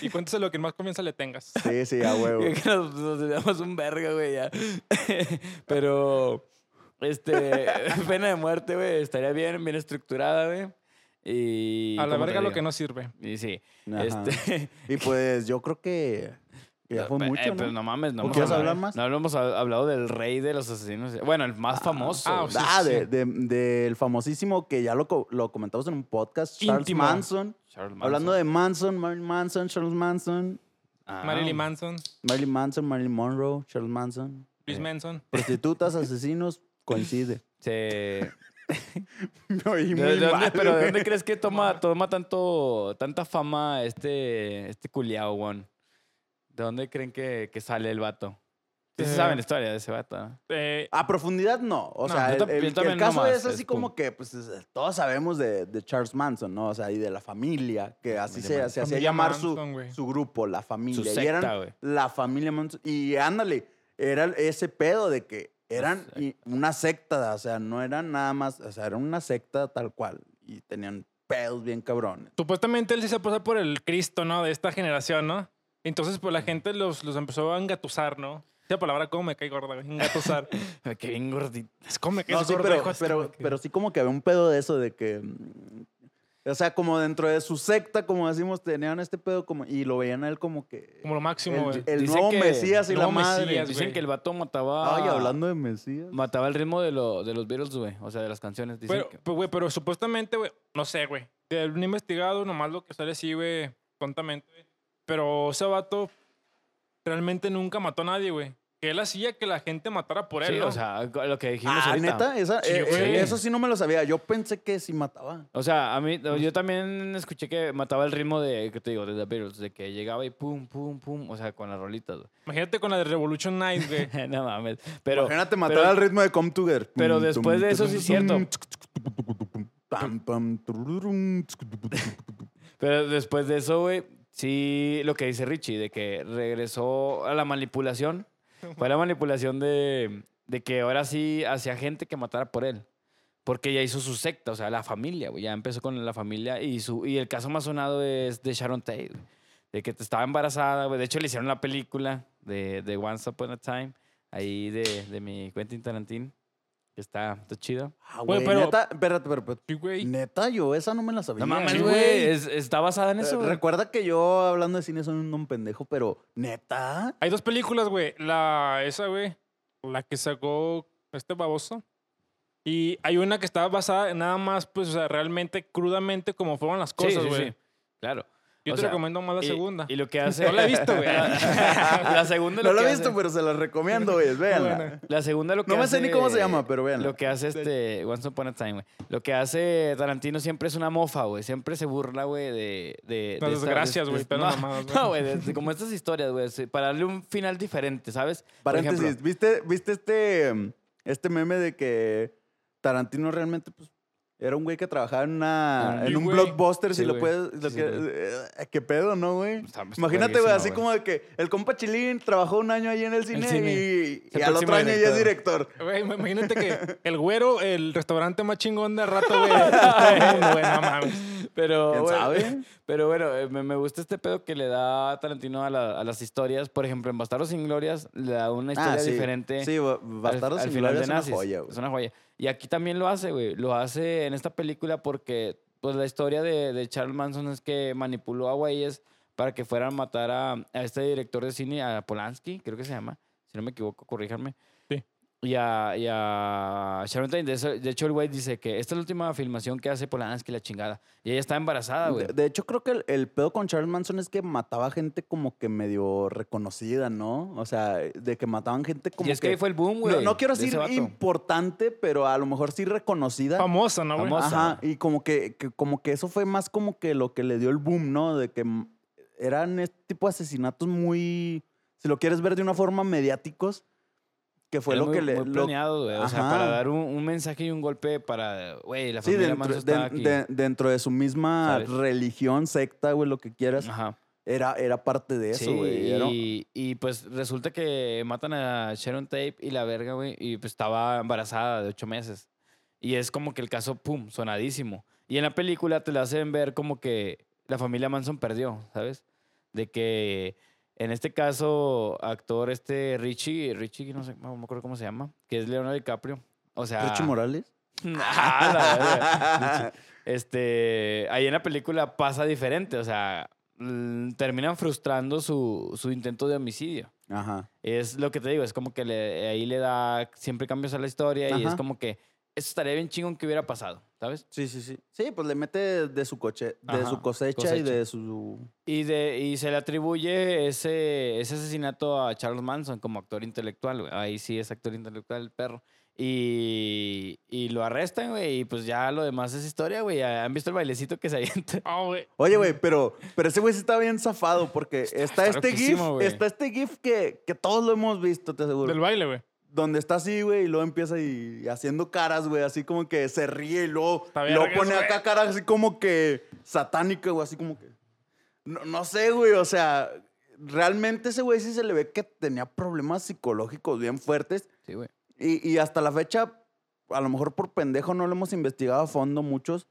[SPEAKER 3] Y cuéntese lo que más confianza le tengas.
[SPEAKER 1] Sí, sí, a huevo.
[SPEAKER 2] Que nos, nos damos un verga, güey, ya. Pero, este, pena de muerte, güey, estaría bien, bien estructurada, güey. Y...
[SPEAKER 3] A
[SPEAKER 2] ¿cómo
[SPEAKER 3] la
[SPEAKER 2] te
[SPEAKER 3] verga lo
[SPEAKER 2] digo?
[SPEAKER 3] que no sirve.
[SPEAKER 2] Y sí.
[SPEAKER 1] Ajá.
[SPEAKER 2] Este,
[SPEAKER 1] Y pues yo creo que que ya fue
[SPEAKER 2] Pe- eh,
[SPEAKER 1] mucho,
[SPEAKER 2] Pero
[SPEAKER 1] ¿no?
[SPEAKER 2] no mames, no
[SPEAKER 1] ¿O
[SPEAKER 2] hemos
[SPEAKER 1] quieres
[SPEAKER 2] hablado-
[SPEAKER 1] hablar más?
[SPEAKER 2] No hemos hab- hablado del rey de los asesinos. Bueno, el más famoso.
[SPEAKER 3] ah, o
[SPEAKER 2] güey.
[SPEAKER 3] sea,
[SPEAKER 1] Ah,
[SPEAKER 3] sí, sí.
[SPEAKER 1] de- de- del famosísimo que ya lo, co- lo comentamos en un podcast, Charles
[SPEAKER 3] Íntimo.
[SPEAKER 1] Manson.
[SPEAKER 2] Charles Manson.
[SPEAKER 1] Hablando de Manson, Marilyn Manson, Charles Manson,
[SPEAKER 2] Ah.
[SPEAKER 3] Marilyn Manson,
[SPEAKER 1] Marilyn Manson, Marilyn Monroe, Charles Manson.
[SPEAKER 3] Luis Manson.
[SPEAKER 1] Prostitutas, asesinos, coincide.
[SPEAKER 2] Sí. ¿De-
[SPEAKER 1] Me oí
[SPEAKER 2] de
[SPEAKER 1] muy
[SPEAKER 2] dónde-
[SPEAKER 1] mal,
[SPEAKER 2] pero ¿de
[SPEAKER 1] güey.
[SPEAKER 2] dónde crees que toma, toma tanto, tanta fama este, este culiao, weón? ¿De dónde creen que, que sale el vato? Sí,
[SPEAKER 3] Eh.
[SPEAKER 2] se saben la historia de ese vato. ¿no?
[SPEAKER 3] Eh,
[SPEAKER 1] A profundidad no. O
[SPEAKER 3] No,
[SPEAKER 1] sea,
[SPEAKER 2] yo
[SPEAKER 1] el,
[SPEAKER 2] tam-
[SPEAKER 1] el-
[SPEAKER 2] yo
[SPEAKER 1] el
[SPEAKER 2] también
[SPEAKER 1] caso
[SPEAKER 2] nomás,
[SPEAKER 1] es así
[SPEAKER 2] es
[SPEAKER 1] como
[SPEAKER 2] como-
[SPEAKER 1] que pues, es- todos sabemos de, de Charles Manson, ¿no? O sea, y de la familia, que así
[SPEAKER 2] Familia
[SPEAKER 1] se,
[SPEAKER 2] Manson.
[SPEAKER 1] se hacía
[SPEAKER 3] Familia
[SPEAKER 1] llamar
[SPEAKER 3] Manson, güey.
[SPEAKER 1] su, su grupo, la familia.
[SPEAKER 2] Su
[SPEAKER 1] y
[SPEAKER 2] secta,
[SPEAKER 1] eran
[SPEAKER 2] güey.
[SPEAKER 1] la familia Manson. Y ándale, era ese pedo de que eran
[SPEAKER 2] secta.
[SPEAKER 1] y- una secta, o sea, no eran nada más, o sea, era una secta tal cual. Y tenían pedos bien cabrones.
[SPEAKER 3] supuestamente él sí se pasa por el Cristo, ¿no? De esta generación, ¿no? Entonces, pues la gente los, los empezó a engatusar, ¿no? Esa palabra como me cae gorda, güey. Engatusar.
[SPEAKER 2] Que bien gordito.
[SPEAKER 3] es como me cae
[SPEAKER 1] No, sí,
[SPEAKER 3] gorda,
[SPEAKER 2] este
[SPEAKER 1] pero,
[SPEAKER 3] hijo, es
[SPEAKER 1] pero,
[SPEAKER 3] como que-
[SPEAKER 1] pero sí como que había un pedo de eso de que... mm, O sea, como dentro de su secta, como decimos, tenían este pedo como, y lo veían a él como que.
[SPEAKER 3] Como lo máximo, güey.
[SPEAKER 1] el, el
[SPEAKER 2] Dicen
[SPEAKER 1] nuevo
[SPEAKER 2] que-
[SPEAKER 1] Mesías y la
[SPEAKER 3] nuevo
[SPEAKER 1] madre.
[SPEAKER 3] Mesías,
[SPEAKER 2] Dicen
[SPEAKER 3] güey.
[SPEAKER 2] que el vato mataba.
[SPEAKER 1] Ay, hablando de Mesías.
[SPEAKER 2] Mataba el ritmo de, lo- de los Beatles, güey. O sea, de las canciones. Dicen
[SPEAKER 3] Pero,
[SPEAKER 2] que-
[SPEAKER 3] pues, güey, pero supuestamente, güey, no sé, güey. De un investigado, nomás lo que sale así, güey, tontamente, güey. Pero ese vato realmente nunca mató a nadie, güey. Que él hacía que la gente matara por él,
[SPEAKER 2] Sí,
[SPEAKER 3] ¿no?
[SPEAKER 2] o sea, lo que dijimos
[SPEAKER 1] Ah,
[SPEAKER 2] ahorita.
[SPEAKER 1] neta, Esa-
[SPEAKER 3] Sí,
[SPEAKER 1] eh,
[SPEAKER 3] güey.
[SPEAKER 1] eh, eso sí no me lo sabía. Yo pensé que sí mataba.
[SPEAKER 2] O sea, a mí, yo también escuché que mataba el ritmo de, ¿qué te digo? De The Beatles, de que llegaba y pum, pum, pum, o sea, con las rolitas, güey.
[SPEAKER 3] Imagínate con la de Revolution Night, güey.
[SPEAKER 2] no mames. Pero,
[SPEAKER 1] Imagínate matar
[SPEAKER 2] pero-
[SPEAKER 1] al ritmo de Come Together.
[SPEAKER 2] pero después de eso sí es cierto.
[SPEAKER 1] Pam, pam, tururum.
[SPEAKER 2] pero después de eso, güey, sí, lo que dice Richie, de que regresó a la manipulación. Fue la manipulación de, de que ahora sí hacía gente que matara por él. Porque ya hizo su secta, o sea, la familia, güey. Ya empezó con la familia y, su, y el caso más sonado es de Sharon Tate, güey, De que estaba embarazada, güey. De hecho, le hicieron la película de, de Once Upon a Time, ahí de, de mi Quentin Tarantino. que Está, está chido.
[SPEAKER 1] Ah,
[SPEAKER 3] Güey,
[SPEAKER 1] güey,
[SPEAKER 3] pero-
[SPEAKER 1] neta, espérate, pero, pero-
[SPEAKER 3] Sí, güey.
[SPEAKER 1] neta, yo esa no me la sabía.
[SPEAKER 2] No mames,
[SPEAKER 1] Sí,
[SPEAKER 2] güey. es- está basada en
[SPEAKER 1] Eh,
[SPEAKER 2] eso. güey.
[SPEAKER 1] Recuerda que yo hablando de cine soy un don pendejo, pero neta.
[SPEAKER 3] Hay dos películas, güey. La esa, güey. La que sacó este baboso. Y hay una que estaba basada en nada más, pues, o sea, realmente, crudamente, como fueron las
[SPEAKER 2] Sí,
[SPEAKER 3] cosas,
[SPEAKER 2] sí,
[SPEAKER 3] güey.
[SPEAKER 2] sí, Claro.
[SPEAKER 3] Yo
[SPEAKER 2] O
[SPEAKER 3] te
[SPEAKER 2] sea, eh,
[SPEAKER 3] recomiendo más la
[SPEAKER 2] Y-
[SPEAKER 3] segunda.
[SPEAKER 2] Y lo que hace.
[SPEAKER 3] No la he visto, güey.
[SPEAKER 2] la segunda.
[SPEAKER 1] No
[SPEAKER 2] lo
[SPEAKER 1] lo
[SPEAKER 2] que
[SPEAKER 1] he
[SPEAKER 2] hace-
[SPEAKER 1] visto, pero se la recomiendo, güey. Véanla.
[SPEAKER 2] La segunda lo que
[SPEAKER 1] No me
[SPEAKER 2] hace,
[SPEAKER 1] sé ni cómo se llama, pero véanla.
[SPEAKER 2] Lo que hace este Once Upon a Time, güey. Lo que hace Tarantino siempre es una mofa, güey. Siempre se burla, güey, de... de,
[SPEAKER 3] Las
[SPEAKER 2] de esta-
[SPEAKER 3] desgracias,
[SPEAKER 2] de-
[SPEAKER 3] güey,
[SPEAKER 2] de-
[SPEAKER 3] pero
[SPEAKER 2] No,
[SPEAKER 3] mamadas, güey.
[SPEAKER 2] no, güey, de- de como estas historias, güey. sí, Para darle un final diferente, ¿sabes? Por ejemplo,
[SPEAKER 1] Paréntesis, ¿viste, ¿viste este, mm, este meme de que Tarantino realmente pues, era un güey que trabajaba en, una,
[SPEAKER 2] Sí,
[SPEAKER 1] en un
[SPEAKER 3] güey.
[SPEAKER 1] blockbuster?
[SPEAKER 2] Sí,
[SPEAKER 1] si lo
[SPEAKER 2] güey.
[SPEAKER 1] puedes. lo
[SPEAKER 2] Sí,
[SPEAKER 1] que-
[SPEAKER 2] sí, güey. Pues,
[SPEAKER 1] eh, ¿Qué pedo, no, güey?
[SPEAKER 2] Está- está
[SPEAKER 1] Imagínate,
[SPEAKER 2] verguísima,
[SPEAKER 1] güey, así
[SPEAKER 2] güey.
[SPEAKER 1] como de que el compa Chilín trabajó un año ahí en el cine,
[SPEAKER 2] cine.
[SPEAKER 1] y,
[SPEAKER 2] Es el
[SPEAKER 1] y al otro
[SPEAKER 2] próximo
[SPEAKER 1] año ya es director.
[SPEAKER 3] Güey, ima- imagínate que el güero, el restaurante más chingón de rato, güey. Todo el mundo, güey, no mames.
[SPEAKER 2] Pero,
[SPEAKER 1] ¿Quién
[SPEAKER 2] bueno,
[SPEAKER 1] sabe?
[SPEAKER 2] pero bueno, eh, me, me gusta este pedo que le da Tarantino a, la- a las historias. Por ejemplo, en Bastardos sin Glorias le da una historia
[SPEAKER 1] Ah, sí.
[SPEAKER 2] diferente.
[SPEAKER 1] Sí, ba-
[SPEAKER 2] al-
[SPEAKER 1] Bastardos
[SPEAKER 2] al
[SPEAKER 1] sin
[SPEAKER 2] final
[SPEAKER 1] Gloria
[SPEAKER 2] de
[SPEAKER 1] es una
[SPEAKER 2] Nazis.
[SPEAKER 1] joya, güey.
[SPEAKER 2] Es una joya. Y aquí también lo hace, güey. Lo hace en esta película porque pues, la historia de, de Charles Manson es que manipuló a güeyes para que fueran a matar a, a este director de cine, a Polanski, creo que se llama. Si no me equivoco, corríjanme.
[SPEAKER 3] Sí.
[SPEAKER 2] Y a, y a Sharon Tate. De, eso- de hecho, el güey dice que esta es la última filmación que hace Polanski, la chingada. Y ella está embarazada, güey.
[SPEAKER 1] De, de hecho, creo que el, el pedo con Charles Manson es que mataba gente como que medio reconocida, ¿no? O sea, de que mataban gente como
[SPEAKER 2] Y es que, ahí fue el boom, güey.
[SPEAKER 1] no, no quiero
[SPEAKER 2] de ese
[SPEAKER 1] decir
[SPEAKER 2] vato.
[SPEAKER 1] importante, pero a lo mejor sí reconocida.
[SPEAKER 3] Famosa, ¿no, güey?
[SPEAKER 2] Famosa.
[SPEAKER 1] Ajá, y como que, que- como que eso fue más como que lo que le dio el boom, ¿no? De que mm, eran este tipo de asesinatos muy, si lo quieres ver de una forma mediáticos, que fue
[SPEAKER 2] Era
[SPEAKER 1] lo
[SPEAKER 2] muy-
[SPEAKER 1] que le...
[SPEAKER 2] muy
[SPEAKER 1] lo-
[SPEAKER 2] planeado, güey. O sea,
[SPEAKER 1] Ajá.
[SPEAKER 2] para dar un, un mensaje y un golpe para, güey, la
[SPEAKER 1] sí,
[SPEAKER 2] familia
[SPEAKER 1] dentro
[SPEAKER 2] Manso
[SPEAKER 1] de,
[SPEAKER 2] está aquí.
[SPEAKER 1] de- dentro de su misma
[SPEAKER 2] ¿Sabes?
[SPEAKER 1] religión, secta, güey, lo que quieras,
[SPEAKER 2] Ajá.
[SPEAKER 1] era, era parte de eso,
[SPEAKER 2] Sí,
[SPEAKER 1] güey. era-
[SPEAKER 2] y, y, pues resulta que matan a Sharon Tape y la verga, güey, y pues estaba embarazada de ocho meses. Y es como que el caso, pum, sonadísimo. Y en la película te lo hacen ver como que la familia Manson perdió, ¿sabes? De que en este caso, actor este Richie, Richie, no sé, no me acuerdo cómo se llama, que es Leonardo DiCaprio. O sea,
[SPEAKER 1] Richie Morales.
[SPEAKER 2] Ah, la verga. Richie. Este, ahí en la película pasa diferente, o sea, mm, terminan frustrando su, su intento de homicidio.
[SPEAKER 1] Ajá.
[SPEAKER 2] Es lo que te digo, es como que le- ahí le da siempre cambios a la historia y es
[SPEAKER 1] Ajá.
[SPEAKER 2] como que eso estaría bien chingón que hubiera pasado, ¿sabes?
[SPEAKER 1] Sí, sí, sí. Sí, pues le mete de su coche, de
[SPEAKER 2] Ajá,
[SPEAKER 1] su cosecha, y
[SPEAKER 2] cosecha.
[SPEAKER 1] de su
[SPEAKER 2] Y, de, y se le atribuye ese, ese asesinato a Charles Manson como actor intelectual, güey. Ahí sí es actor intelectual el perro. Y, y lo arrestan, güey, y pues ya lo demás es historia, güey. ¿Han visto el bailecito que se avienta?
[SPEAKER 3] Ah, güey.
[SPEAKER 1] Oye, güey, pero, pero ese güey sí está bien zafado porque está, este GIF,
[SPEAKER 2] loquísimo, güey.
[SPEAKER 1] está este GIF que, que todos lo hemos visto, te aseguro.
[SPEAKER 3] Del baile, güey.
[SPEAKER 1] Donde está así, güey, y luego empieza y, y haciendo caras, güey, así como que se ríe y luego,
[SPEAKER 3] Está
[SPEAKER 1] y luego
[SPEAKER 3] vergas,
[SPEAKER 1] pone
[SPEAKER 3] güey.
[SPEAKER 1] acá caras así como que satánica, güey, así como que... No, no sé, güey, o sea, realmente ese güey sí se le ve que tenía problemas psicológicos bien fuertes
[SPEAKER 2] Sí, güey.
[SPEAKER 1] y, y hasta la fecha, a lo mejor por pendejo no lo hemos investigado a fondo muchos,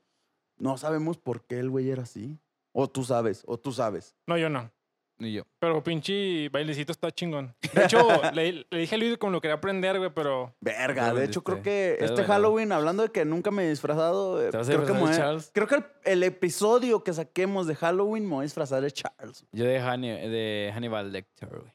[SPEAKER 1] no sabemos por qué el güey era así. O tú sabes, o tú sabes.
[SPEAKER 3] No, yo no.
[SPEAKER 2] Ni yo.
[SPEAKER 3] Pero pinche bailecito está chingón. De hecho, le, le dije a Luis como lo quería aprender, güey, pero
[SPEAKER 1] Verga,
[SPEAKER 2] Ya
[SPEAKER 1] de hecho
[SPEAKER 2] vendiste.
[SPEAKER 1] creo que
[SPEAKER 2] Ya
[SPEAKER 1] este
[SPEAKER 2] duele.
[SPEAKER 1] Halloween, hablando de que nunca me he disfrazado, eh,
[SPEAKER 2] ¿Te vas a
[SPEAKER 1] creo que, me
[SPEAKER 2] disfrazar de
[SPEAKER 1] voy a-
[SPEAKER 2] Charles?
[SPEAKER 1] creo que el, el episodio que saquemos de Halloween me voy a disfrazar de Charles.
[SPEAKER 2] Yo de, Hanni- de Hannibal Lecter, güey.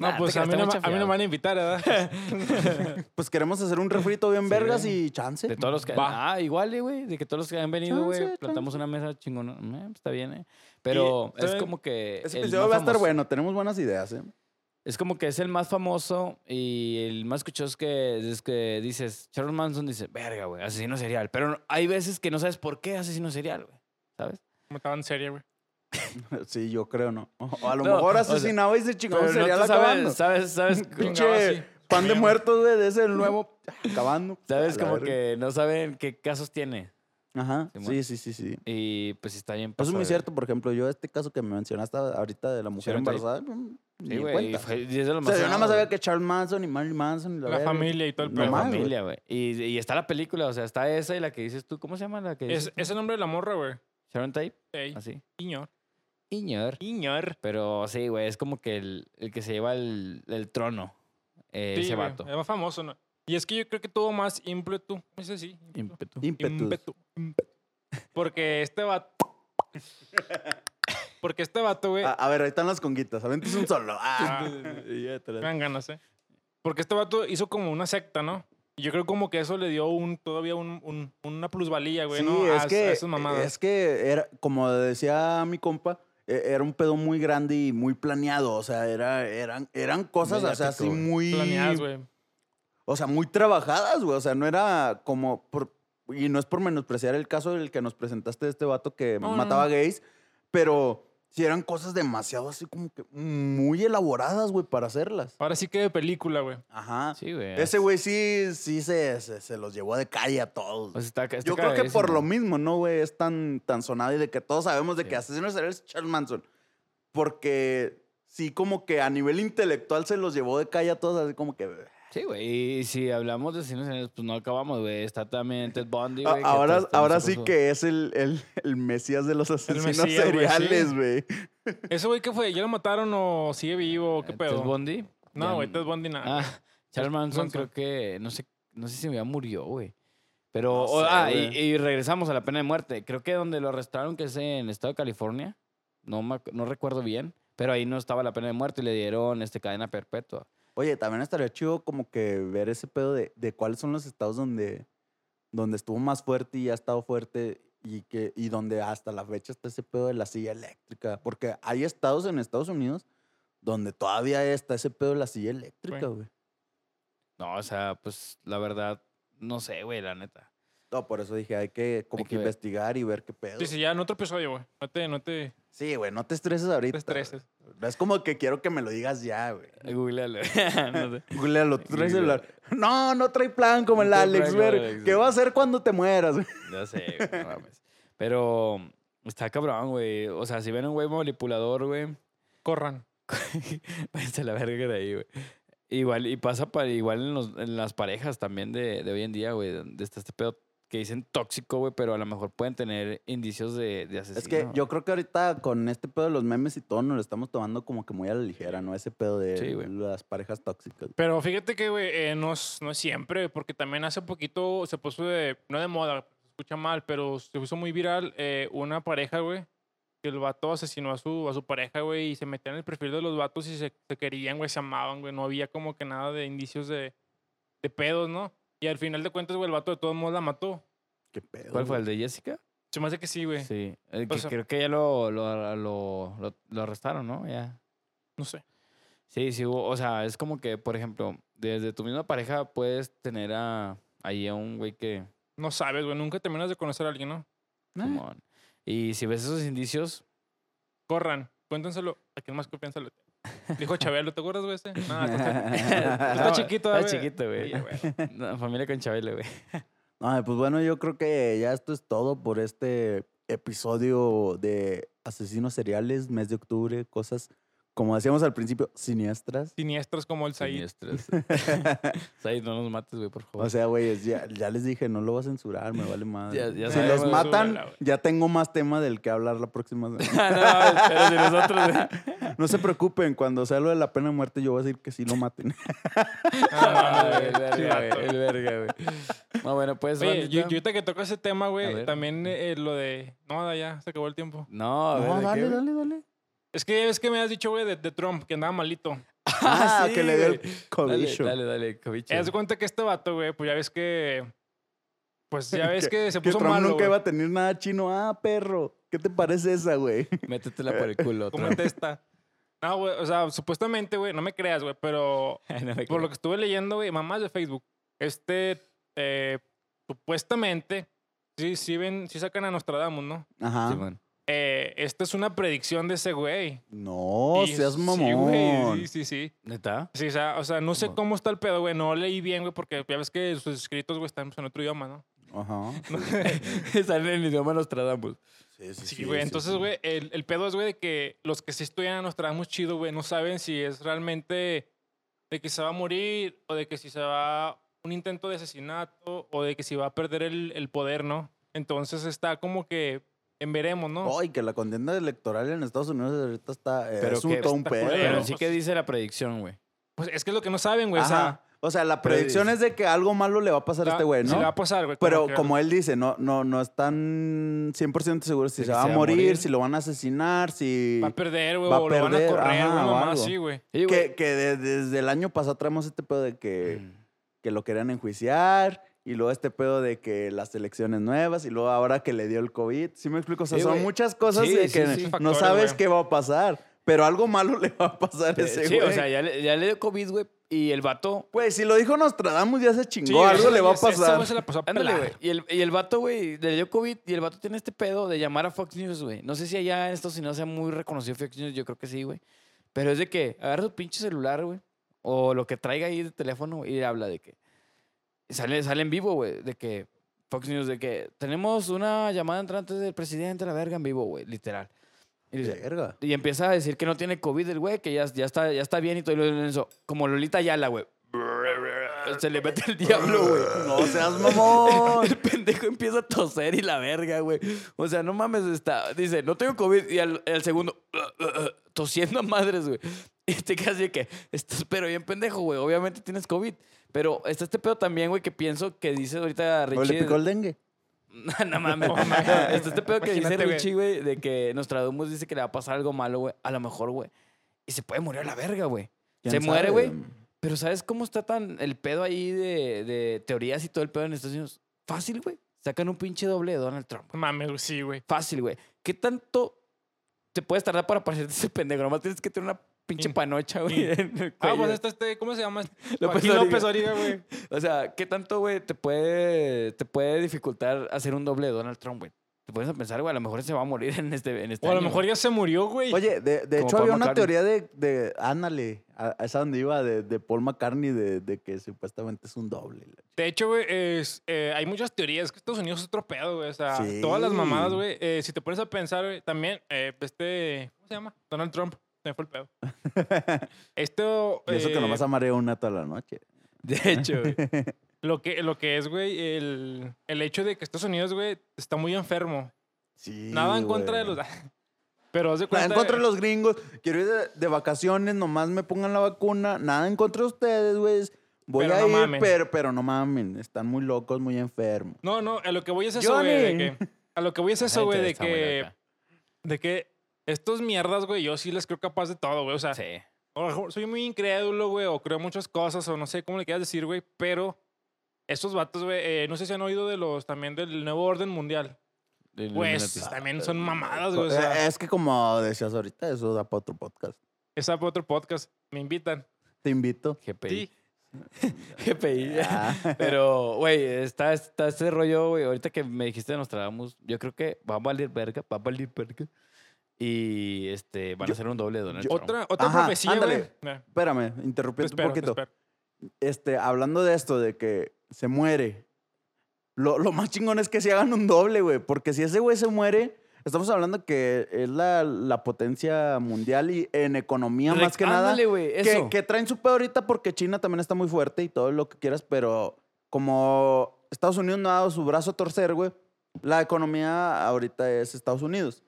[SPEAKER 3] no,
[SPEAKER 2] Ah,
[SPEAKER 3] pues
[SPEAKER 2] te
[SPEAKER 3] a
[SPEAKER 2] creas,
[SPEAKER 3] mí,
[SPEAKER 2] está
[SPEAKER 3] no,
[SPEAKER 2] muy
[SPEAKER 3] ma- a mí no
[SPEAKER 2] chafiado.
[SPEAKER 3] me van a invitar, ¿verdad?
[SPEAKER 1] Pues queremos hacer un refrito bien
[SPEAKER 2] Sí.
[SPEAKER 1] vergas y chance.
[SPEAKER 2] De todos los que...
[SPEAKER 3] Va.
[SPEAKER 2] Ah, igual, eh, güey. De que todos los que han venido,
[SPEAKER 1] Chance,
[SPEAKER 2] güey, plantamos
[SPEAKER 1] chance.
[SPEAKER 2] una mesa chingona. Eh, está bien, eh. Pero es
[SPEAKER 3] ¿saben?
[SPEAKER 2] como que...
[SPEAKER 1] Ese
[SPEAKER 2] el
[SPEAKER 1] episodio
[SPEAKER 2] más
[SPEAKER 1] va a estar
[SPEAKER 2] famoso.
[SPEAKER 1] bueno, tenemos buenas ideas, ¿eh?
[SPEAKER 2] Es como que es el más famoso y el más escuchado es que, es que dices... Charles Manson dice, verga, güey, asesino serial. Pero no- hay veces que no sabes por qué asesino serial, güey. ¿Sabes?
[SPEAKER 3] Me estaba en serio, güey.
[SPEAKER 1] Sí, yo creo, ¿no. O a lo
[SPEAKER 2] No,
[SPEAKER 1] mejor
[SPEAKER 2] o sea,
[SPEAKER 1] asesinaba y se chingaba
[SPEAKER 2] Pero
[SPEAKER 1] un
[SPEAKER 2] no
[SPEAKER 1] serial
[SPEAKER 2] tú
[SPEAKER 1] acabando.
[SPEAKER 2] sabes, sabes, sabes,
[SPEAKER 3] Chingaba así.
[SPEAKER 1] Pinche pan de
[SPEAKER 3] Comiendo.
[SPEAKER 1] muertos, güey, de ese nuevo acabando.
[SPEAKER 2] sabes
[SPEAKER 1] A la
[SPEAKER 2] como
[SPEAKER 1] verga.
[SPEAKER 2] que no saben qué casos tiene.
[SPEAKER 1] Ajá,
[SPEAKER 2] Simón.
[SPEAKER 1] sí, sí, sí, sí.
[SPEAKER 2] Y pues está bien.
[SPEAKER 1] Eso es
[SPEAKER 2] pasado
[SPEAKER 1] muy
[SPEAKER 2] de-
[SPEAKER 1] cierto, por ejemplo, yo este caso que me mencionaste ahorita de la mujer
[SPEAKER 2] ahorita ahí.
[SPEAKER 1] embarazada, mm, ni
[SPEAKER 2] Sí,
[SPEAKER 1] en
[SPEAKER 2] güey. y
[SPEAKER 1] cuenta.
[SPEAKER 2] fue- y es de lo
[SPEAKER 1] O
[SPEAKER 2] más
[SPEAKER 1] sea, yo nada más
[SPEAKER 2] sonado,
[SPEAKER 1] sabía que Charles Manson y Marilyn Manson. y
[SPEAKER 3] La
[SPEAKER 1] verga.
[SPEAKER 3] familia y todo el
[SPEAKER 1] No
[SPEAKER 2] La
[SPEAKER 3] pedo.
[SPEAKER 1] mames.
[SPEAKER 2] familia, güey. Y, y está la película, o sea, está esa y la que dices tú, ¿cómo se llama la que dices?
[SPEAKER 3] Es, es el nombre de la morra, güey.
[SPEAKER 2] Sharon Tate,
[SPEAKER 3] Ey,
[SPEAKER 2] así.
[SPEAKER 3] Iñor.
[SPEAKER 2] Iñor.
[SPEAKER 3] Iñor.
[SPEAKER 2] Pero sí, güey, es como que el, el que se lleva el, el trono, eh,
[SPEAKER 3] Sí,
[SPEAKER 2] ese
[SPEAKER 3] güey,
[SPEAKER 2] vato.
[SPEAKER 3] Es más famoso, ¿no? Y es que yo creo que tuvo más ímpetu. Ese sí.
[SPEAKER 2] Ímpetu.
[SPEAKER 1] Ímpetus.
[SPEAKER 3] Ímpetu. Porque este vato. Porque este vato, güey.
[SPEAKER 1] A, a ver, ahí están las conguitas. Aventas un solo. Ah.
[SPEAKER 3] Ah.
[SPEAKER 1] Y ya te
[SPEAKER 3] Me
[SPEAKER 1] la-
[SPEAKER 3] dan ganas, ¿eh? Porque este vato hizo como una secta, ¿no? Y yo creo como que eso le dio un todavía un, un- una plusvalía, güey,
[SPEAKER 1] sí,
[SPEAKER 3] ¿no? A-
[SPEAKER 1] es,
[SPEAKER 3] a
[SPEAKER 1] que,
[SPEAKER 3] esas mamadas.
[SPEAKER 1] es que era, como decía mi compa, e- era un pedo muy grande y muy planeado. O sea, era, eran, eran cosas o sea,
[SPEAKER 2] Mediático,
[SPEAKER 1] así
[SPEAKER 2] güey.
[SPEAKER 1] muy.
[SPEAKER 3] Planeadas, güey.
[SPEAKER 1] O sea, muy trabajadas, güey. O sea, no era como. por- y no es por menospreciar el caso del que nos presentaste de este vato que
[SPEAKER 3] No, no,
[SPEAKER 1] mataba
[SPEAKER 3] no.
[SPEAKER 1] gays, pero sí eran cosas demasiado así como que muy elaboradas, güey, para hacerlas.
[SPEAKER 3] Ahora sí que de película, güey.
[SPEAKER 1] Ajá.
[SPEAKER 2] Sí, güey.
[SPEAKER 1] Ese güey sí, sí se, se, se los llevó de calle a todos.
[SPEAKER 2] O sea, está- está
[SPEAKER 1] Yo creo que por
[SPEAKER 2] Pues, este cagadísimo.
[SPEAKER 1] lo mismo, ¿no, güey? Es tan, tan sonado y de que todos sabemos de
[SPEAKER 2] Sí.
[SPEAKER 1] que Asesino Serial es Charles Manson. Porque sí, como que a nivel intelectual se los llevó de calle a todos, así como que.
[SPEAKER 2] Sí, güey. Y si hablamos de asesinos seriales, pues no acabamos, güey. Está también Ted Bundy,
[SPEAKER 1] A-
[SPEAKER 2] güey. que
[SPEAKER 1] ahora
[SPEAKER 2] hasta- hasta
[SPEAKER 1] ahora
[SPEAKER 2] se
[SPEAKER 1] sí
[SPEAKER 2] puso-
[SPEAKER 1] que es el, el, el mesías de los asesinos
[SPEAKER 3] mesías, güey,
[SPEAKER 1] seriales,
[SPEAKER 3] sí.
[SPEAKER 1] güey.
[SPEAKER 3] ¿Ese güey qué fue? ¿Ya lo mataron o sigue vivo? ¿Qué
[SPEAKER 2] Eh,
[SPEAKER 3] pedo?
[SPEAKER 2] Ted Bundy. ya-
[SPEAKER 3] No, güey, Ted Bundy nada.
[SPEAKER 2] Ah, Charles Manson
[SPEAKER 3] Manson.
[SPEAKER 2] creo que, no sé, no sé si ya murió, güey. Pero,
[SPEAKER 1] No
[SPEAKER 2] o-
[SPEAKER 1] sé,
[SPEAKER 2] ah, y,
[SPEAKER 1] güey.
[SPEAKER 2] y regresamos a la pena de muerte. Creo que donde lo arrestaron, que es en el estado de California, no, me ac- no recuerdo bien, pero ahí no estaba la pena de muerte y le dieron este, cadena perpetua.
[SPEAKER 1] Oye, también estaría chido como que ver ese pedo de, de cuáles son los estados donde, donde estuvo más fuerte y ha estado fuerte y, que, y donde hasta la fecha está ese pedo de la silla eléctrica. Porque hay estados en Estados Unidos donde todavía está ese pedo de la silla eléctrica,
[SPEAKER 3] Güey.
[SPEAKER 1] güey.
[SPEAKER 2] No, o sea, pues la verdad, no sé, güey, la neta.
[SPEAKER 1] No, por eso dije, hay que como
[SPEAKER 2] Hay
[SPEAKER 1] que,
[SPEAKER 2] que ver.
[SPEAKER 1] investigar y ver qué pedo.
[SPEAKER 3] Sí, sí, ya en otro episodio, güey. No te, no te
[SPEAKER 1] Sí, güey, no te estreses ahorita.
[SPEAKER 3] te estreses.
[SPEAKER 1] güey. No es como que quiero que me lo digas ya, güey.
[SPEAKER 2] Googlealo. no sé.
[SPEAKER 1] Googlealo, tú traes
[SPEAKER 2] Sí, güey.
[SPEAKER 1] celular. No, no trae plan como
[SPEAKER 2] No
[SPEAKER 1] el
[SPEAKER 2] trae
[SPEAKER 1] Alex,
[SPEAKER 2] plan como el
[SPEAKER 1] güey.
[SPEAKER 2] Alex,
[SPEAKER 1] ¿Qué
[SPEAKER 2] güey.
[SPEAKER 1] va a hacer cuando te mueras, güey?
[SPEAKER 2] Ya sé, güey, no mames. Pero está cabrón, güey. O sea, si ven un güey manipulador, güey,
[SPEAKER 3] Corran.
[SPEAKER 2] Váyanse a la verga de ahí, güey. Igual, y pasa para, igual en, los- en las parejas también de, de hoy en día, güey. De este, este pedo que dicen tóxico, güey, pero a lo mejor pueden tener indicios de, de asesino.
[SPEAKER 1] Es que yo creo que ahorita con este pedo de los memes y todo nos lo estamos tomando como que muy a la ligera, ¿no? Ese pedo de
[SPEAKER 2] Sí, güey.
[SPEAKER 1] las parejas tóxicas.
[SPEAKER 3] Pero fíjate que, güey, eh, no, es- no es siempre, porque también hace poquito se puso de, no de moda, se escucha mal, pero se puso muy viral eh, una pareja, güey, que el vato asesinó a su, a su pareja, güey, y se metían en el perfil de los vatos y se, se querían, güey, se amaban, güey, no había como que nada de indicios de, de pedos, ¿no? Y al final de cuentas, güey, el vato de todos modos la mató.
[SPEAKER 1] ¿Qué pedo?
[SPEAKER 2] ¿Cuál fue?
[SPEAKER 1] güey?
[SPEAKER 2] ¿El de Jessica?
[SPEAKER 3] Se me hace que sí, Pues, güey,
[SPEAKER 2] Sí. El
[SPEAKER 3] O
[SPEAKER 2] que
[SPEAKER 3] sea-
[SPEAKER 2] creo que ya lo, lo, lo, lo- lo arrestaron, ¿no? Ya.
[SPEAKER 3] no sé.
[SPEAKER 2] Sí, sí hubo. O sea, es como que, por ejemplo, desde tu misma pareja puedes tener a, ahí a un güey que...
[SPEAKER 3] No sabes, güey, nunca terminas de conocer a alguien, ¿no?
[SPEAKER 1] Ah,
[SPEAKER 2] Simón. Y si ves esos indicios,
[SPEAKER 3] Corran, cuéntenselo a quien más confianza le tenga. Dijo Chabelo, ¿te acuerdas, güey? ese? Nada, tú estás- tú
[SPEAKER 2] No,
[SPEAKER 1] Ah.
[SPEAKER 3] estás chiquito,
[SPEAKER 2] Está
[SPEAKER 3] güey.
[SPEAKER 2] chiquito, güey.
[SPEAKER 3] Oye, güey.
[SPEAKER 2] No, familia con Chabelo, güey.
[SPEAKER 1] Ay, pues bueno, yo creo que ya esto es todo por este episodio de Asesinos Seriales, mes de octubre, cosas como decíamos al principio, siniestras.
[SPEAKER 3] Siniestros como el Said.
[SPEAKER 2] Siniestras. Said, no nos mates, güey, por favor.
[SPEAKER 1] O sea, güey, es- ya, ya les dije, no lo voy a censurar, me vale madre.
[SPEAKER 2] Ya- ya
[SPEAKER 1] si
[SPEAKER 2] sabemos,
[SPEAKER 1] los matan,
[SPEAKER 3] súbela, güey.
[SPEAKER 1] ya tengo más tema del que hablar la próxima semana.
[SPEAKER 2] Ah, no, mames, pero si nosotros, güey.
[SPEAKER 1] No se preocupen, cuando sea lo de la pena de muerte, yo voy a decir que sí lo maten.
[SPEAKER 2] Ah, güey, el verga, güey, el verga, güey. No, bueno, pues.
[SPEAKER 3] Oye,
[SPEAKER 2] bandita.
[SPEAKER 3] yo, yo ahorita que toco ese tema,
[SPEAKER 2] A
[SPEAKER 3] güey,
[SPEAKER 2] ver.
[SPEAKER 3] también eh, lo de... No, ya, se acabó el tiempo.
[SPEAKER 2] No, a ver,
[SPEAKER 1] No,
[SPEAKER 2] ¿de qué,
[SPEAKER 1] dale,
[SPEAKER 2] güey?
[SPEAKER 1] dale, dale.
[SPEAKER 3] Es que es que me has dicho, güey, de, de Trump, que andaba malito.
[SPEAKER 1] Ah,
[SPEAKER 2] sí,
[SPEAKER 1] que le dio el
[SPEAKER 2] güey. Dale,
[SPEAKER 1] cobicho.
[SPEAKER 2] dale, dale, cobicho.
[SPEAKER 3] Te das cuenta que este vato, güey, pues ya ves que... Pues ya ves que, se
[SPEAKER 1] Que
[SPEAKER 3] puso
[SPEAKER 1] Trump
[SPEAKER 3] malo,
[SPEAKER 1] nunca
[SPEAKER 3] güey.
[SPEAKER 1] iba a tener nada chino. Ah, perro, ¿qué te parece esa, güey?
[SPEAKER 2] Métetela por el culo. otra
[SPEAKER 3] Cómete esta. No, güey, o sea, supuestamente, güey, no me creas, güey, pero
[SPEAKER 2] vez. No me
[SPEAKER 3] por
[SPEAKER 2] creo.
[SPEAKER 3] lo que estuve leyendo, güey, mamás de Facebook, este, eh, supuestamente, sí, sí ven, sí sacan a Nostradamus, ¿no?
[SPEAKER 1] Ajá.
[SPEAKER 2] Simón.
[SPEAKER 3] Eh, esta es una predicción de ese güey.
[SPEAKER 1] no,
[SPEAKER 3] Y
[SPEAKER 1] seas
[SPEAKER 3] sí, güey,
[SPEAKER 1] mamón.
[SPEAKER 3] Sí, sí, sí.
[SPEAKER 2] ¿Neta?
[SPEAKER 3] Sí, o sea, o sea, no sé
[SPEAKER 2] Bueno.
[SPEAKER 3] cómo está el pedo, güey, no leí bien, güey, porque ya ves que sus escritos, güey, están pues, en otro idioma, ¿no?
[SPEAKER 1] Ajá.
[SPEAKER 2] Sale en idioma Nostradamus.
[SPEAKER 3] Sí, güey, entonces, güey, el, el pedo es, güey, de que los que sí estudian a Nostradamus chido, güey, no saben si es realmente de que se va a morir o de que si se va un intento de asesinato o de que si va a perder el, el poder, ¿no? Entonces está como que en veremos, ¿no?
[SPEAKER 1] Ay, que la contienda electoral en Estados Unidos ahorita está. eh,
[SPEAKER 2] Pero
[SPEAKER 1] es un
[SPEAKER 2] que
[SPEAKER 1] todo un
[SPEAKER 3] está
[SPEAKER 1] pedo.
[SPEAKER 3] culero.
[SPEAKER 2] Pero sí que dice la predicción, güey.
[SPEAKER 3] Pues es que es lo que no saben, güey, o sea,
[SPEAKER 1] Ajá. O sea, la predicción es de que algo malo le va a pasar a
[SPEAKER 3] la-
[SPEAKER 1] este güey,
[SPEAKER 3] si
[SPEAKER 1] ¿no?
[SPEAKER 3] le va a pasar, güey.
[SPEAKER 1] Pero
[SPEAKER 3] que-
[SPEAKER 1] como él dice, no, no, no están 100% seguros si
[SPEAKER 2] De
[SPEAKER 1] se
[SPEAKER 2] que
[SPEAKER 1] va a morir, si lo van a asesinar, si...
[SPEAKER 3] Va a perder, güey,
[SPEAKER 1] va a
[SPEAKER 3] o lo van a
[SPEAKER 1] perder,
[SPEAKER 3] correr,
[SPEAKER 1] ajá,
[SPEAKER 3] güey,
[SPEAKER 1] o
[SPEAKER 3] mamá,
[SPEAKER 1] algo.
[SPEAKER 3] sí, güey.
[SPEAKER 2] Sí, güey. Mm.
[SPEAKER 1] que que de- desde el año pasado traemos este pedo de que, que lo querían enjuiciar y luego este pedo de que las elecciones nuevas y luego ahora que le dio el COVID. ¿Sí me explico? O sea,
[SPEAKER 2] Sí,
[SPEAKER 1] son
[SPEAKER 2] güey.
[SPEAKER 1] muchas cosas
[SPEAKER 2] Sí,
[SPEAKER 1] de
[SPEAKER 2] sí,
[SPEAKER 1] que
[SPEAKER 2] sí.
[SPEAKER 1] no
[SPEAKER 3] Factores,
[SPEAKER 1] sabes
[SPEAKER 3] güey.
[SPEAKER 1] qué va a pasar, pero algo malo le va a pasar a ese
[SPEAKER 2] Eh, sí,
[SPEAKER 1] güey.
[SPEAKER 2] o sea, ya le, ya le dio COVID, güey. Y el vato.
[SPEAKER 1] Güey, si lo dijo Nostradamus ya se
[SPEAKER 3] Sí,
[SPEAKER 1] chingó,
[SPEAKER 3] güey,
[SPEAKER 1] algo le va a
[SPEAKER 3] ese- ese güey
[SPEAKER 1] pasar.
[SPEAKER 3] se la pasó a
[SPEAKER 2] Ándale,
[SPEAKER 3] pelar.
[SPEAKER 2] güey. Y el, y el vato, güey, le dio COVID y el vato tiene este pedo de llamar a Fox News, güey. No sé si allá en Estados Unidos sea muy reconocido Fox News, yo creo que sí, güey. Pero es de que agarra su pinche celular, güey. O lo que traiga ahí de teléfono güey, y habla de que. Sale, sale en vivo, güey. De que. Fox News, de que tenemos una llamada entrante del presidente, la verga, en vivo, güey. Literal. Y dice,
[SPEAKER 1] Verga.
[SPEAKER 2] Y empieza a decir que no tiene COVID el güey, que ya, ya, está, ya está bien y todo y luego en eso. Como Lolita Yala, güey. Se le mete el diablo, güey.
[SPEAKER 1] No seas mamón.
[SPEAKER 2] El pendejo empieza a toser y la verga, güey. O sea, no mames, está. Dice, no tengo COVID. Y al, al segundo, "Uh, tosiendo a madres, güey. Y te quedas así de que, estás pero bien pendejo, güey. Obviamente tienes COVID. Pero está este pedo también, güey, que pienso que dice ahorita
[SPEAKER 1] ¿O le
[SPEAKER 2] Richie.
[SPEAKER 1] picó el dengue?
[SPEAKER 2] No, no mames.
[SPEAKER 3] No mames.
[SPEAKER 2] Este, este pedo que dice
[SPEAKER 3] Imagínate, güey.
[SPEAKER 2] Richie, güey, de que Nostradamus dice que le va a pasar algo malo, güey. A lo mejor, güey. Y se puede morir a la verga, güey. Se
[SPEAKER 1] ¿Quién
[SPEAKER 2] muere,
[SPEAKER 1] sabe?
[SPEAKER 2] güey. Pero ¿sabes cómo está tan el pedo ahí de, de teorías y todo el pedo en Estados Unidos? Fácil, güey. Sacan un pinche doble de Donald Trump.
[SPEAKER 3] No Mames, güey, sí, güey.
[SPEAKER 2] Fácil, güey. ¿Qué tanto te puedes tardar para parecerte ese pendejo? Nomás tienes que tener una pinche
[SPEAKER 3] Sí.
[SPEAKER 2] panocha,
[SPEAKER 3] Sí.
[SPEAKER 2] güey. en el
[SPEAKER 3] Ah, pues
[SPEAKER 2] cuello.
[SPEAKER 3] este, este, ¿cómo se llama? este?
[SPEAKER 2] López
[SPEAKER 3] Joaquín
[SPEAKER 2] Doriga.
[SPEAKER 3] López Origa, güey.
[SPEAKER 2] O sea, ¿qué tanto, güey, te puede, te puede dificultar hacer un doble de Donald Trump, güey? Te pones a pensar, güey, a lo mejor se va a morir en este, en este
[SPEAKER 3] O a lo
[SPEAKER 2] año,
[SPEAKER 3] mejor
[SPEAKER 2] güey.
[SPEAKER 3] ya se murió, güey.
[SPEAKER 1] Oye, de, de
[SPEAKER 2] Como
[SPEAKER 1] hecho
[SPEAKER 2] Paul
[SPEAKER 1] había una
[SPEAKER 2] McCartney.
[SPEAKER 1] teoría de, de ándale, a, a esa donde iba, de, de Paul McCartney, de, de que supuestamente es un doble.
[SPEAKER 3] De hecho, güey, es, eh, hay muchas teorías. que Estados Unidos es otro pedo, güey. O sea,
[SPEAKER 1] Sí.
[SPEAKER 3] todas las mamadas, güey. eh, si te pones a pensar, güey, también, eh, este. ¿Cómo se llama? Donald Trump. Se me fue el pedo. Esto.
[SPEAKER 1] Y eso que
[SPEAKER 3] eh,
[SPEAKER 1] nomás amaré una toda la noche.
[SPEAKER 2] De hecho, güey.
[SPEAKER 3] lo, que, lo que es, güey, el, el hecho de que Estados Unidos, güey, está muy enfermo.
[SPEAKER 1] Sí,
[SPEAKER 3] Nada en contra de
[SPEAKER 1] güey.
[SPEAKER 3] los. Pero haz de
[SPEAKER 1] Nada
[SPEAKER 3] cuenta.
[SPEAKER 1] en contra de los gringos. Quiero ir de, de vacaciones, nomás me pongan la vacuna. Nada en contra de ustedes, güey. Voy
[SPEAKER 3] Pero
[SPEAKER 1] a
[SPEAKER 3] no
[SPEAKER 1] ir,
[SPEAKER 3] mamen.
[SPEAKER 1] pero, pero no mamen. Están muy locos, muy enfermos.
[SPEAKER 3] No, no, a lo que voy es eso, güey. de
[SPEAKER 1] Johnny.
[SPEAKER 3] que- A lo que voy es eso, güey, de
[SPEAKER 2] Está muy
[SPEAKER 3] que.
[SPEAKER 2] loca.
[SPEAKER 3] De que estos mierdas, güey, yo sí les creo capaz de todo, güey. O sea,
[SPEAKER 2] Sí.
[SPEAKER 3] a lo mejor soy muy incrédulo, güey, o creo muchas cosas, o no sé cómo le quieras decir, güey, pero estos vatos, güey, eh, no sé si han oído de los también del nuevo orden mundial. Güey, esos también son mamadas, güey. O sea,
[SPEAKER 1] Eh, es que como decías ahorita, eso da para otro podcast.
[SPEAKER 3] esa fue otro podcast. Me invitan.
[SPEAKER 1] Te invito.
[SPEAKER 2] GPI.
[SPEAKER 3] Sí.
[SPEAKER 2] GPI.
[SPEAKER 1] Ah.
[SPEAKER 2] Pero, güey, está, está este rollo, güey. Ahorita que me dijiste de Nostradamus, yo creo que va a valer verga, va a valer verga. Y este, van
[SPEAKER 1] Yo-
[SPEAKER 2] a hacer un doble de Donald Trump.
[SPEAKER 3] Otra, otra
[SPEAKER 1] Ajá,
[SPEAKER 3] profecía,
[SPEAKER 1] ándale.
[SPEAKER 3] güey. Mira,
[SPEAKER 1] Espérame,
[SPEAKER 3] Te
[SPEAKER 1] interrumpí un
[SPEAKER 3] Pues espero, te
[SPEAKER 1] poquito.
[SPEAKER 3] espero.
[SPEAKER 1] este, hablando de esto, de que se muere, lo, lo más chingón es que se hagan un doble, güey. Porque si ese güey se muere, Estamos hablando que es la, la potencia mundial y en economía
[SPEAKER 2] Re-
[SPEAKER 1] más que
[SPEAKER 2] ándale,
[SPEAKER 1] nada.
[SPEAKER 2] güey,
[SPEAKER 1] que,
[SPEAKER 2] eso.
[SPEAKER 1] que traen su peor ahorita porque China también está muy fuerte y todo lo que quieras, pero como Estados Unidos no ha dado su brazo a torcer, güey, la economía ahorita es Estados Unidos.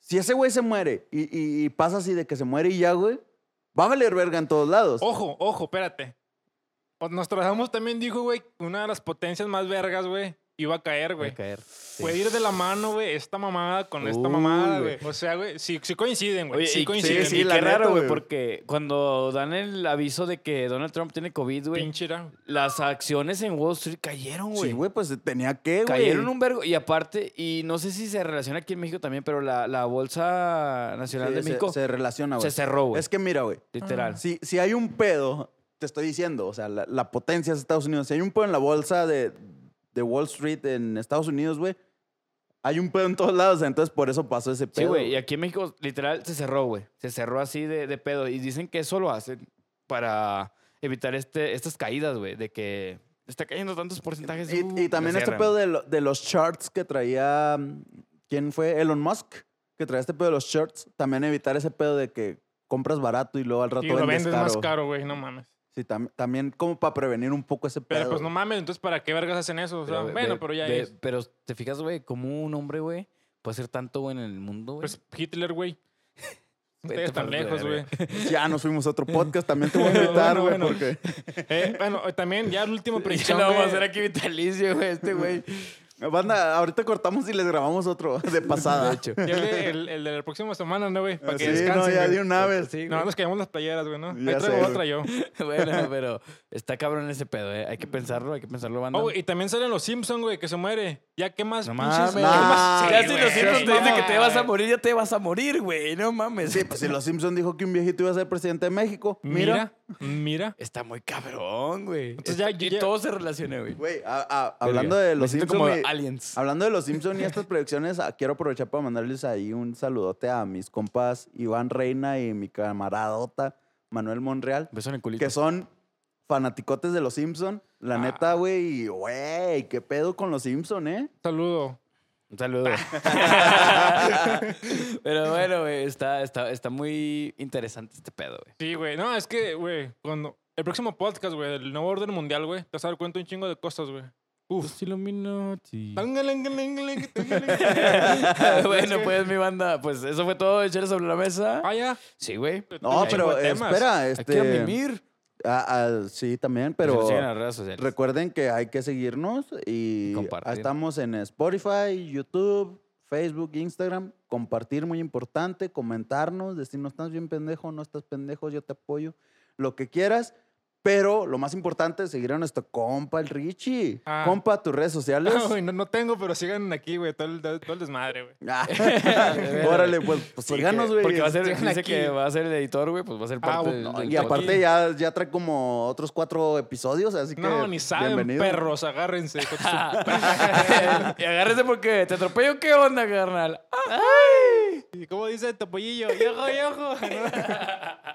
[SPEAKER 1] Si ese güey se muere y, y- y pasa así de que se muere y ya, güey, va a valer verga en todos lados.
[SPEAKER 3] Ojo, ojo, espérate. O- Nostradamus también dijo, güey, que una de las potencias más vergas, güey, iba a caer,
[SPEAKER 2] Voy
[SPEAKER 3] güey.
[SPEAKER 2] a caer.
[SPEAKER 3] Puede ir de la mano, güey, esta mamada con esta
[SPEAKER 2] Uy,
[SPEAKER 3] mamada,
[SPEAKER 2] güey.
[SPEAKER 3] güey. O sea, güey, sí, sí coinciden, güey.
[SPEAKER 2] Oye,
[SPEAKER 3] Sí
[SPEAKER 2] y-
[SPEAKER 3] coinciden.
[SPEAKER 1] sí,
[SPEAKER 2] y
[SPEAKER 1] la
[SPEAKER 2] qué
[SPEAKER 1] neta,
[SPEAKER 2] raro, güey,
[SPEAKER 1] güey.
[SPEAKER 2] porque cuando dan el aviso de que Donald Trump tiene COVID, güey,
[SPEAKER 3] Pinche era.
[SPEAKER 2] las acciones en Wall Street cayeron, güey.
[SPEAKER 1] sí, güey, pues tenía que, güey.
[SPEAKER 2] Cayeron un vergo. Y aparte, y no sé si se relaciona aquí en México también, pero la, la Bolsa Nacional
[SPEAKER 1] Sí,
[SPEAKER 2] de
[SPEAKER 1] se-
[SPEAKER 2] México
[SPEAKER 1] Se,
[SPEAKER 2] se,
[SPEAKER 1] relaciona, güey.
[SPEAKER 2] cerró, güey.
[SPEAKER 1] Es que mira, güey.
[SPEAKER 2] Literal.
[SPEAKER 1] Si, si hay un pedo, te estoy diciendo, o sea, la, la potencia es Estados Unidos. Si hay un pedo en la bolsa de, de Wall Street en Estados Unidos, güey, hay un pedo en todos lados, entonces por eso pasó ese pedo.
[SPEAKER 2] Sí, güey. Y aquí en México, literal, se cerró, güey. Se cerró así de, de pedo. Y dicen que eso lo hacen para evitar este, estas caídas, güey. De que está cayendo tantos porcentajes.
[SPEAKER 1] Y-
[SPEAKER 2] uh,
[SPEAKER 1] y también
[SPEAKER 2] lo
[SPEAKER 1] este
[SPEAKER 2] cierran.
[SPEAKER 1] pedo de, lo- de los charts que traía, mm, ¿quién fue? Elon Musk, que traía este pedo de los charts. También evitar ese pedo de que compras barato y luego al rato
[SPEAKER 3] Y lo
[SPEAKER 1] vendes
[SPEAKER 3] vendes
[SPEAKER 1] caro.
[SPEAKER 3] más caro, güey, no mames.
[SPEAKER 1] Sí, tam- también como para prevenir un poco ese pedo.
[SPEAKER 3] Pero pues no mames, entonces ¿para qué vergas hacen eso? O sea,
[SPEAKER 2] Pero ve-
[SPEAKER 3] bueno,
[SPEAKER 2] ve-
[SPEAKER 3] pero ya
[SPEAKER 2] ve-
[SPEAKER 3] es.
[SPEAKER 2] Pero te fijas, güey, como un hombre, güey, puede hacer tanto, güey, en el mundo, güey.
[SPEAKER 3] Pues Hitler, güey. No
[SPEAKER 2] Vete
[SPEAKER 3] te tan
[SPEAKER 2] para la
[SPEAKER 3] lejos, güey.
[SPEAKER 2] verga.
[SPEAKER 1] Pues Ya nos fuimos a otro podcast, también te voy a invitar,
[SPEAKER 3] Bueno,
[SPEAKER 1] güey,
[SPEAKER 3] bueno.
[SPEAKER 1] porque...
[SPEAKER 3] Eh, bueno, eh, también ya el último
[SPEAKER 2] Ya
[SPEAKER 3] predicción,
[SPEAKER 2] lo vamos a
[SPEAKER 3] güey.
[SPEAKER 2] hacer aquí vitalicio, güey, este güey.
[SPEAKER 1] eh, Banda, ahorita cortamos y les grabamos otro de pasada.
[SPEAKER 3] Ya el, de- el- el de la próxima semana, ¿no, güey?
[SPEAKER 2] Ah,
[SPEAKER 3] Para que
[SPEAKER 1] Sí, no,
[SPEAKER 3] descansen,
[SPEAKER 1] ya
[SPEAKER 3] güey. Pues
[SPEAKER 1] de una vez.
[SPEAKER 2] Sí,
[SPEAKER 3] No,
[SPEAKER 2] güey.
[SPEAKER 3] nos quedamos las playeras, güey, ¿no?
[SPEAKER 1] Ya
[SPEAKER 3] Ahí
[SPEAKER 1] sé,
[SPEAKER 3] traigo
[SPEAKER 1] güey.
[SPEAKER 3] otra yo.
[SPEAKER 2] bueno, pero está cabrón ese pedo, eh. Hay que pensarlo, hay que pensarlo, banda.
[SPEAKER 3] Oh, güey, y también salen los Simpsons, güey, que se muere. Ya, ¿qué más
[SPEAKER 2] No
[SPEAKER 3] pinches?
[SPEAKER 2] mames.
[SPEAKER 3] ¿Qué
[SPEAKER 1] No,
[SPEAKER 3] más?
[SPEAKER 1] sí,
[SPEAKER 2] Ya
[SPEAKER 1] güey.
[SPEAKER 2] si los Simpsons te dicen que te vas a
[SPEAKER 3] güey.
[SPEAKER 2] morir, ya te vas a morir, güey. No mames.
[SPEAKER 1] Sí, pues si los Simpson dijo que un viejito iba a ser presidente de México, mira.
[SPEAKER 3] Mira, mira.
[SPEAKER 2] Está muy cabrón, güey.
[SPEAKER 3] Entonces ya-
[SPEAKER 2] y
[SPEAKER 3] ya-
[SPEAKER 2] todo se relaciona, güey.
[SPEAKER 1] Güey, a- a- hablando de
[SPEAKER 2] Me
[SPEAKER 1] los
[SPEAKER 2] siento
[SPEAKER 1] Simpson
[SPEAKER 2] como
[SPEAKER 1] y-
[SPEAKER 2] aliens.
[SPEAKER 1] Hablando de los Simpson y estas proyecciones, ah, quiero aprovechar para mandarles ahí un saludote a mis compas Iván Reina y mi camaradota Manuel Monreal,
[SPEAKER 2] Beso en el culito.
[SPEAKER 1] que son fanaticotes de los Simpson. La
[SPEAKER 3] Ah.
[SPEAKER 1] neta, güey, y, güey, qué pedo con los Simpson, ¿eh?
[SPEAKER 3] Saludo.
[SPEAKER 2] Un saludo. Pero bueno, güey, está, está, está muy interesante este pedo, güey.
[SPEAKER 3] Sí, güey. No, es que, güey, cuando... El próximo podcast, güey, el nuevo orden mundial, güey, te vas a dar cuenta un chingo de cosas, güey.
[SPEAKER 2] Uf. Illuminati.
[SPEAKER 3] Ah,
[SPEAKER 2] bueno, pues mi banda, pues eso fue todo. Echarles sobre la mesa.
[SPEAKER 3] Ah, ya.
[SPEAKER 2] Sí, güey.
[SPEAKER 1] No,
[SPEAKER 3] Hay
[SPEAKER 1] pero
[SPEAKER 3] chingo de temas.
[SPEAKER 1] espera,
[SPEAKER 2] Aquí a
[SPEAKER 1] este...
[SPEAKER 2] mimir.
[SPEAKER 1] ah, ah, sí, también,
[SPEAKER 2] Que
[SPEAKER 1] pero...
[SPEAKER 2] nos sigan en las redes sociales.
[SPEAKER 1] Recuerden que hay que seguirnos y
[SPEAKER 2] Compartir.
[SPEAKER 1] estamos en Spotify, YouTube, Facebook, Instagram. Compartir, muy importante. Comentarnos, decir, no estás bien pendejo, no estás pendejo, yo te apoyo. Lo que quieras. Pero lo más importante es seguir a nuestro compa, el Richie.
[SPEAKER 3] Ah.
[SPEAKER 1] Compa, tus redes sociales.
[SPEAKER 3] Ah, güey, no, no tengo, pero sigan aquí, güey, todo el, todo el desmadre, güey.
[SPEAKER 1] Ah, Órale, pues, pues síganos, güey.
[SPEAKER 2] Porque va a ser,
[SPEAKER 3] Sigan
[SPEAKER 2] dice
[SPEAKER 3] aquí.
[SPEAKER 2] que va a ser el editor, güey, pues va a ser
[SPEAKER 3] Ah,
[SPEAKER 2] parte
[SPEAKER 3] bueno,
[SPEAKER 2] del-
[SPEAKER 1] Y
[SPEAKER 2] del-
[SPEAKER 1] aparte ya, ya trae como otros cuatro episodios, así que
[SPEAKER 3] No, ni saben,
[SPEAKER 1] bienvenido.
[SPEAKER 3] perros, agárrense. con su-
[SPEAKER 2] y agárrese porque Eh, te atropello, ¿qué onda, carnal?
[SPEAKER 3] ¿Y ¿Cómo dice el topollillo? ¡Yojo, yojo!